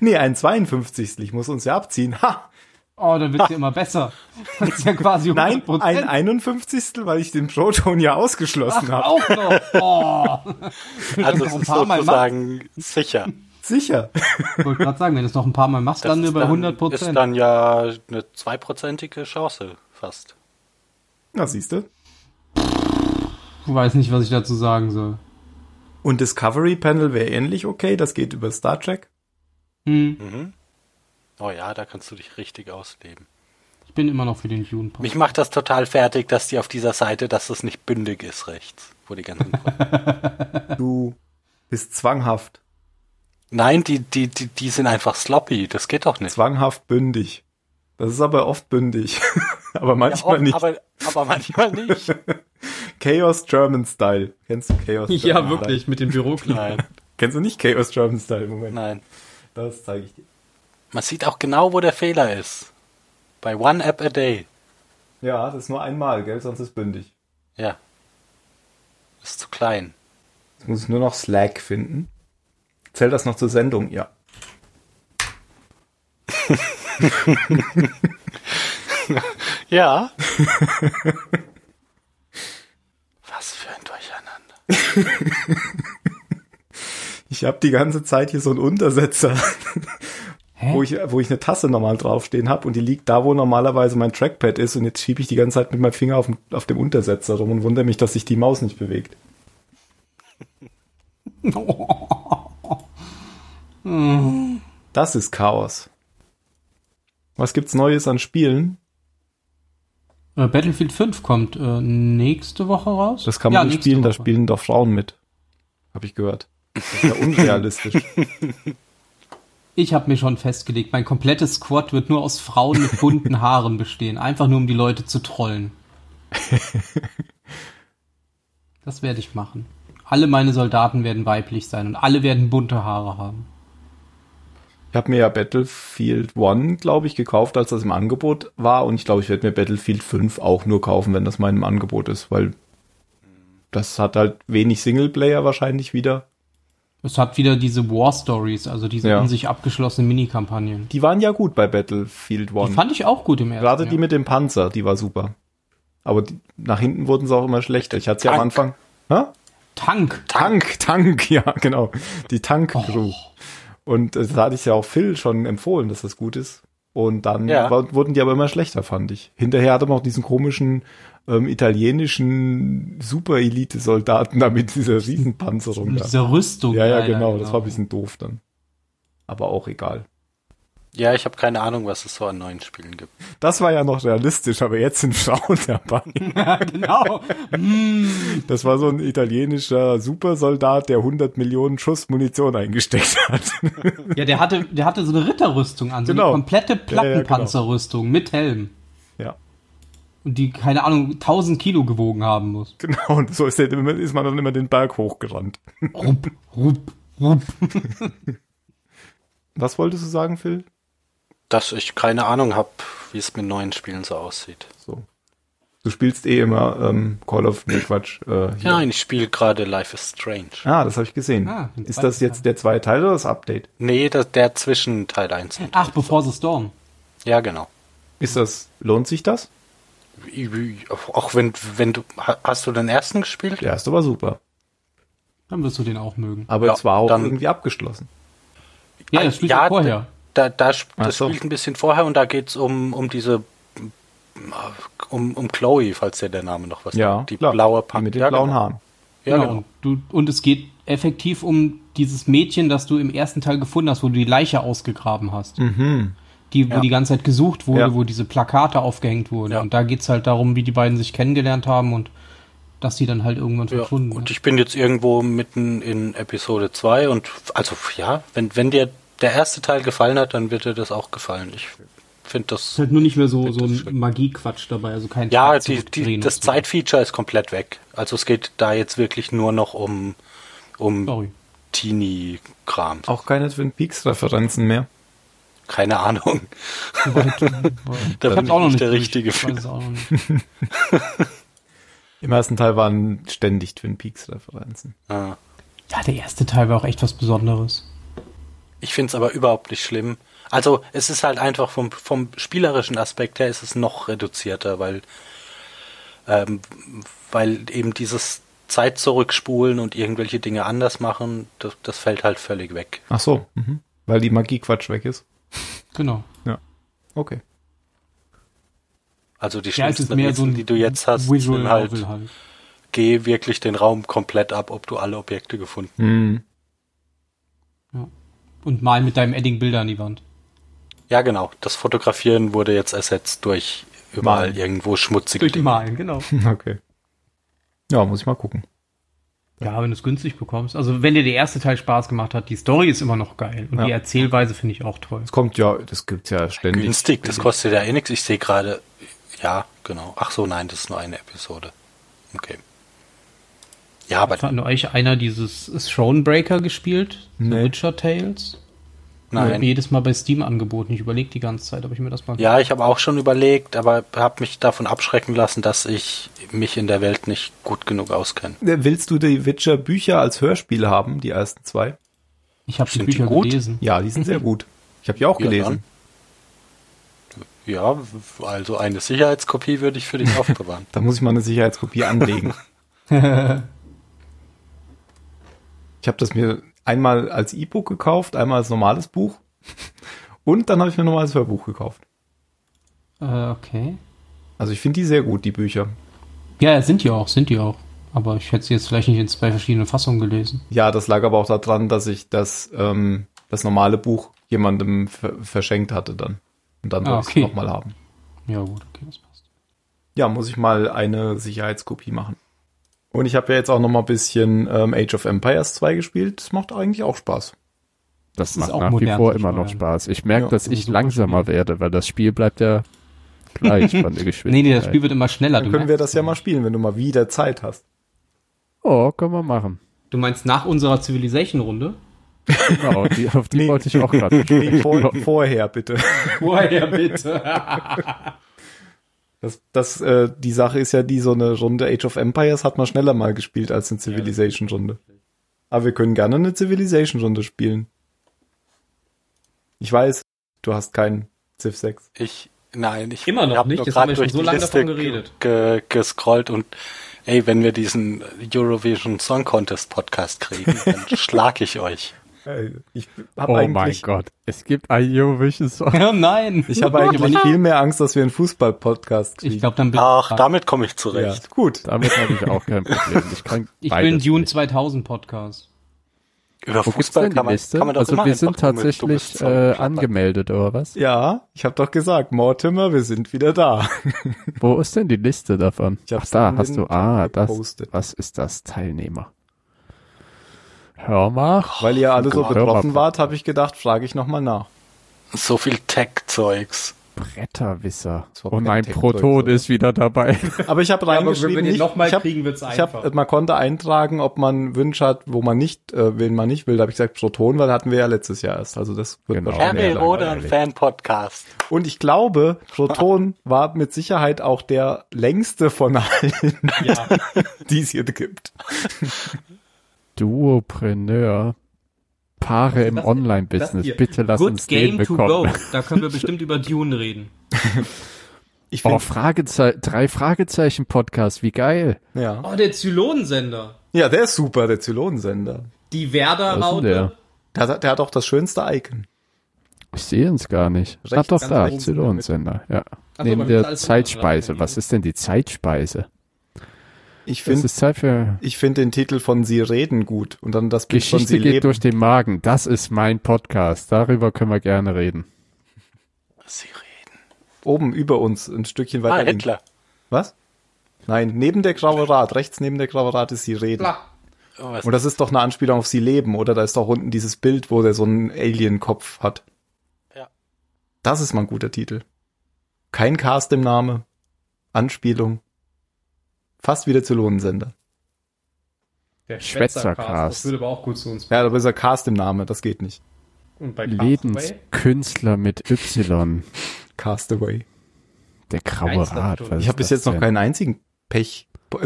S2: nee, ein 52. Ich muss uns ja abziehen. Ha!
S3: Oh, dann wird's ja immer besser. Das ist ja quasi 100%.
S2: Nein, ein 51. weil ich den Proton ja ausgeschlossen habe.
S3: Auch noch. Oh.
S4: Also
S3: noch
S4: es
S3: ein
S4: ist
S3: paar Mal
S4: sozusagen sicher.
S2: Sicher.
S3: Ich wollte gerade sagen, wenn du es noch ein paar Mal machst, dann
S4: ist
S3: über 100
S4: Ist
S3: Prozent.
S4: dann ja eine zweiprozentige Chance fast.
S2: Na, siehst du.
S3: Ich weiß nicht, was ich dazu sagen soll.
S2: Und Discovery Panel wäre ähnlich okay. Das geht über Star Trek.
S3: Hm,
S4: Mhm. Oh ja, da kannst du dich richtig ausleben.
S3: ich bin immer noch für den June.
S4: Mich macht das total fertig, dass die auf dieser Seite, dass das nicht bündig ist rechts, wo die ganzen.
S2: Du bist zwanghaft.
S4: Nein, die, die, die, die sind einfach sloppy. Das geht doch nicht.
S2: Zwanghaft bündig. Das ist aber oft bündig. aber manchmal
S4: Ja,
S2: nicht.
S4: Aber, aber manchmal nicht.
S2: Chaos German Style. Kennst du Chaos German
S3: Ja,
S2: Style?
S3: wirklich, mit dem Büroklick.
S4: Nein,
S2: Kennst du nicht Chaos German Style? Moment,
S4: nein.
S2: das zeige ich dir.
S4: Man sieht auch genau, wo der Fehler ist. Bei One App a Day.
S2: Ja, das ist nur einmal, gell? Sonst ist bündig.
S4: Ja. Ist zu klein.
S2: Jetzt muss ich nur noch Slack finden. Zählt das noch zur Sendung? Ja.
S4: Ja. Was für ein Durcheinander.
S2: Ich habe die ganze Zeit hier so einen Untersetzer,
S3: Hä?
S2: wo ich, wo ich eine Tasse normal draufstehen habe und die liegt da, wo normalerweise mein Trackpad ist und jetzt schiebe ich die ganze Zeit mit meinem Finger auf dem, auf dem Untersetzer rum und wundere mich, dass sich die Maus nicht bewegt. Das ist Chaos. Was gibt's Neues an Spielen?
S3: Äh, Battlefield 5 kommt äh, nächste Woche raus.
S2: Das kann man nicht
S3: nächste
S2: spielen, da
S3: Woche.
S2: spielen doch Frauen mit. Habe ich gehört. Das ist ja unrealistisch.
S3: Ich habe mir schon festgelegt, mein komplettes Squad wird nur aus Frauen mit bunten Haaren bestehen. Einfach nur, um die Leute zu trollen. Das werde ich machen. Alle meine Soldaten werden weiblich sein und alle werden bunte Haare haben.
S2: Ich habe mir ja Battlefield 1, glaube ich, gekauft, als das im Angebot war. Und ich glaube, ich werde mir Battlefield 5 auch nur kaufen, wenn das mal im Angebot ist, weil das hat halt wenig Singleplayer wahrscheinlich wieder.
S3: Es hat wieder diese War Stories, also diese
S2: Ja.
S3: in sich abgeschlossenen Minikampagnen.
S2: Die waren ja gut bei Battlefield
S3: Die
S2: 1.
S3: fand ich auch gut im ersten.
S2: Gerade die
S3: ja.
S2: mit dem Panzer, die war super. Aber die, nach hinten wurden sie auch immer schlechter. Ich hatte sie am
S4: Tank.
S2: Anfang. Hä?
S3: Tank.
S2: Tank, Oh. Tank, ja, genau. Die Tank-Crew. Und äh, das hatte ich ja auch Phil schon empfohlen, dass das gut ist. Und dann
S4: Ja.
S2: war, wurden die aber immer schlechter, fand ich. Hinterher hatte man auch diesen komischen ähm, italienischen Super-Elite-Soldaten da mit dieser Riesenpanzerung
S3: Mit
S2: da.
S3: dieser Rüstung.
S2: Ja, ja,
S3: leider,
S2: genau. Das war ein bisschen doof dann. Aber auch egal.
S4: Ja, ich habe keine Ahnung, was es so an neuen Spielen gibt.
S2: Das war ja noch realistisch, aber jetzt sind Frauen dabei.
S3: genau.
S2: Das war so ein italienischer Supersoldat, der 100 Millionen Schuss Munition eingesteckt hat.
S3: Ja, der hatte, der hatte so eine Ritterrüstung an, so
S2: Genau.
S3: eine komplette
S2: Ja, ja, genau.
S3: Plattenpanzerrüstung mit Helm.
S2: ja.
S3: Und die, keine Ahnung, 1000 Kilo gewogen haben muss.
S2: Genau, und so ist, der, ist man dann immer den Berg hochgerannt.
S3: Rup, rup, rup.
S2: Was wolltest du sagen, Phil?
S4: Dass ich keine Ahnung habe, wie es mit neuen Spielen so aussieht.
S2: So. Du spielst eh immer ähm, Call of nee, Quatsch. Äh, hier.
S4: Nein, ich spiele gerade Life is Strange.
S2: Ah, das habe ich gesehen.
S3: Ah, den
S2: ist
S3: zweiten
S2: das jetzt der zweite Teil oder das Update?
S4: Nee, das, der zwischen Teil 1 und.
S3: Ach, bevor the Storm.
S4: Ja, genau.
S2: Ist das, lohnt sich das?
S4: Auch wenn, wenn du. ha- Hast du den ersten gespielt?
S2: Der erste war super.
S3: Dann wirst du den auch mögen.
S2: Aber
S4: Ja,
S2: es war auch
S4: dann-
S2: irgendwie abgeschlossen.
S3: Ja, das spielt
S4: ja,
S3: ja vorher.
S4: Da, da, sp-
S2: Ach
S4: das
S2: so.
S4: spielt ein bisschen vorher und da geht's um, um diese. Um, um Chloe, falls dir der Name noch was sagt. Die
S2: klar.
S4: blaue
S2: Die
S4: Punk.
S2: Mit den
S4: ja,
S2: blauen
S4: genau.
S2: Haaren.
S4: Ja,
S3: genau.
S4: genau.
S3: Und, du, und es geht effektiv um dieses Mädchen, das du im ersten Teil gefunden hast, wo du die Leiche ausgegraben hast. Die, wo
S4: Ja.
S3: die ganze Zeit gesucht wurde,
S2: Ja.
S3: wo diese Plakate aufgehängt wurden.
S4: Ja.
S3: Und da geht's halt darum, wie die beiden sich kennengelernt haben und dass sie dann halt irgendwann
S4: Ja,
S3: verschwunden ist.
S4: und ich bin jetzt irgendwo mitten in Episode 2 und also ja, wenn, wenn dir der erste Teil gefallen hat, dann wird dir das auch gefallen. Ich finde
S3: Ist
S4: das.
S3: halt nur nicht mehr so, so
S4: Das
S3: ein
S4: ist schlimm.
S3: Magiequatsch dabei, also kein
S4: Ja,
S3: Schwarz
S4: die, die,
S3: zurückdrehen
S4: das
S3: und so.
S4: Zeitfeature ist komplett weg. Also es geht da jetzt wirklich nur noch um, um
S3: Sorry.
S4: Teenie-Kram.
S2: Auch keine Twin Peaks Referenzen mehr.
S4: Keine Ahnung.
S3: Ich
S4: da bin
S3: hab's
S4: ich
S3: auch noch
S4: nicht
S3: nicht
S4: der
S3: durch.
S4: Richtige
S3: Ich
S4: für.
S3: weiß es auch noch nicht.
S2: Im ersten Teil waren ständig Twin Peaks Referenzen.
S4: Ja.
S3: Ja, der erste Teil war auch echt was Besonderes.
S4: Ich finde es aber überhaupt nicht schlimm. Also es ist halt einfach vom, vom spielerischen Aspekt her ist es noch reduzierter, weil, ähm, weil eben dieses Zeit zurückspulen und irgendwelche Dinge anders machen, das, das fällt halt völlig weg.
S2: Ach so, mhm. weil die Magie Quatsch weg ist.
S3: Genau.
S2: Okay.
S4: Also die
S3: Ja, es ist
S4: schlimmsten
S3: mehr so
S4: Rätsel,
S3: ein
S4: die du jetzt hast,
S3: Visual
S4: sind halt,
S3: Novel halt.
S4: geh wirklich den Raum komplett ab, ob du alle Objekte gefunden
S2: Hm.
S3: Und mal mit deinem Edding Bilder an die Wand.
S4: Ja, genau. Das Fotografieren wurde jetzt ersetzt durch überall
S2: Malen.
S4: irgendwo schmutzige
S3: Durch die
S4: Dinge.
S3: Malen, genau.
S2: Okay. Ja, muss ich mal gucken.
S3: Ja, wenn du es günstig bekommst. Also wenn dir der erste Teil Spaß gemacht hat, die Story ist immer noch geil. Und
S2: Ja.
S3: die Erzählweise finde ich auch toll.
S2: Es kommt ja, das gibt's ja ständig.
S4: Günstig, das kostet ja eh nichts. Ich sehe gerade, ja, genau. Ach so, nein, das ist nur eine Episode. Okay. Ja, aber
S3: Hat an euch einer dieses Thronebreaker gespielt? The
S2: Nee.
S3: Witcher Tales? Wird mir
S4: nein.
S3: jedes Mal bei Steam angeboten. Ich überlege die ganze Zeit, ob ich mir das mal...
S4: Ja, ich habe auch schon überlegt, aber habe mich davon abschrecken lassen, dass ich mich in der Welt nicht gut genug auskenne.
S2: Willst du die Witcher Bücher als Hörspiel haben, die ersten zwei?
S3: Ich habe die
S4: Sind die
S3: Bücher
S4: gut?
S3: gelesen.
S2: Ja, die sind sehr gut. Ich habe die auch
S4: Ja,
S2: gelesen.
S4: Ja, also eine Sicherheitskopie würde ich für dich aufbewahren.
S2: Da muss ich mal eine Sicherheitskopie anlegen. ich habe das mir einmal als E-Book gekauft, einmal als normales Buch und dann habe ich mir nochmal als Hörbuch gekauft.
S3: Äh, okay.
S2: Also ich finde die sehr gut, die Bücher.
S3: Ja, ja, sind die auch, sind die auch. Aber ich hätte sie jetzt vielleicht nicht in zwei verschiedenen Fassungen gelesen.
S2: Ja, das lag aber auch daran, dass ich das, ähm, das normale Buch jemandem ver verschenkt hatte dann. Und dann
S3: Ah,
S2: wollte
S3: okay.
S2: ich es nochmal haben.
S3: Ja, gut, okay, das passt.
S2: Ja, muss ich mal eine Sicherheitskopie machen. Und ich habe ja jetzt auch noch mal ein bisschen ähm, Age of Empires 2 gespielt. Das macht eigentlich auch Spaß.
S1: Das,
S3: ist
S1: macht
S3: auch
S1: nach wie
S3: modern
S1: vor
S3: zu
S1: immer noch
S3: steuern.
S1: Spaß. Ich merke,
S2: Ja,
S1: dass
S3: das ist
S1: ich
S3: ein
S1: langsamer werde, weil das Spiel bleibt ja gleich von der Geschwindigkeit.
S3: Nee, nee, das Spiel wird immer schneller.
S2: Dann
S3: Du
S2: können wir
S3: merkst,
S2: das ja mal spielen, wenn du mal wieder Zeit hast.
S1: Oh, können wir machen.
S3: du meinst nach unserer Civilization-Runde?
S1: Genau, die, auf die
S2: Nee.
S1: wollte ich auch gerade.
S2: Nee, vor, vorher bitte.
S3: Woher bitte?
S2: Das, das, äh, die Sache ist ja die, so eine Runde Age of Empires hat man schneller mal gespielt als eine Civilization-Runde. Aber wir können gerne eine Civilization-Runde spielen. Ich weiß, du hast keinen Civ 6.
S4: Ich, nein, ich
S3: Immer noch
S4: hab
S3: nicht,
S4: nur
S3: jetzt
S4: grad
S3: haben wir schon
S4: durch
S3: so
S4: die
S3: lange
S4: Liste
S3: davon geredet.
S4: Ge gescrollt und ey, wenn wir diesen Eurovision Song Contest Podcast kriegen, dann schlag ich euch.
S2: Äh, Ich habe
S1: Oh mein
S2: eigentlich,
S1: Gott. Es gibt ein Eurovision Song.
S3: oh nein.
S2: ich hab eigentlich viel mehr Angst, dass wir einen Fußball-Podcast kriegen.
S3: Ich glaube, dann bin
S4: Ach, damit komme ich zurecht.
S2: Ja, gut.
S1: Damit habe ich auch kein Problem. Ich kann
S3: ich will einen
S1: beides
S3: Dune
S1: nicht.
S3: 2000 Podcast.
S4: Über
S1: Wo gibt's denn die Liste? also wir sind
S4: einfach mit, du bist
S1: tatsächlich
S4: so
S1: äh,
S4: platt.
S1: angemeldet, oder was?
S2: Ja, ich habe doch gesagt, Mortimer, wir sind wieder da.
S1: Wo ist denn die Liste davon?
S2: Ich hab's
S1: Ach, da
S2: in
S1: hast
S2: den
S1: du. Ah,
S2: Chat
S1: das.
S2: gepostet.
S1: Was ist das? Teilnehmer. Hör mal.
S2: Weil ihr alle so
S1: Gott.
S2: betroffen wart, habe ich gedacht, frage ich nochmal nach.
S4: So viel Tech-Zeugs.
S1: Bretterwisser.
S2: Das war
S1: Oh nein,
S2: Tech-Zeug,
S1: Proton
S2: oder?
S1: ist wieder dabei.
S2: Aber ich habe reingeschrieben, nicht, ich hab,
S3: wir es
S2: ich hab, man konnte eintragen, ob man Wünsche hat, wo man nicht, äh, wen man nicht will. Da habe ich gesagt, Proton, weil hatten wir ja letztes Jahr erst. Also das wird
S1: Genau.
S2: wahrscheinlich
S4: Harry
S2: nicht lang.
S4: Rodan Fan-Podcast.
S2: Und ich glaube, Proton war mit Sicherheit auch der längste von allen,
S3: ja.
S2: die es hier gibt.
S1: Duopreneur. Paare im
S3: Das- das
S1: Online-Business.
S3: hier.
S1: Bitte lass uns den bekommen.
S3: Da können wir bestimmt über Dune reden.
S2: Ich
S1: Oh,
S2: finde,
S1: Fragezei drei Fragezeichen Podcast, wie geil.
S2: ja.
S3: Oh, der Zylonensender.
S2: ja, der ist super, der Zylonensender.
S3: Die
S1: Was ist denn der?
S3: Werder-Raute.
S2: Der, hat- der hat auch das schönste Icon.
S1: Ich sehe uns gar nicht.
S2: Rechts,
S1: Ach doch,
S2: ganz
S1: da,
S2: rechts
S1: Zylonsender. Ja.
S3: aber
S1: Neben
S3: wir müssen
S1: der
S3: alles
S1: Zeitspeise.
S3: untereinander
S1: Was
S3: reden.
S1: ist denn die Zeitspeise?
S2: Ich
S1: Es
S2: finde
S1: ist Zeit für
S2: Ich finde den Titel von Sie reden gut und dann das Bild von
S1: Geschichte
S2: Sie
S1: geht
S2: leben.
S1: durch den Magen. Das ist mein Podcast. Darüber können wir gerne reden.
S4: Sie reden.
S2: Oben über uns, ein Stückchen weiter.
S4: Ah,
S2: links.
S4: Hitler.
S2: Was? Nein, neben der graue Rat, rechts neben der graue Rat ist sie reden.
S3: Klar.
S4: Oh, was-
S2: Und das ist doch eine Anspielung auf sie leben, oder? Da ist doch unten dieses Bild, wo der so einen Alien-Kopf hat.
S4: Ja.
S2: Das ist mal ein guter Titel. Kein Cast im Name. Anspielung. Fast wieder zu Lohnensender.
S6: Der
S1: Schwätzercast.
S6: Schwätzercast. Das würde aber auch gut zu uns
S2: Ja, aber ist ja Cast im Name, das geht nicht.
S6: Und bei Castaway?
S1: Lebenskünstler mit Y.
S2: Castaway.
S1: Der graue
S6: Geisterflug.
S1: Rat. was
S2: Ich habe
S1: ist
S2: bis
S1: das
S2: jetzt noch
S1: denn?
S2: keinen einzigen Pech.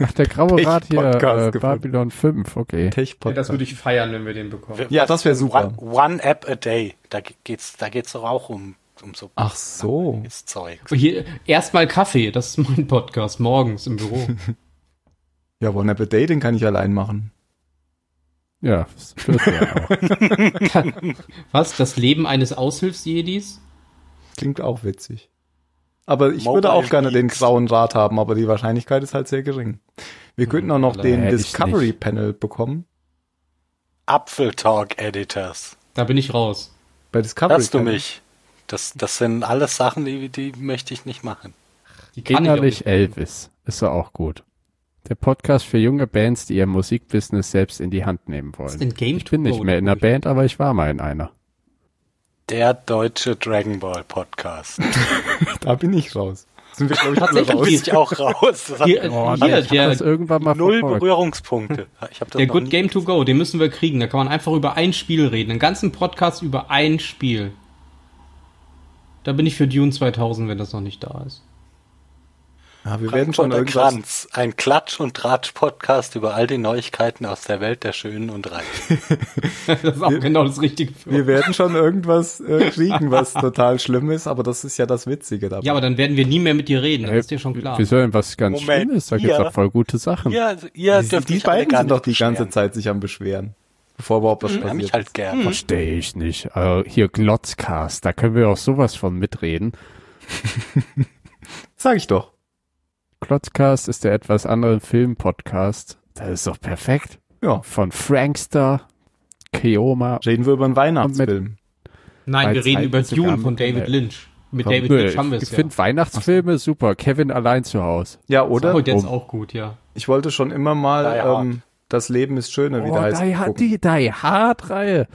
S1: Ach, der graue
S2: Pech-
S1: Rat hier,
S2: Podcast
S1: äh,
S2: gefunden.
S1: Babylon 5, okay.
S6: Ja, das
S2: Pech-Podcast.
S6: würde ich feiern, wenn wir den bekommen.
S2: Ja, das wäre super.
S4: One, one App a Day. Da ge- geht's, da geht's doch auch um, um so
S2: Ach so.
S4: ist Zeug.
S3: Hier, erstmal Kaffee, das ist mein Podcast, morgens im Büro.
S2: Ja, One App a Day, den kann ich allein machen.
S1: Ja, das wird ja auch.
S3: Was? Das Leben eines Aushilfsjedis?
S2: Klingt auch witzig. Aber ich würde
S4: Mobile
S2: auch gerne den
S4: Geeks.
S2: grauen Rat haben, aber die Wahrscheinlichkeit ist halt sehr gering.
S4: Hm,
S2: Wir könnten auch noch den
S1: hätte ich
S2: Discovery
S1: nicht.
S2: Panel bekommen.
S4: Apfel Talk Editors.
S3: Da bin ich raus.
S2: Bei Discovery
S4: Hörst du
S2: Panel.
S4: mich? Das, das sind alles Sachen, die, die möchte ich nicht machen.
S3: Die kann ich
S4: um
S3: auch
S1: Innerlich
S3: nicht.
S1: Elvis ist ja auch gut. Der Podcast für junge Bands, die ihr Musikbusiness selbst in die Hand nehmen
S3: Was ist
S1: wollen.
S3: denn Game
S1: Ich bin
S3: to
S1: nicht
S3: Go?
S1: mehr in einer Band, aber ich war mal in einer.
S4: Der deutsche Dragon Ball Podcast.
S2: Da bin ich raus. Sind wir, glaube ich, alle
S4: Da
S3: Tatsächlich.
S2: raus.
S4: bin ich auch raus. Das hat
S3: Hier, hier
S1: Oh, Ich habe
S3: der,
S1: das irgendwann mal
S4: null
S1: verfolgt.
S4: Berührungspunkte. Ich hab das
S3: der
S4: noch
S3: Good
S4: nie-
S3: Game to Go, den müssen wir kriegen. Da kann man einfach über ein Spiel reden. Einen ganzen Podcast über ein Spiel. Da bin ich für Dune 2000, wenn das noch nicht da ist.
S2: Ja, wir werden schon
S4: Frankfurter
S2: irgendwas.
S4: Kranz, ein Klatsch- und Tratsch-Podcast über all die Neuigkeiten aus der Welt der Schönen und Reichen.
S3: Das ist auch genau das Richtige für
S2: Wir werden schon irgendwas äh, kriegen, was total schlimm ist, aber das ist ja das Witzige dabei.
S3: Ja, aber dann werden wir nie mehr mit dir reden. Das
S1: Äh,
S3: ist dir schon klar.
S1: Wir sollen was ganz
S4: Moment,
S1: Schönes, da gibt's
S4: ihr-
S1: auch voll gute Sachen.
S4: Ja, ihr
S2: die
S4: dürft
S2: die
S4: euch alle
S2: beiden
S4: gar
S2: sind doch
S4: nicht
S2: die ganze
S4: beschweren.
S2: Zeit sich am Beschweren. Bevor überhaupt was
S4: Ich hab
S2: passiert. Hm,
S4: mich halt gern.
S1: Verstehe ich nicht. Also hier Glotzcast, da können wir auch sowas von mitreden.
S2: Sag ich doch.
S1: Glotzcast ist der etwas andere Film-Podcast. Das ist doch perfekt.
S2: Ja.
S1: Von Frankster, Keoma.
S2: Reden wir über einen Weihnachtsfilm.
S3: Nein,
S1: Weil
S3: wir
S1: es
S3: reden
S1: halt
S3: über
S1: sogar
S3: Dune von
S1: mit-
S3: David
S1: nee.
S3: Lynch. Mit
S1: Komm,
S3: David
S1: nö,
S3: Lynch haben wir
S1: ich
S3: es ja.
S1: finde Weihnachtsfilme super. Kevin allein zu Hause.
S2: Ja,
S3: Oh,
S2: oder?
S3: der ist
S1: Um.
S3: auch gut, ja.
S2: Ich wollte schon immer
S4: Die
S2: mal
S4: Hard.
S2: ähm, Das Leben ist schöner, wie der heißt.
S1: Oh, die, Ha-
S2: gucken.
S1: die Die Hard-Reihe.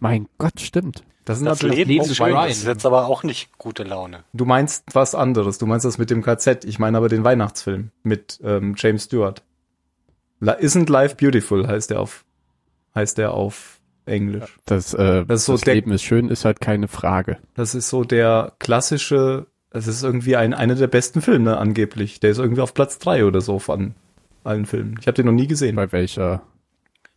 S1: Mein Gott, stimmt.
S2: Das, sind
S4: Das
S2: natürlich
S4: Leben
S3: auch
S4: ist schön,
S3: Wein.
S4: das ist jetzt aber auch nicht gute Laune.
S2: Du meinst was anderes. Du meinst das mit dem KZ. Ich meine aber den Weihnachtsfilm mit ähm, James Stewart. La Isn't Life Beautiful heißt der auf heißt der auf Englisch.
S1: Das, äh,
S2: Das
S1: das,
S2: ist so der-
S1: Leben ist schön, ist halt keine Frage.
S2: Das ist so der klassische. Es ist irgendwie ein einer der besten Filme angeblich. Der ist irgendwie auf Platz drei oder so von allen Filmen. Ich habe den noch nie gesehen.
S1: Bei welcher?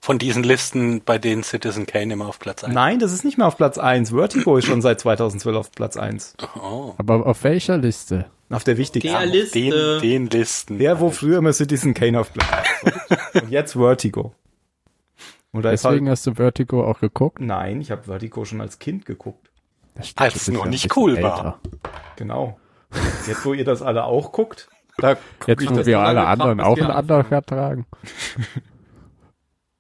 S4: Von diesen Listen, bei denen Citizen Kane immer auf Platz 1
S2: Nein, das ist nicht mehr auf Platz eins. Vertigo ist schon seit 2012 auf Platz eins.
S4: Oh,
S1: Aber auf welcher Liste?
S2: Auf der wichtigsten.
S6: Der
S2: Der,
S6: Liste.
S4: den, den Listen.
S2: wo früher immer Citizen Kane auf Platz war. Und jetzt Vertigo. Und da ist halt-
S1: Deswegen hast du Vertigo auch geguckt?
S2: Nein, ich habe Vertigo schon als Kind geguckt.
S1: Das stimmt,
S4: Als
S1: du
S4: es
S1: bist
S4: noch
S1: ja ein
S4: nicht
S1: bisschen
S4: cool war.
S2: Genau. Jetzt, wo ihr das alle auch guckt, da guck
S1: Jetzt, wo
S2: das.
S1: wir alle
S6: lange
S1: anderen
S6: gebracht,
S1: auch
S6: bis
S1: einen
S6: wir
S1: Undercut tragen.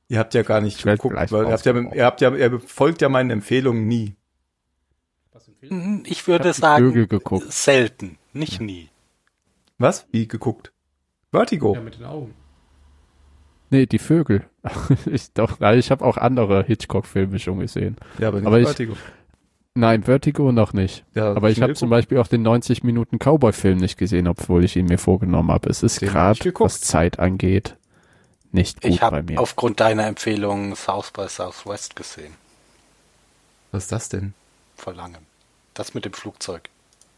S2: Ihr habt ja gar nicht
S1: Ich werd
S2: geguckt,
S1: gleich
S2: weil ihr habt, ja, ihr habt ja, ihr folgt ja meinen Empfehlungen nie.
S4: Hm, Ich
S1: Ich
S4: würde
S1: hab die Vögel
S4: sagen,
S1: geguckt.
S4: selten, nicht nie.
S2: Was? Wie geguckt? Vertigo.
S6: Ja, mit den Augen.
S1: Nee, die Vögel. ich doch, nein, ich habe auch andere Hitchcock-Filme schon gesehen.
S2: Ja, nicht
S1: aber ich-
S2: Vertigo.
S1: Nein, Vertigo noch nicht.
S2: Ja,
S1: Aber ich habe
S2: schnell
S1: zum
S2: gucken.
S1: Beispiel auch den 90 Minuten Cowboy-Film nicht gesehen, obwohl ich ihn mir vorgenommen habe. Es ist
S2: Den hab
S1: gerade,
S2: ich geguckt.
S1: was Zeit angeht, nicht gut
S4: Ich
S1: bei
S4: habe
S1: mir.
S4: aufgrund deiner Empfehlung South by Southwest gesehen,
S2: Was ist das denn?
S4: vor langem. Das mit dem Flugzeug.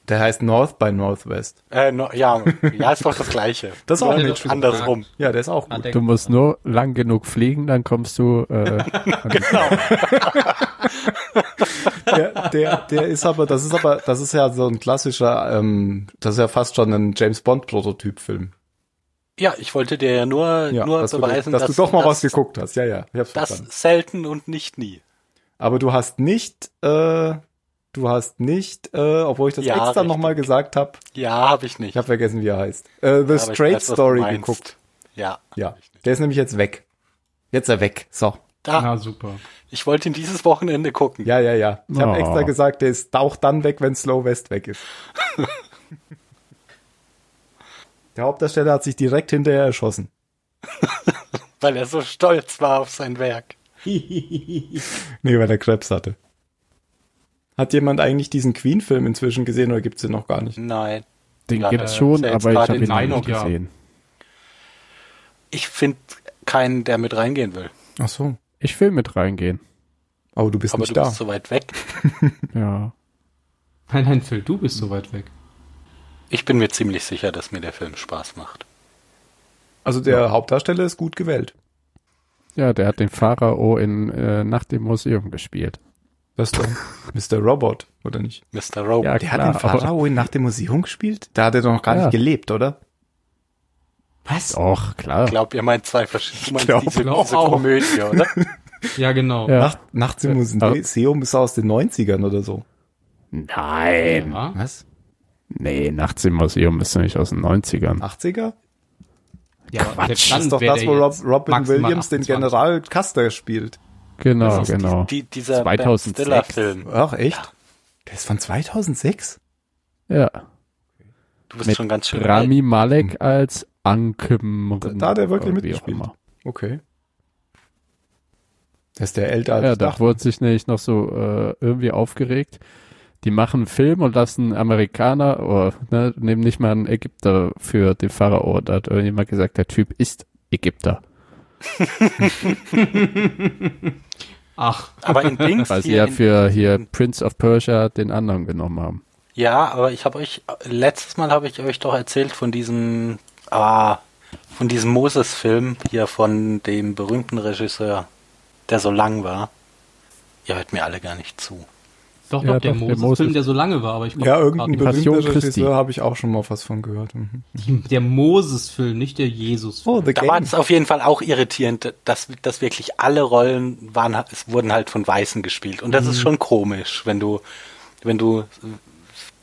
S2: Der heißt North by Northwest.
S4: Äh, no, ja, ja, ist doch das Gleiche.
S2: Das ist auch
S4: Nur
S2: nicht
S4: nicht andersrum.
S2: Ja, der ist auch
S6: Ah,
S2: gut.
S1: Du musst nur lang genug fliegen, dann kommst du. Äh,
S2: Der, der, der ist aber, das ist aber, das ist ja so ein klassischer, ähm, das ist ja fast schon ein James Bond Prototyp-Film.
S4: Ja, ich wollte dir ja nur,
S2: Ja,
S4: nur um
S2: dass,
S4: beweisen,
S2: du, dass, du doch mal was
S4: dass,
S2: geguckt hast. Ja, ja, ich hab's
S4: dass
S2: verstanden.
S4: selten und nicht nie.
S2: Aber du hast nicht, äh, du hast nicht, äh, obwohl ich das
S4: Ja,
S2: extra nochmal gesagt habe,
S4: Ja, habe ich nicht.
S2: ich habe vergessen, wie er heißt. Äh, The
S4: Aber ich
S2: Straight
S4: weiß, was du
S2: Story
S4: meinst.
S2: geguckt.
S4: Ja.
S2: Ja, der ist nämlich jetzt weg. Jetzt ist er weg. So.
S4: Da,
S6: Ah,
S3: Na super.
S4: Ich wollte ihn dieses Wochenende gucken.
S2: Ja, ja, ja. Ich habe
S1: Oh.
S2: extra gesagt, der ist auch dann weg, wenn Slow West weg ist. Der Hauptdarsteller hat sich direkt hinterher erschossen.
S4: Weil er so stolz war auf sein Werk.
S2: Nee, weil er Krebs hatte. Hat jemand eigentlich diesen Queen-Film inzwischen gesehen oder gibt's den noch gar nicht?
S4: Nein.
S1: Den
S4: Ja,
S1: gibt's
S4: äh,
S1: schon,
S4: ist ja jetzt
S1: aber ich
S4: gerade
S1: habe ihn
S4: in
S1: noch
S6: Nino,
S1: nicht
S6: ja.
S1: gesehen.
S4: Ich finde keinen, der mit reingehen will.
S2: Ach so.
S1: Ich will mit reingehen.
S2: Aber du bist
S4: Aber du
S2: nicht da.
S4: bist so weit weg.
S1: Ja.
S6: Nein, nein, Phil, du
S2: Hm.
S6: bist so weit weg.
S4: Ich bin mir ziemlich sicher, dass mir der Film Spaß macht.
S2: also der Hauptdarsteller ist gut gewählt.
S1: Ja, der hat den Pharao in äh, Nacht im Museum gespielt.
S2: Das ist doch Mr. Robot, oder nicht?
S4: Mr. Robot.
S1: Ja,
S2: Der
S1: klar,
S2: hat den Pharao in Nach dem Museum gespielt? Da hat er doch noch gar
S1: Ja.
S2: nicht gelebt, oder?
S1: Aber, Och, klar.
S4: Ich glaube, ihr meint zwei verschiedene. Du meinst
S2: glaub
S4: diese,
S6: auch.
S4: diese Komödie, oder?
S6: Ja, genau.
S1: Ja.
S2: Nacht, Nachts im
S1: Ja.
S2: Museum ist aus den 90ern oder so.
S1: Nein.
S6: Ja.
S2: Was?
S1: Nee, Nachts im Museum ist nicht aus den
S4: Ah,
S1: 90ern.
S2: 80er?
S6: Ja,
S1: Quatsch.
S6: selbst
S2: Das
S6: dann
S2: ist doch
S6: wär
S2: das,
S6: der
S2: wo Rob,
S6: jetzt
S2: Robin
S6: maximal
S2: Williams den
S6: 28.
S2: General Custer spielt.
S1: Genau,
S4: Das ist
S1: genau.
S4: Die, dieser
S1: 2006.
S4: Stiller-Film.
S2: Ach, echt? Der ist von 2006?
S1: ja.
S4: Du bist
S1: Mit
S4: schon ganz schön alt.
S1: Rami Malek als Ankem.
S2: Äh, hm. Da hat er wirklich
S1: oder wie auch
S2: mitgespielt.
S1: immer.
S2: Okay. Der ist der älter als
S1: Ja,
S2: ich
S1: da
S2: dachte.
S1: wurde sich nämlich noch so äh, irgendwie aufgeregt. Die machen einen Film und lassen Amerikaner, oder, ne, nehmen nicht mal einen Ägypter für den Pharao. Da hat irgendjemand gesagt, der Typ ist Ägypter.
S6: Ach,
S4: Aber in Dings
S1: Weil sie
S4: hier
S1: ja
S4: in-
S1: für hier Prince of Persia den anderen genommen haben.
S4: Ja, aber ich habe euch, letztes Mal habe ich euch doch erzählt von diesem, ah, von diesem Moses-Film hier von dem berühmten Regisseur, der so lang war. Ihr hört mir alle gar nicht zu.
S6: doch,
S1: Ja,
S6: doch, der
S1: doch, der
S6: Moses-Film,
S1: Moses.
S6: der so lange war, aber ich komm
S2: Ja,
S6: grad
S2: irgendein
S6: über-
S1: Passion
S2: berühmter
S1: Christi.
S2: Regisseur habe ich auch schon mal was von gehört. Mhm.
S6: Der Moses-Film, nicht der Jesus.
S2: Oh, The
S4: Da war es auf jeden Fall auch irritierend, dass, dass wirklich alle Rollen waren, es wurden halt von Weißen gespielt. Und
S2: Mhm.
S4: das ist schon komisch, wenn du, wenn du,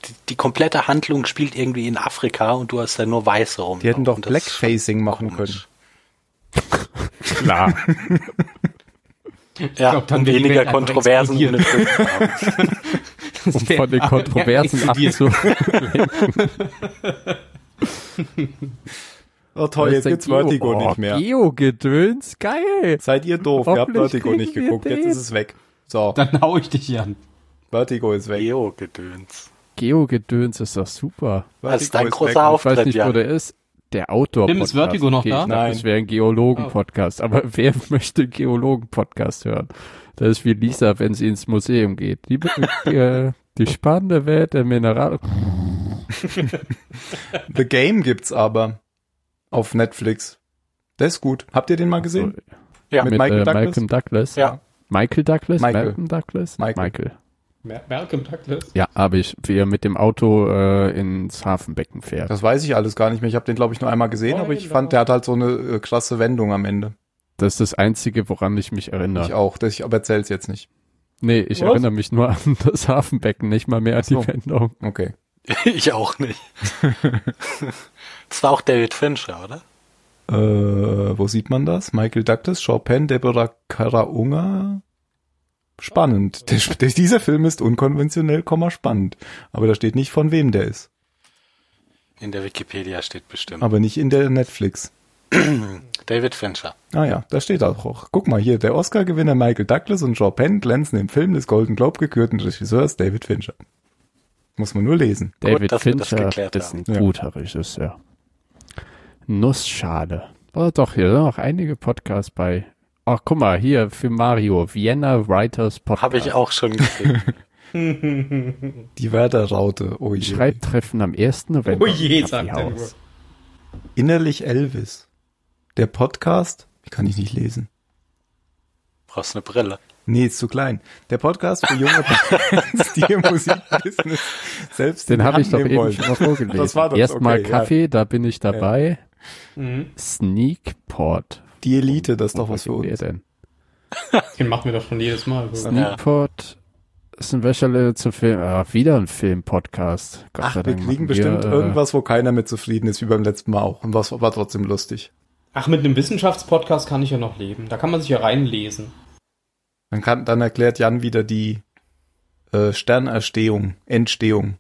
S4: die, die komplette Handlung spielt irgendwie in Afrika und du hast da nur Weiße rum.
S2: Die hätten doch
S4: Und das Oh, ist schon
S2: Blackfacing machen können.
S4: komisch.
S1: Klar.
S4: Ja,
S6: glaub, dann
S4: um
S6: wäre die
S4: weniger
S6: Welt einfach
S4: Kontroversen
S6: explodiert.
S4: ohne Film zu haben.
S1: Um von den Kontroversen abzu.
S2: Oh toll, jetzt gibt's Vertigo
S1: oh,
S2: nicht mehr.
S1: Geo-Gedöns, geil.
S2: Seid ihr doof, ihr habt
S1: Hoffentlich
S2: Vertigo nicht
S1: kriegen wir
S2: geguckt, jetzt
S1: den.
S2: ist es weg. So,
S6: Dann hau ich dich an.
S2: Vertigo ist weg.
S4: Geo-Gedöns.
S1: Geo-Gedöns ist doch super.
S4: Das ist
S2: Vertigo
S4: dein
S2: ist
S4: großer
S2: weg.
S1: Ich weiß
S4: Auftritt,
S1: nicht,
S4: ja.
S1: wo der ist. Der Outdoor
S6: Tim, ist Vertigo noch
S1: okay,
S6: da?
S1: Ich dachte,
S2: Nein.
S1: es wäre ein Geologen-Podcast. Aber wer möchte einen Geologen-Podcast hören? Das ist wie Lisa, wenn sie ins Museum geht. Die, äh, die spannende Welt der Mineral.
S2: The Game gibt's aber auf Netflix. Der ist gut. Habt ihr den mal gesehen?
S4: Ja.
S2: Mit,
S1: Mit
S2: Michael
S1: äh,
S2: Douglas?
S1: Malcolm Douglas.
S4: Ja.
S1: Michael Douglas?
S2: Michael.
S1: Malcolm Douglas?
S2: Michael.
S6: Mer- Malcolm Douglas?
S1: Ja, habe ich. Wie er mit dem Auto äh, ins Hafenbecken fährt.
S2: Das weiß ich alles gar nicht mehr. Ich habe den, glaube ich, nur einmal gesehen, aber ich fand, der hat halt so eine äh, krasse Wendung am Ende.
S1: Das ist das Einzige, woran ich mich erinnere.
S2: Ich auch. Das, ich aber erzähl's jetzt nicht.
S1: Nee, ich
S6: Was?
S1: erinnere mich nur an das Hafenbecken, nicht mal mehr an
S2: Ach so.
S1: die Wendung.
S2: Okay.
S4: Ich auch nicht. das war auch David Fincher, oder?
S2: Äh, wo sieht man das? Michael Douglas, Chopin, Deborah Karaunga. Spannend. Der, der, dieser Film ist unkonventionell, Komma, spannend. Aber da steht nicht, von wem der ist.
S4: In der Wikipedia steht bestimmt.
S2: Aber nicht in der Netflix.
S4: David Fincher.
S2: Ah ja, da steht auch. auch. Guck mal hier, der Oscar-Gewinner Michael Douglas und Chopin glänzen im Film des Golden Globe gekürten Regisseurs David Fincher. Muss man nur lesen.
S1: David
S4: dass wir das
S1: Fincher
S4: geklärt
S1: ist ein
S2: haben. Ja.
S1: guter Regisseur. Nussschale. Oh, doch, hier sind noch einige Podcasts bei. Ach, guck mal, hier für Mario, Vienna Writers Podcast.
S4: Habe ich auch schon gesehen.
S2: Die Werder-Raute, oh je.
S1: Schreibtreffen am 1. November.
S6: Oh je,
S1: im
S6: sagt er nur.
S1: Kaffeehaus.
S2: Innerlich Elvis. Der Podcast, kann ich nicht lesen.
S4: Brauchst eine Brille.
S2: Nee, ist zu klein. Der Podcast für junge Bands, die im Musikbusiness selbst in
S1: Den
S2: die
S1: habe
S2: Hand
S1: ich doch
S2: nehmen
S1: eben
S2: wollen.
S1: schon mal vorgelesen.
S2: Das war das,
S1: Erstmal
S2: okay, ja.
S1: Kaffee, da bin ich dabei.
S6: Mhm.
S1: Sneakport.
S2: Die Elite, das ist doch was für
S1: Wer
S2: uns.
S1: denn?
S6: Den machen wir doch schon jedes Mal.
S1: Sneakport ist ein Wäscherle zu Film. Ah, wieder ein Film-Podcast. Gott
S2: Ach,
S1: sei
S2: wir
S1: Dank
S2: kriegen
S1: machen
S2: bestimmt
S1: äh,
S2: irgendwas, wo keiner mit zufrieden ist, wie beim letzten Mal auch. Und was war trotzdem lustig.
S6: Ach, mit einem Wissenschaftspodcast kann ich ja noch leben. Da kann man sich ja reinlesen.
S2: Dann, kann, dann erklärt Jan wieder die äh, Sternerstehung, Entstehung.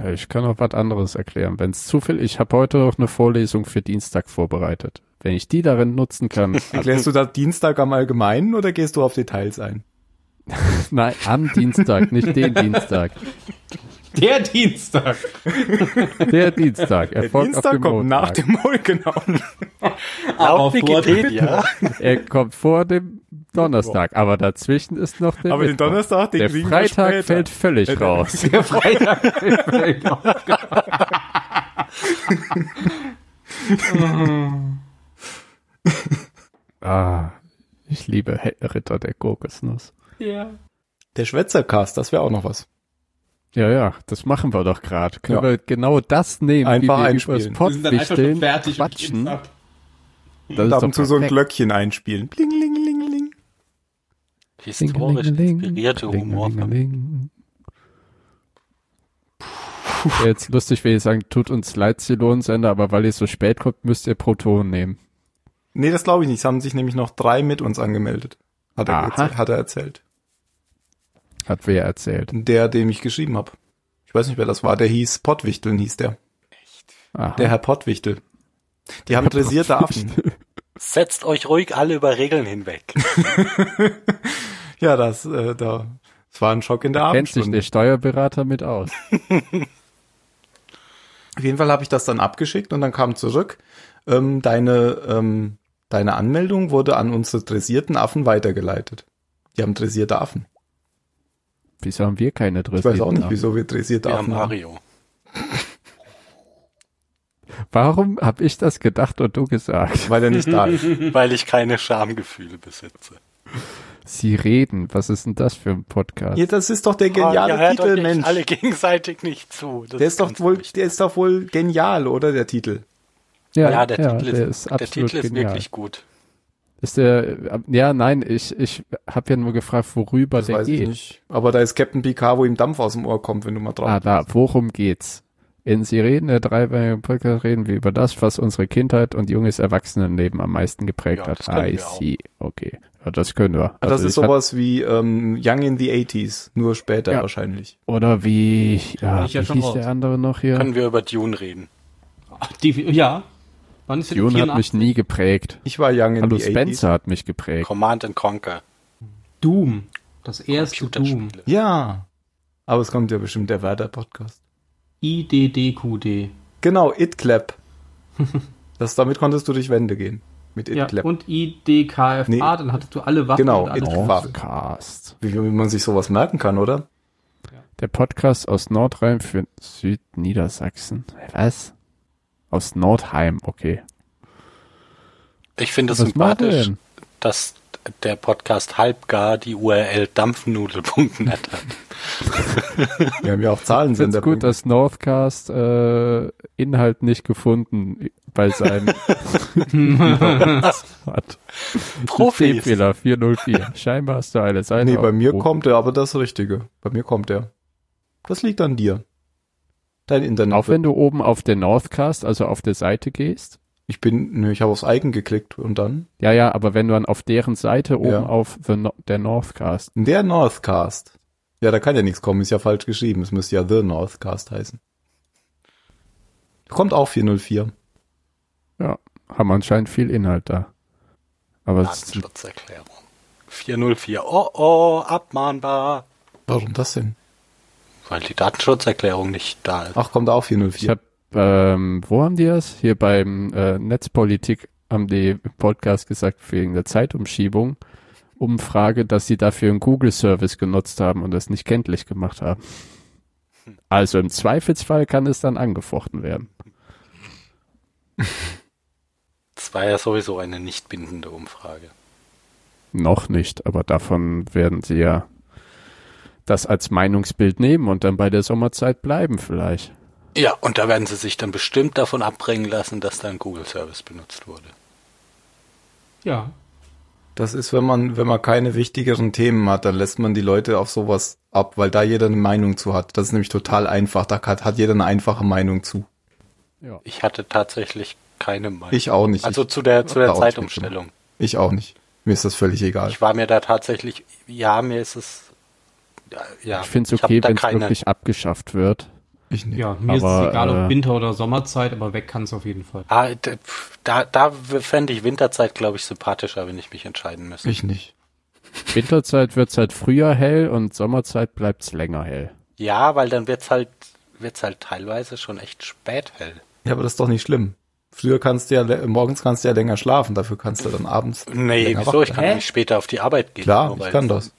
S1: Ja, Ich kann auch was anderes erklären, wenn es zu viel. Ich habe heute noch eine Vorlesung für Dienstag vorbereitet. Wenn ich die darin nutzen kann,
S2: Erklärst du das Dienstag am Allgemeinen oder gehst du auf Details ein?
S1: nein, am Dienstag, nicht den Dienstag,
S6: Der Dienstag.
S1: der Dienstag.
S2: Der
S1: Erfolg auf
S2: Dienstag
S1: dem
S2: kommt nach
S1: Montag.
S2: dem Montag, genau.
S6: Ah,
S4: Laut
S6: vor dem
S4: Wikipedia.
S1: Er kommt vor dem Donnerstag, aber dazwischen ist noch der
S2: Aber den
S1: Mittwoch.
S2: Donnerstag, den
S1: Der
S2: kriegen wir
S1: Freitag
S2: später. Äh,
S1: fällt völlig
S2: Der-
S1: raus.
S6: Der Freitag.
S1: Ah, ich liebe He- Ritter der Kokosnuss.
S6: ja.
S2: Der Schwätzercast, das wäre auch noch was.
S1: Ja, ja, das machen wir doch gerade. Können
S2: Ja.
S1: wir genau das nehmen,
S2: Einfach
S1: wie wir über das
S2: einspielen.
S6: Wir sind dann einfach schon
S1: Pottwichteln
S6: fertig und
S1: quatschen.
S6: gehen's ab.
S1: Das
S2: Und
S1: ist
S2: ab
S1: doch
S2: und zu so ein
S1: perfekt.
S2: Glöckchen einspielen. Bling, ling, ling, ling.
S4: Historisch inspirierte Humor.
S1: Humor. Jetzt lustig, will ich sagen, tut uns leid, Zylonensender, aber weil ihr so spät kommt, müsst ihr Proton nehmen.
S2: Nee, das glaube ich nicht. Es haben sich nämlich noch drei mit uns angemeldet. Hat er,
S1: Aha.
S2: erzählt, hat er erzählt.
S1: Hat wer erzählt.
S2: Der, dem ich geschrieben habe. Ich weiß nicht, wer das war. Der hieß Pottwichteln, hieß der.
S1: Aha.
S2: Der Herr Pottwichtel. Die haben dressierte Affen.
S4: Setzt euch ruhig alle über Regeln hinweg.
S2: Ja, das, äh, da, das war ein Schock in der
S1: Kennt sich
S2: Abendstunde.
S1: der Steuerberater mit aus.
S2: Auf jeden Fall habe ich das dann abgeschickt und dann kam zurück, ähm, deine, ähm, deine Anmeldung wurde an unsere dressierten Affen weitergeleitet. Die haben dressierte Affen.
S1: Wieso haben wir keine
S2: Ich
S1: Dressierten?
S2: weiß auch nicht, wieso wir dressierte
S4: Ja,
S2: Affen haben.
S4: Mario.
S1: Warum habe ich das gedacht und du gesagt?
S2: Weil er nicht da ist.
S4: Weil ich keine Schamgefühle besitze.
S1: Sie reden. Was ist denn das für ein Podcast?
S2: Ja, das ist doch der
S4: Ah,
S2: geniale
S4: ihr hört euch
S2: Titel,
S4: nicht
S2: Mensch.
S4: alle gegenseitig nicht zu. Das
S2: Der ist doch
S4: ganz
S2: wohl,
S4: wichtig.
S2: der ist doch wohl genial, oder der Titel?
S1: Ja,
S4: Ja, der, Titel
S1: der
S4: ist,
S1: ist
S4: der
S1: absolut
S4: Titel ist
S1: genial.
S4: wirklich gut.
S1: Ist der, äh, ja, nein, ich, ich habe ja nur gefragt, worüber
S2: Das
S1: der
S2: weiß ich
S1: geht.
S2: nicht. Aber da ist Captain Picard, wo ihm Dampf aus dem Ohr kommt, wenn du mal drauf.
S1: Ah, da, worum geht's? In Sie reden, der dreiwöchige Podcast reden wir über das, was unsere Kindheit und junges Erwachsenenleben am meisten geprägt
S4: Ja, das
S1: hat.
S4: können
S1: I
S4: wir auch.
S1: see. Okay. Ja, das können wir.
S2: Ah, das
S1: Also
S2: ist
S1: ich hab-
S2: sowas wie ähm, Young in the 80s, nur später
S1: Ja.
S2: wahrscheinlich.
S1: oder wie,
S6: bin
S1: ja,
S6: ich ja
S1: wie
S6: schon
S1: hieß
S6: raus.
S1: der andere noch hier?
S4: Können wir über Dune reden?
S6: Ach, die, ja. Wann ist denn
S1: Dune hat
S6: 84?
S1: mich nie geprägt.
S2: Ich war Young in
S1: Hallo
S2: the
S1: Spencer hat mich geprägt.
S4: Command and Conquer.
S6: Doom. Das erste Doom.
S4: Computerspiele.
S2: 80s. Ja. Aber es kommt ja bestimmt der Werder-Podcast.
S6: IDDQD.
S2: Genau, It Clap. das, damit konntest du durch Wände gehen. Mit It
S6: Ja,
S2: Clap.
S6: und IDKFA,
S2: Nee.
S6: dann hattest du alle Waffen.
S2: Genau,
S6: und alle
S2: it-
S1: Oh,
S6: Waffen.
S1: Podcast.
S2: Wie, wie man sich sowas merken kann, oder?
S1: Der Podcast aus Nordrhein für Südniedersachsen. Was? Aus Nordheim, okay.
S4: Ich finde es
S1: Was macht er
S4: sympathisch,
S1: denn?
S4: dass der Podcast halbgar die URL dampfnudel.net hat.
S2: Wir haben ja auch
S1: Ich finde
S2: Zahlensender.
S1: es gut, dass Northcast äh, Inhalt nicht gefunden bei seinem hat.
S4: Profis.
S1: Fehler 404. Scheinbar hast du eine Seite.
S2: nee, bei mir
S1: aufgerufen.
S2: kommt er, aber das Richtige. Bei mir kommt er. Das liegt an dir. Dein Internet.
S1: Auch wenn du oben auf den Northcast, also auf der Seite gehst.
S2: ich bin, nö, ich habe aufs Eigen geklickt und dann.
S1: Ja, ja, aber wenn du dann auf deren Seite oben auf the, No- der Northcast.
S2: Der Northcast. Ja, da kann ja nichts kommen, ist ja falsch geschrieben. Es müsste ja The Northcast heißen. Kommt auch 404.
S1: Ja, haben anscheinend viel Inhalt da. Aber es ist
S4: Datenschutzerklärung. 404. Oh, oh, abmahnbar.
S2: Warum das denn?
S4: Weil die Datenschutzerklärung nicht da ist.
S2: Ach, kommt auch 404.
S1: Ich habe, ähm, wo haben die das? Hier beim äh, Netzpolitik haben die im Podcast gesagt, wegen der Zeitumschiebung, Umfrage, dass sie dafür einen Google-Service genutzt haben und das nicht kenntlich gemacht haben. Also im Zweifelsfall kann es dann angefochten werden.
S4: Das war ja sowieso eine nicht bindende Umfrage.
S1: Noch nicht, aber davon werden sie ja das als Meinungsbild nehmen und dann bei der Sommerzeit bleiben vielleicht.
S4: Ja, und da werden sie sich dann bestimmt davon abbringen lassen, dass da ein Google-Service benutzt wurde.
S6: Ja.
S2: Das ist, wenn man, wenn man keine wichtigeren Themen hat, dann lässt man die Leute auf sowas ab, weil da jeder eine Meinung zu hat. Das ist nämlich total einfach. Da hat, hat jeder eine einfache Meinung zu.
S4: Ich hatte tatsächlich keine Meinung.
S2: Ich auch nicht.
S4: also zu der, zu
S2: da
S4: der
S2: auch nicht
S4: Zeitumstellung.
S2: ich, ich auch nicht. Mir ist das völlig egal.
S4: Ich war mir da tatsächlich, ja, mir ist es, ja, ja.
S1: ich finde es
S4: hab
S1: okay,
S4: da
S1: wenn es
S4: keine-
S1: wirklich abgeschafft wird.
S2: Ich nicht.
S6: Ja, mir ist
S1: Aber,
S6: es egal,
S1: äh,
S6: ob Winter- oder Sommerzeit, aber weg kann es auf jeden Fall.
S4: Ah, d- pf, da da fände ich Winterzeit, glaube ich, sympathischer, wenn ich mich entscheiden müsste.
S2: Ich nicht.
S1: Winterzeit wird's halt früher hell und Sommerzeit bleibt's länger hell.
S4: Ja, weil dann wird's halt wird's halt teilweise schon echt spät hell.
S2: Ja, aber das ist doch nicht schlimm. Früher kannst du ja, le- morgens kannst du ja länger schlafen, dafür kannst du dann abends.
S4: Nee,
S2: länger
S4: wieso?
S2: wach
S4: Ich kann
S2: bleiben.
S4: nicht später auf die Arbeit gehen.
S2: Klar,
S4: nur
S2: ich
S4: weil-
S2: kann das.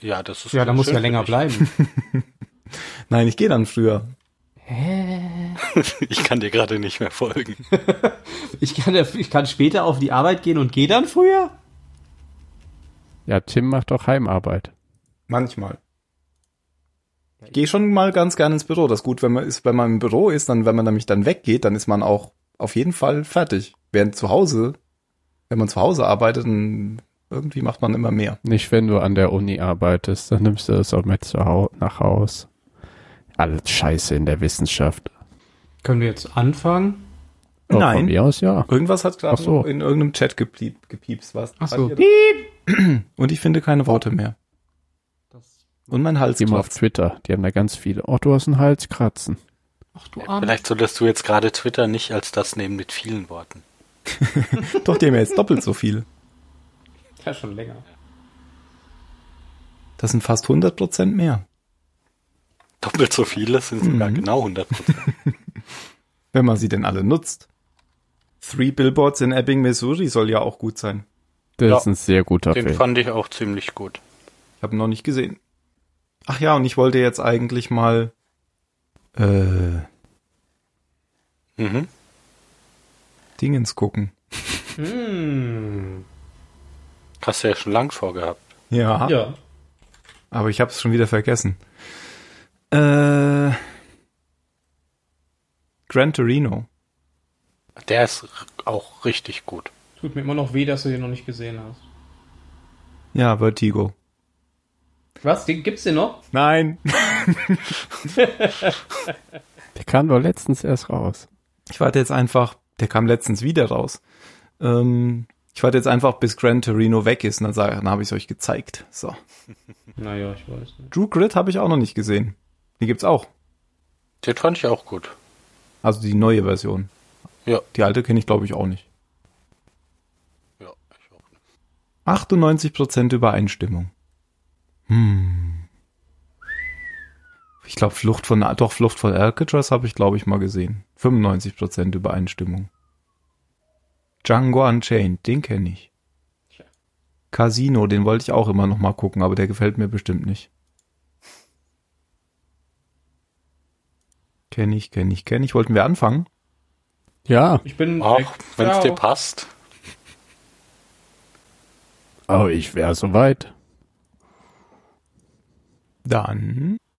S4: Ja, das ist
S6: Ja, da
S4: schön
S6: muss ja
S4: für
S6: länger
S4: mich.
S6: bleiben.
S2: Nein, ich gehe dann früher.
S4: Ich kann dir gerade nicht mehr folgen.
S6: Ich kann, ja- ich kann später auf die Arbeit gehen und gehe dann früher?
S1: Ja, Tim macht auch Heimarbeit.
S2: Manchmal. Ich gehe schon mal ganz gerne ins Büro. Das ist gut, wenn man ist, wenn man im Büro ist, dann, wenn man nämlich dann weggeht, dann ist man auch auf jeden Fall fertig. Während zu Hause, wenn man zu Hause arbeitet, dann irgendwie macht man immer mehr.
S1: Nicht, wenn du an der Uni arbeitest, dann nimmst du das auch mit zu Hau nach Haus. Alles Scheiße in der Wissenschaft.
S6: Können wir jetzt anfangen?
S1: Auch Von
S2: Nein.
S1: mir aus, ja.
S2: Irgendwas hat gerade
S1: Ach so.
S2: in irgendeinem Chat gepiep, gepiepst, was?
S6: Ach so.
S2: Hat ihr- Und ich finde keine Worte mehr. Und mein Hals
S1: Geh mal auf
S2: klopft.
S1: Twitter, die haben da ganz viele. Oh, du hast einen Halskratzen.
S6: Ach du
S4: Vielleicht solltest du jetzt gerade Twitter nicht als das nehmen mit vielen Worten.
S2: Doch, die haben ja jetzt doppelt so viel.
S6: Ja, schon länger.
S2: Das sind fast 100 Prozent mehr.
S4: Doppelt so viele sind sogar genau 100 Prozent.
S2: Wenn man sie denn alle nutzt. Three Billboards in Ebbing, Missouri soll ja auch gut sein.
S1: Das
S4: Ja.
S1: ist ein sehr guter
S4: Den
S1: Film.
S4: fand ich auch ziemlich gut.
S2: Ich habe ihn noch nicht gesehen. Ach ja, und ich wollte jetzt eigentlich mal. Äh,
S4: Mhm.
S2: Dingens gucken.
S6: Hm.
S4: Hast du ja schon lang vorgehabt.
S2: Ja,
S6: Ja.
S2: aber ich habe es schon wieder vergessen. Äh, Gran Torino.
S4: Der ist r- auch richtig gut.
S6: Tut mir immer noch weh, dass du den noch nicht gesehen hast.
S2: Ja, Vertigo.
S6: Was? Den gibt's den noch?
S2: Nein.
S1: Der kam doch letztens erst raus.
S2: Ich warte jetzt einfach. Der kam letztens wieder raus. Ähm, ich warte jetzt einfach, bis Gran Torino weg ist. Und dann, sag- dann habe ich es euch gezeigt. So.
S6: Naja, ich weiß nicht.
S2: Drew Grid habe ich auch noch nicht gesehen. Die gibt's auch.
S4: Den fand ich auch gut.
S2: Also die neue Version.
S4: Ja.
S2: Die alte kenne ich, glaube ich, auch nicht.
S4: Ja, ich auch.
S2: 98% Übereinstimmung. Hm. Ich glaube, Flucht von, doch, Flucht von Alcatraz habe ich, glaube ich, mal gesehen. 95% Übereinstimmung. Django Unchained, den kenne ich.
S6: Tja.
S2: Casino, den wollte ich auch immer noch mal gucken, aber der gefällt mir bestimmt nicht. Kenne ich, kenne ich, kenne ich. Wollten wir anfangen?
S1: Ja.
S6: Ich bin.
S4: Auch wenn es dir
S6: Ciao.
S4: passt.
S1: Oh, ich wäre soweit.
S2: Dann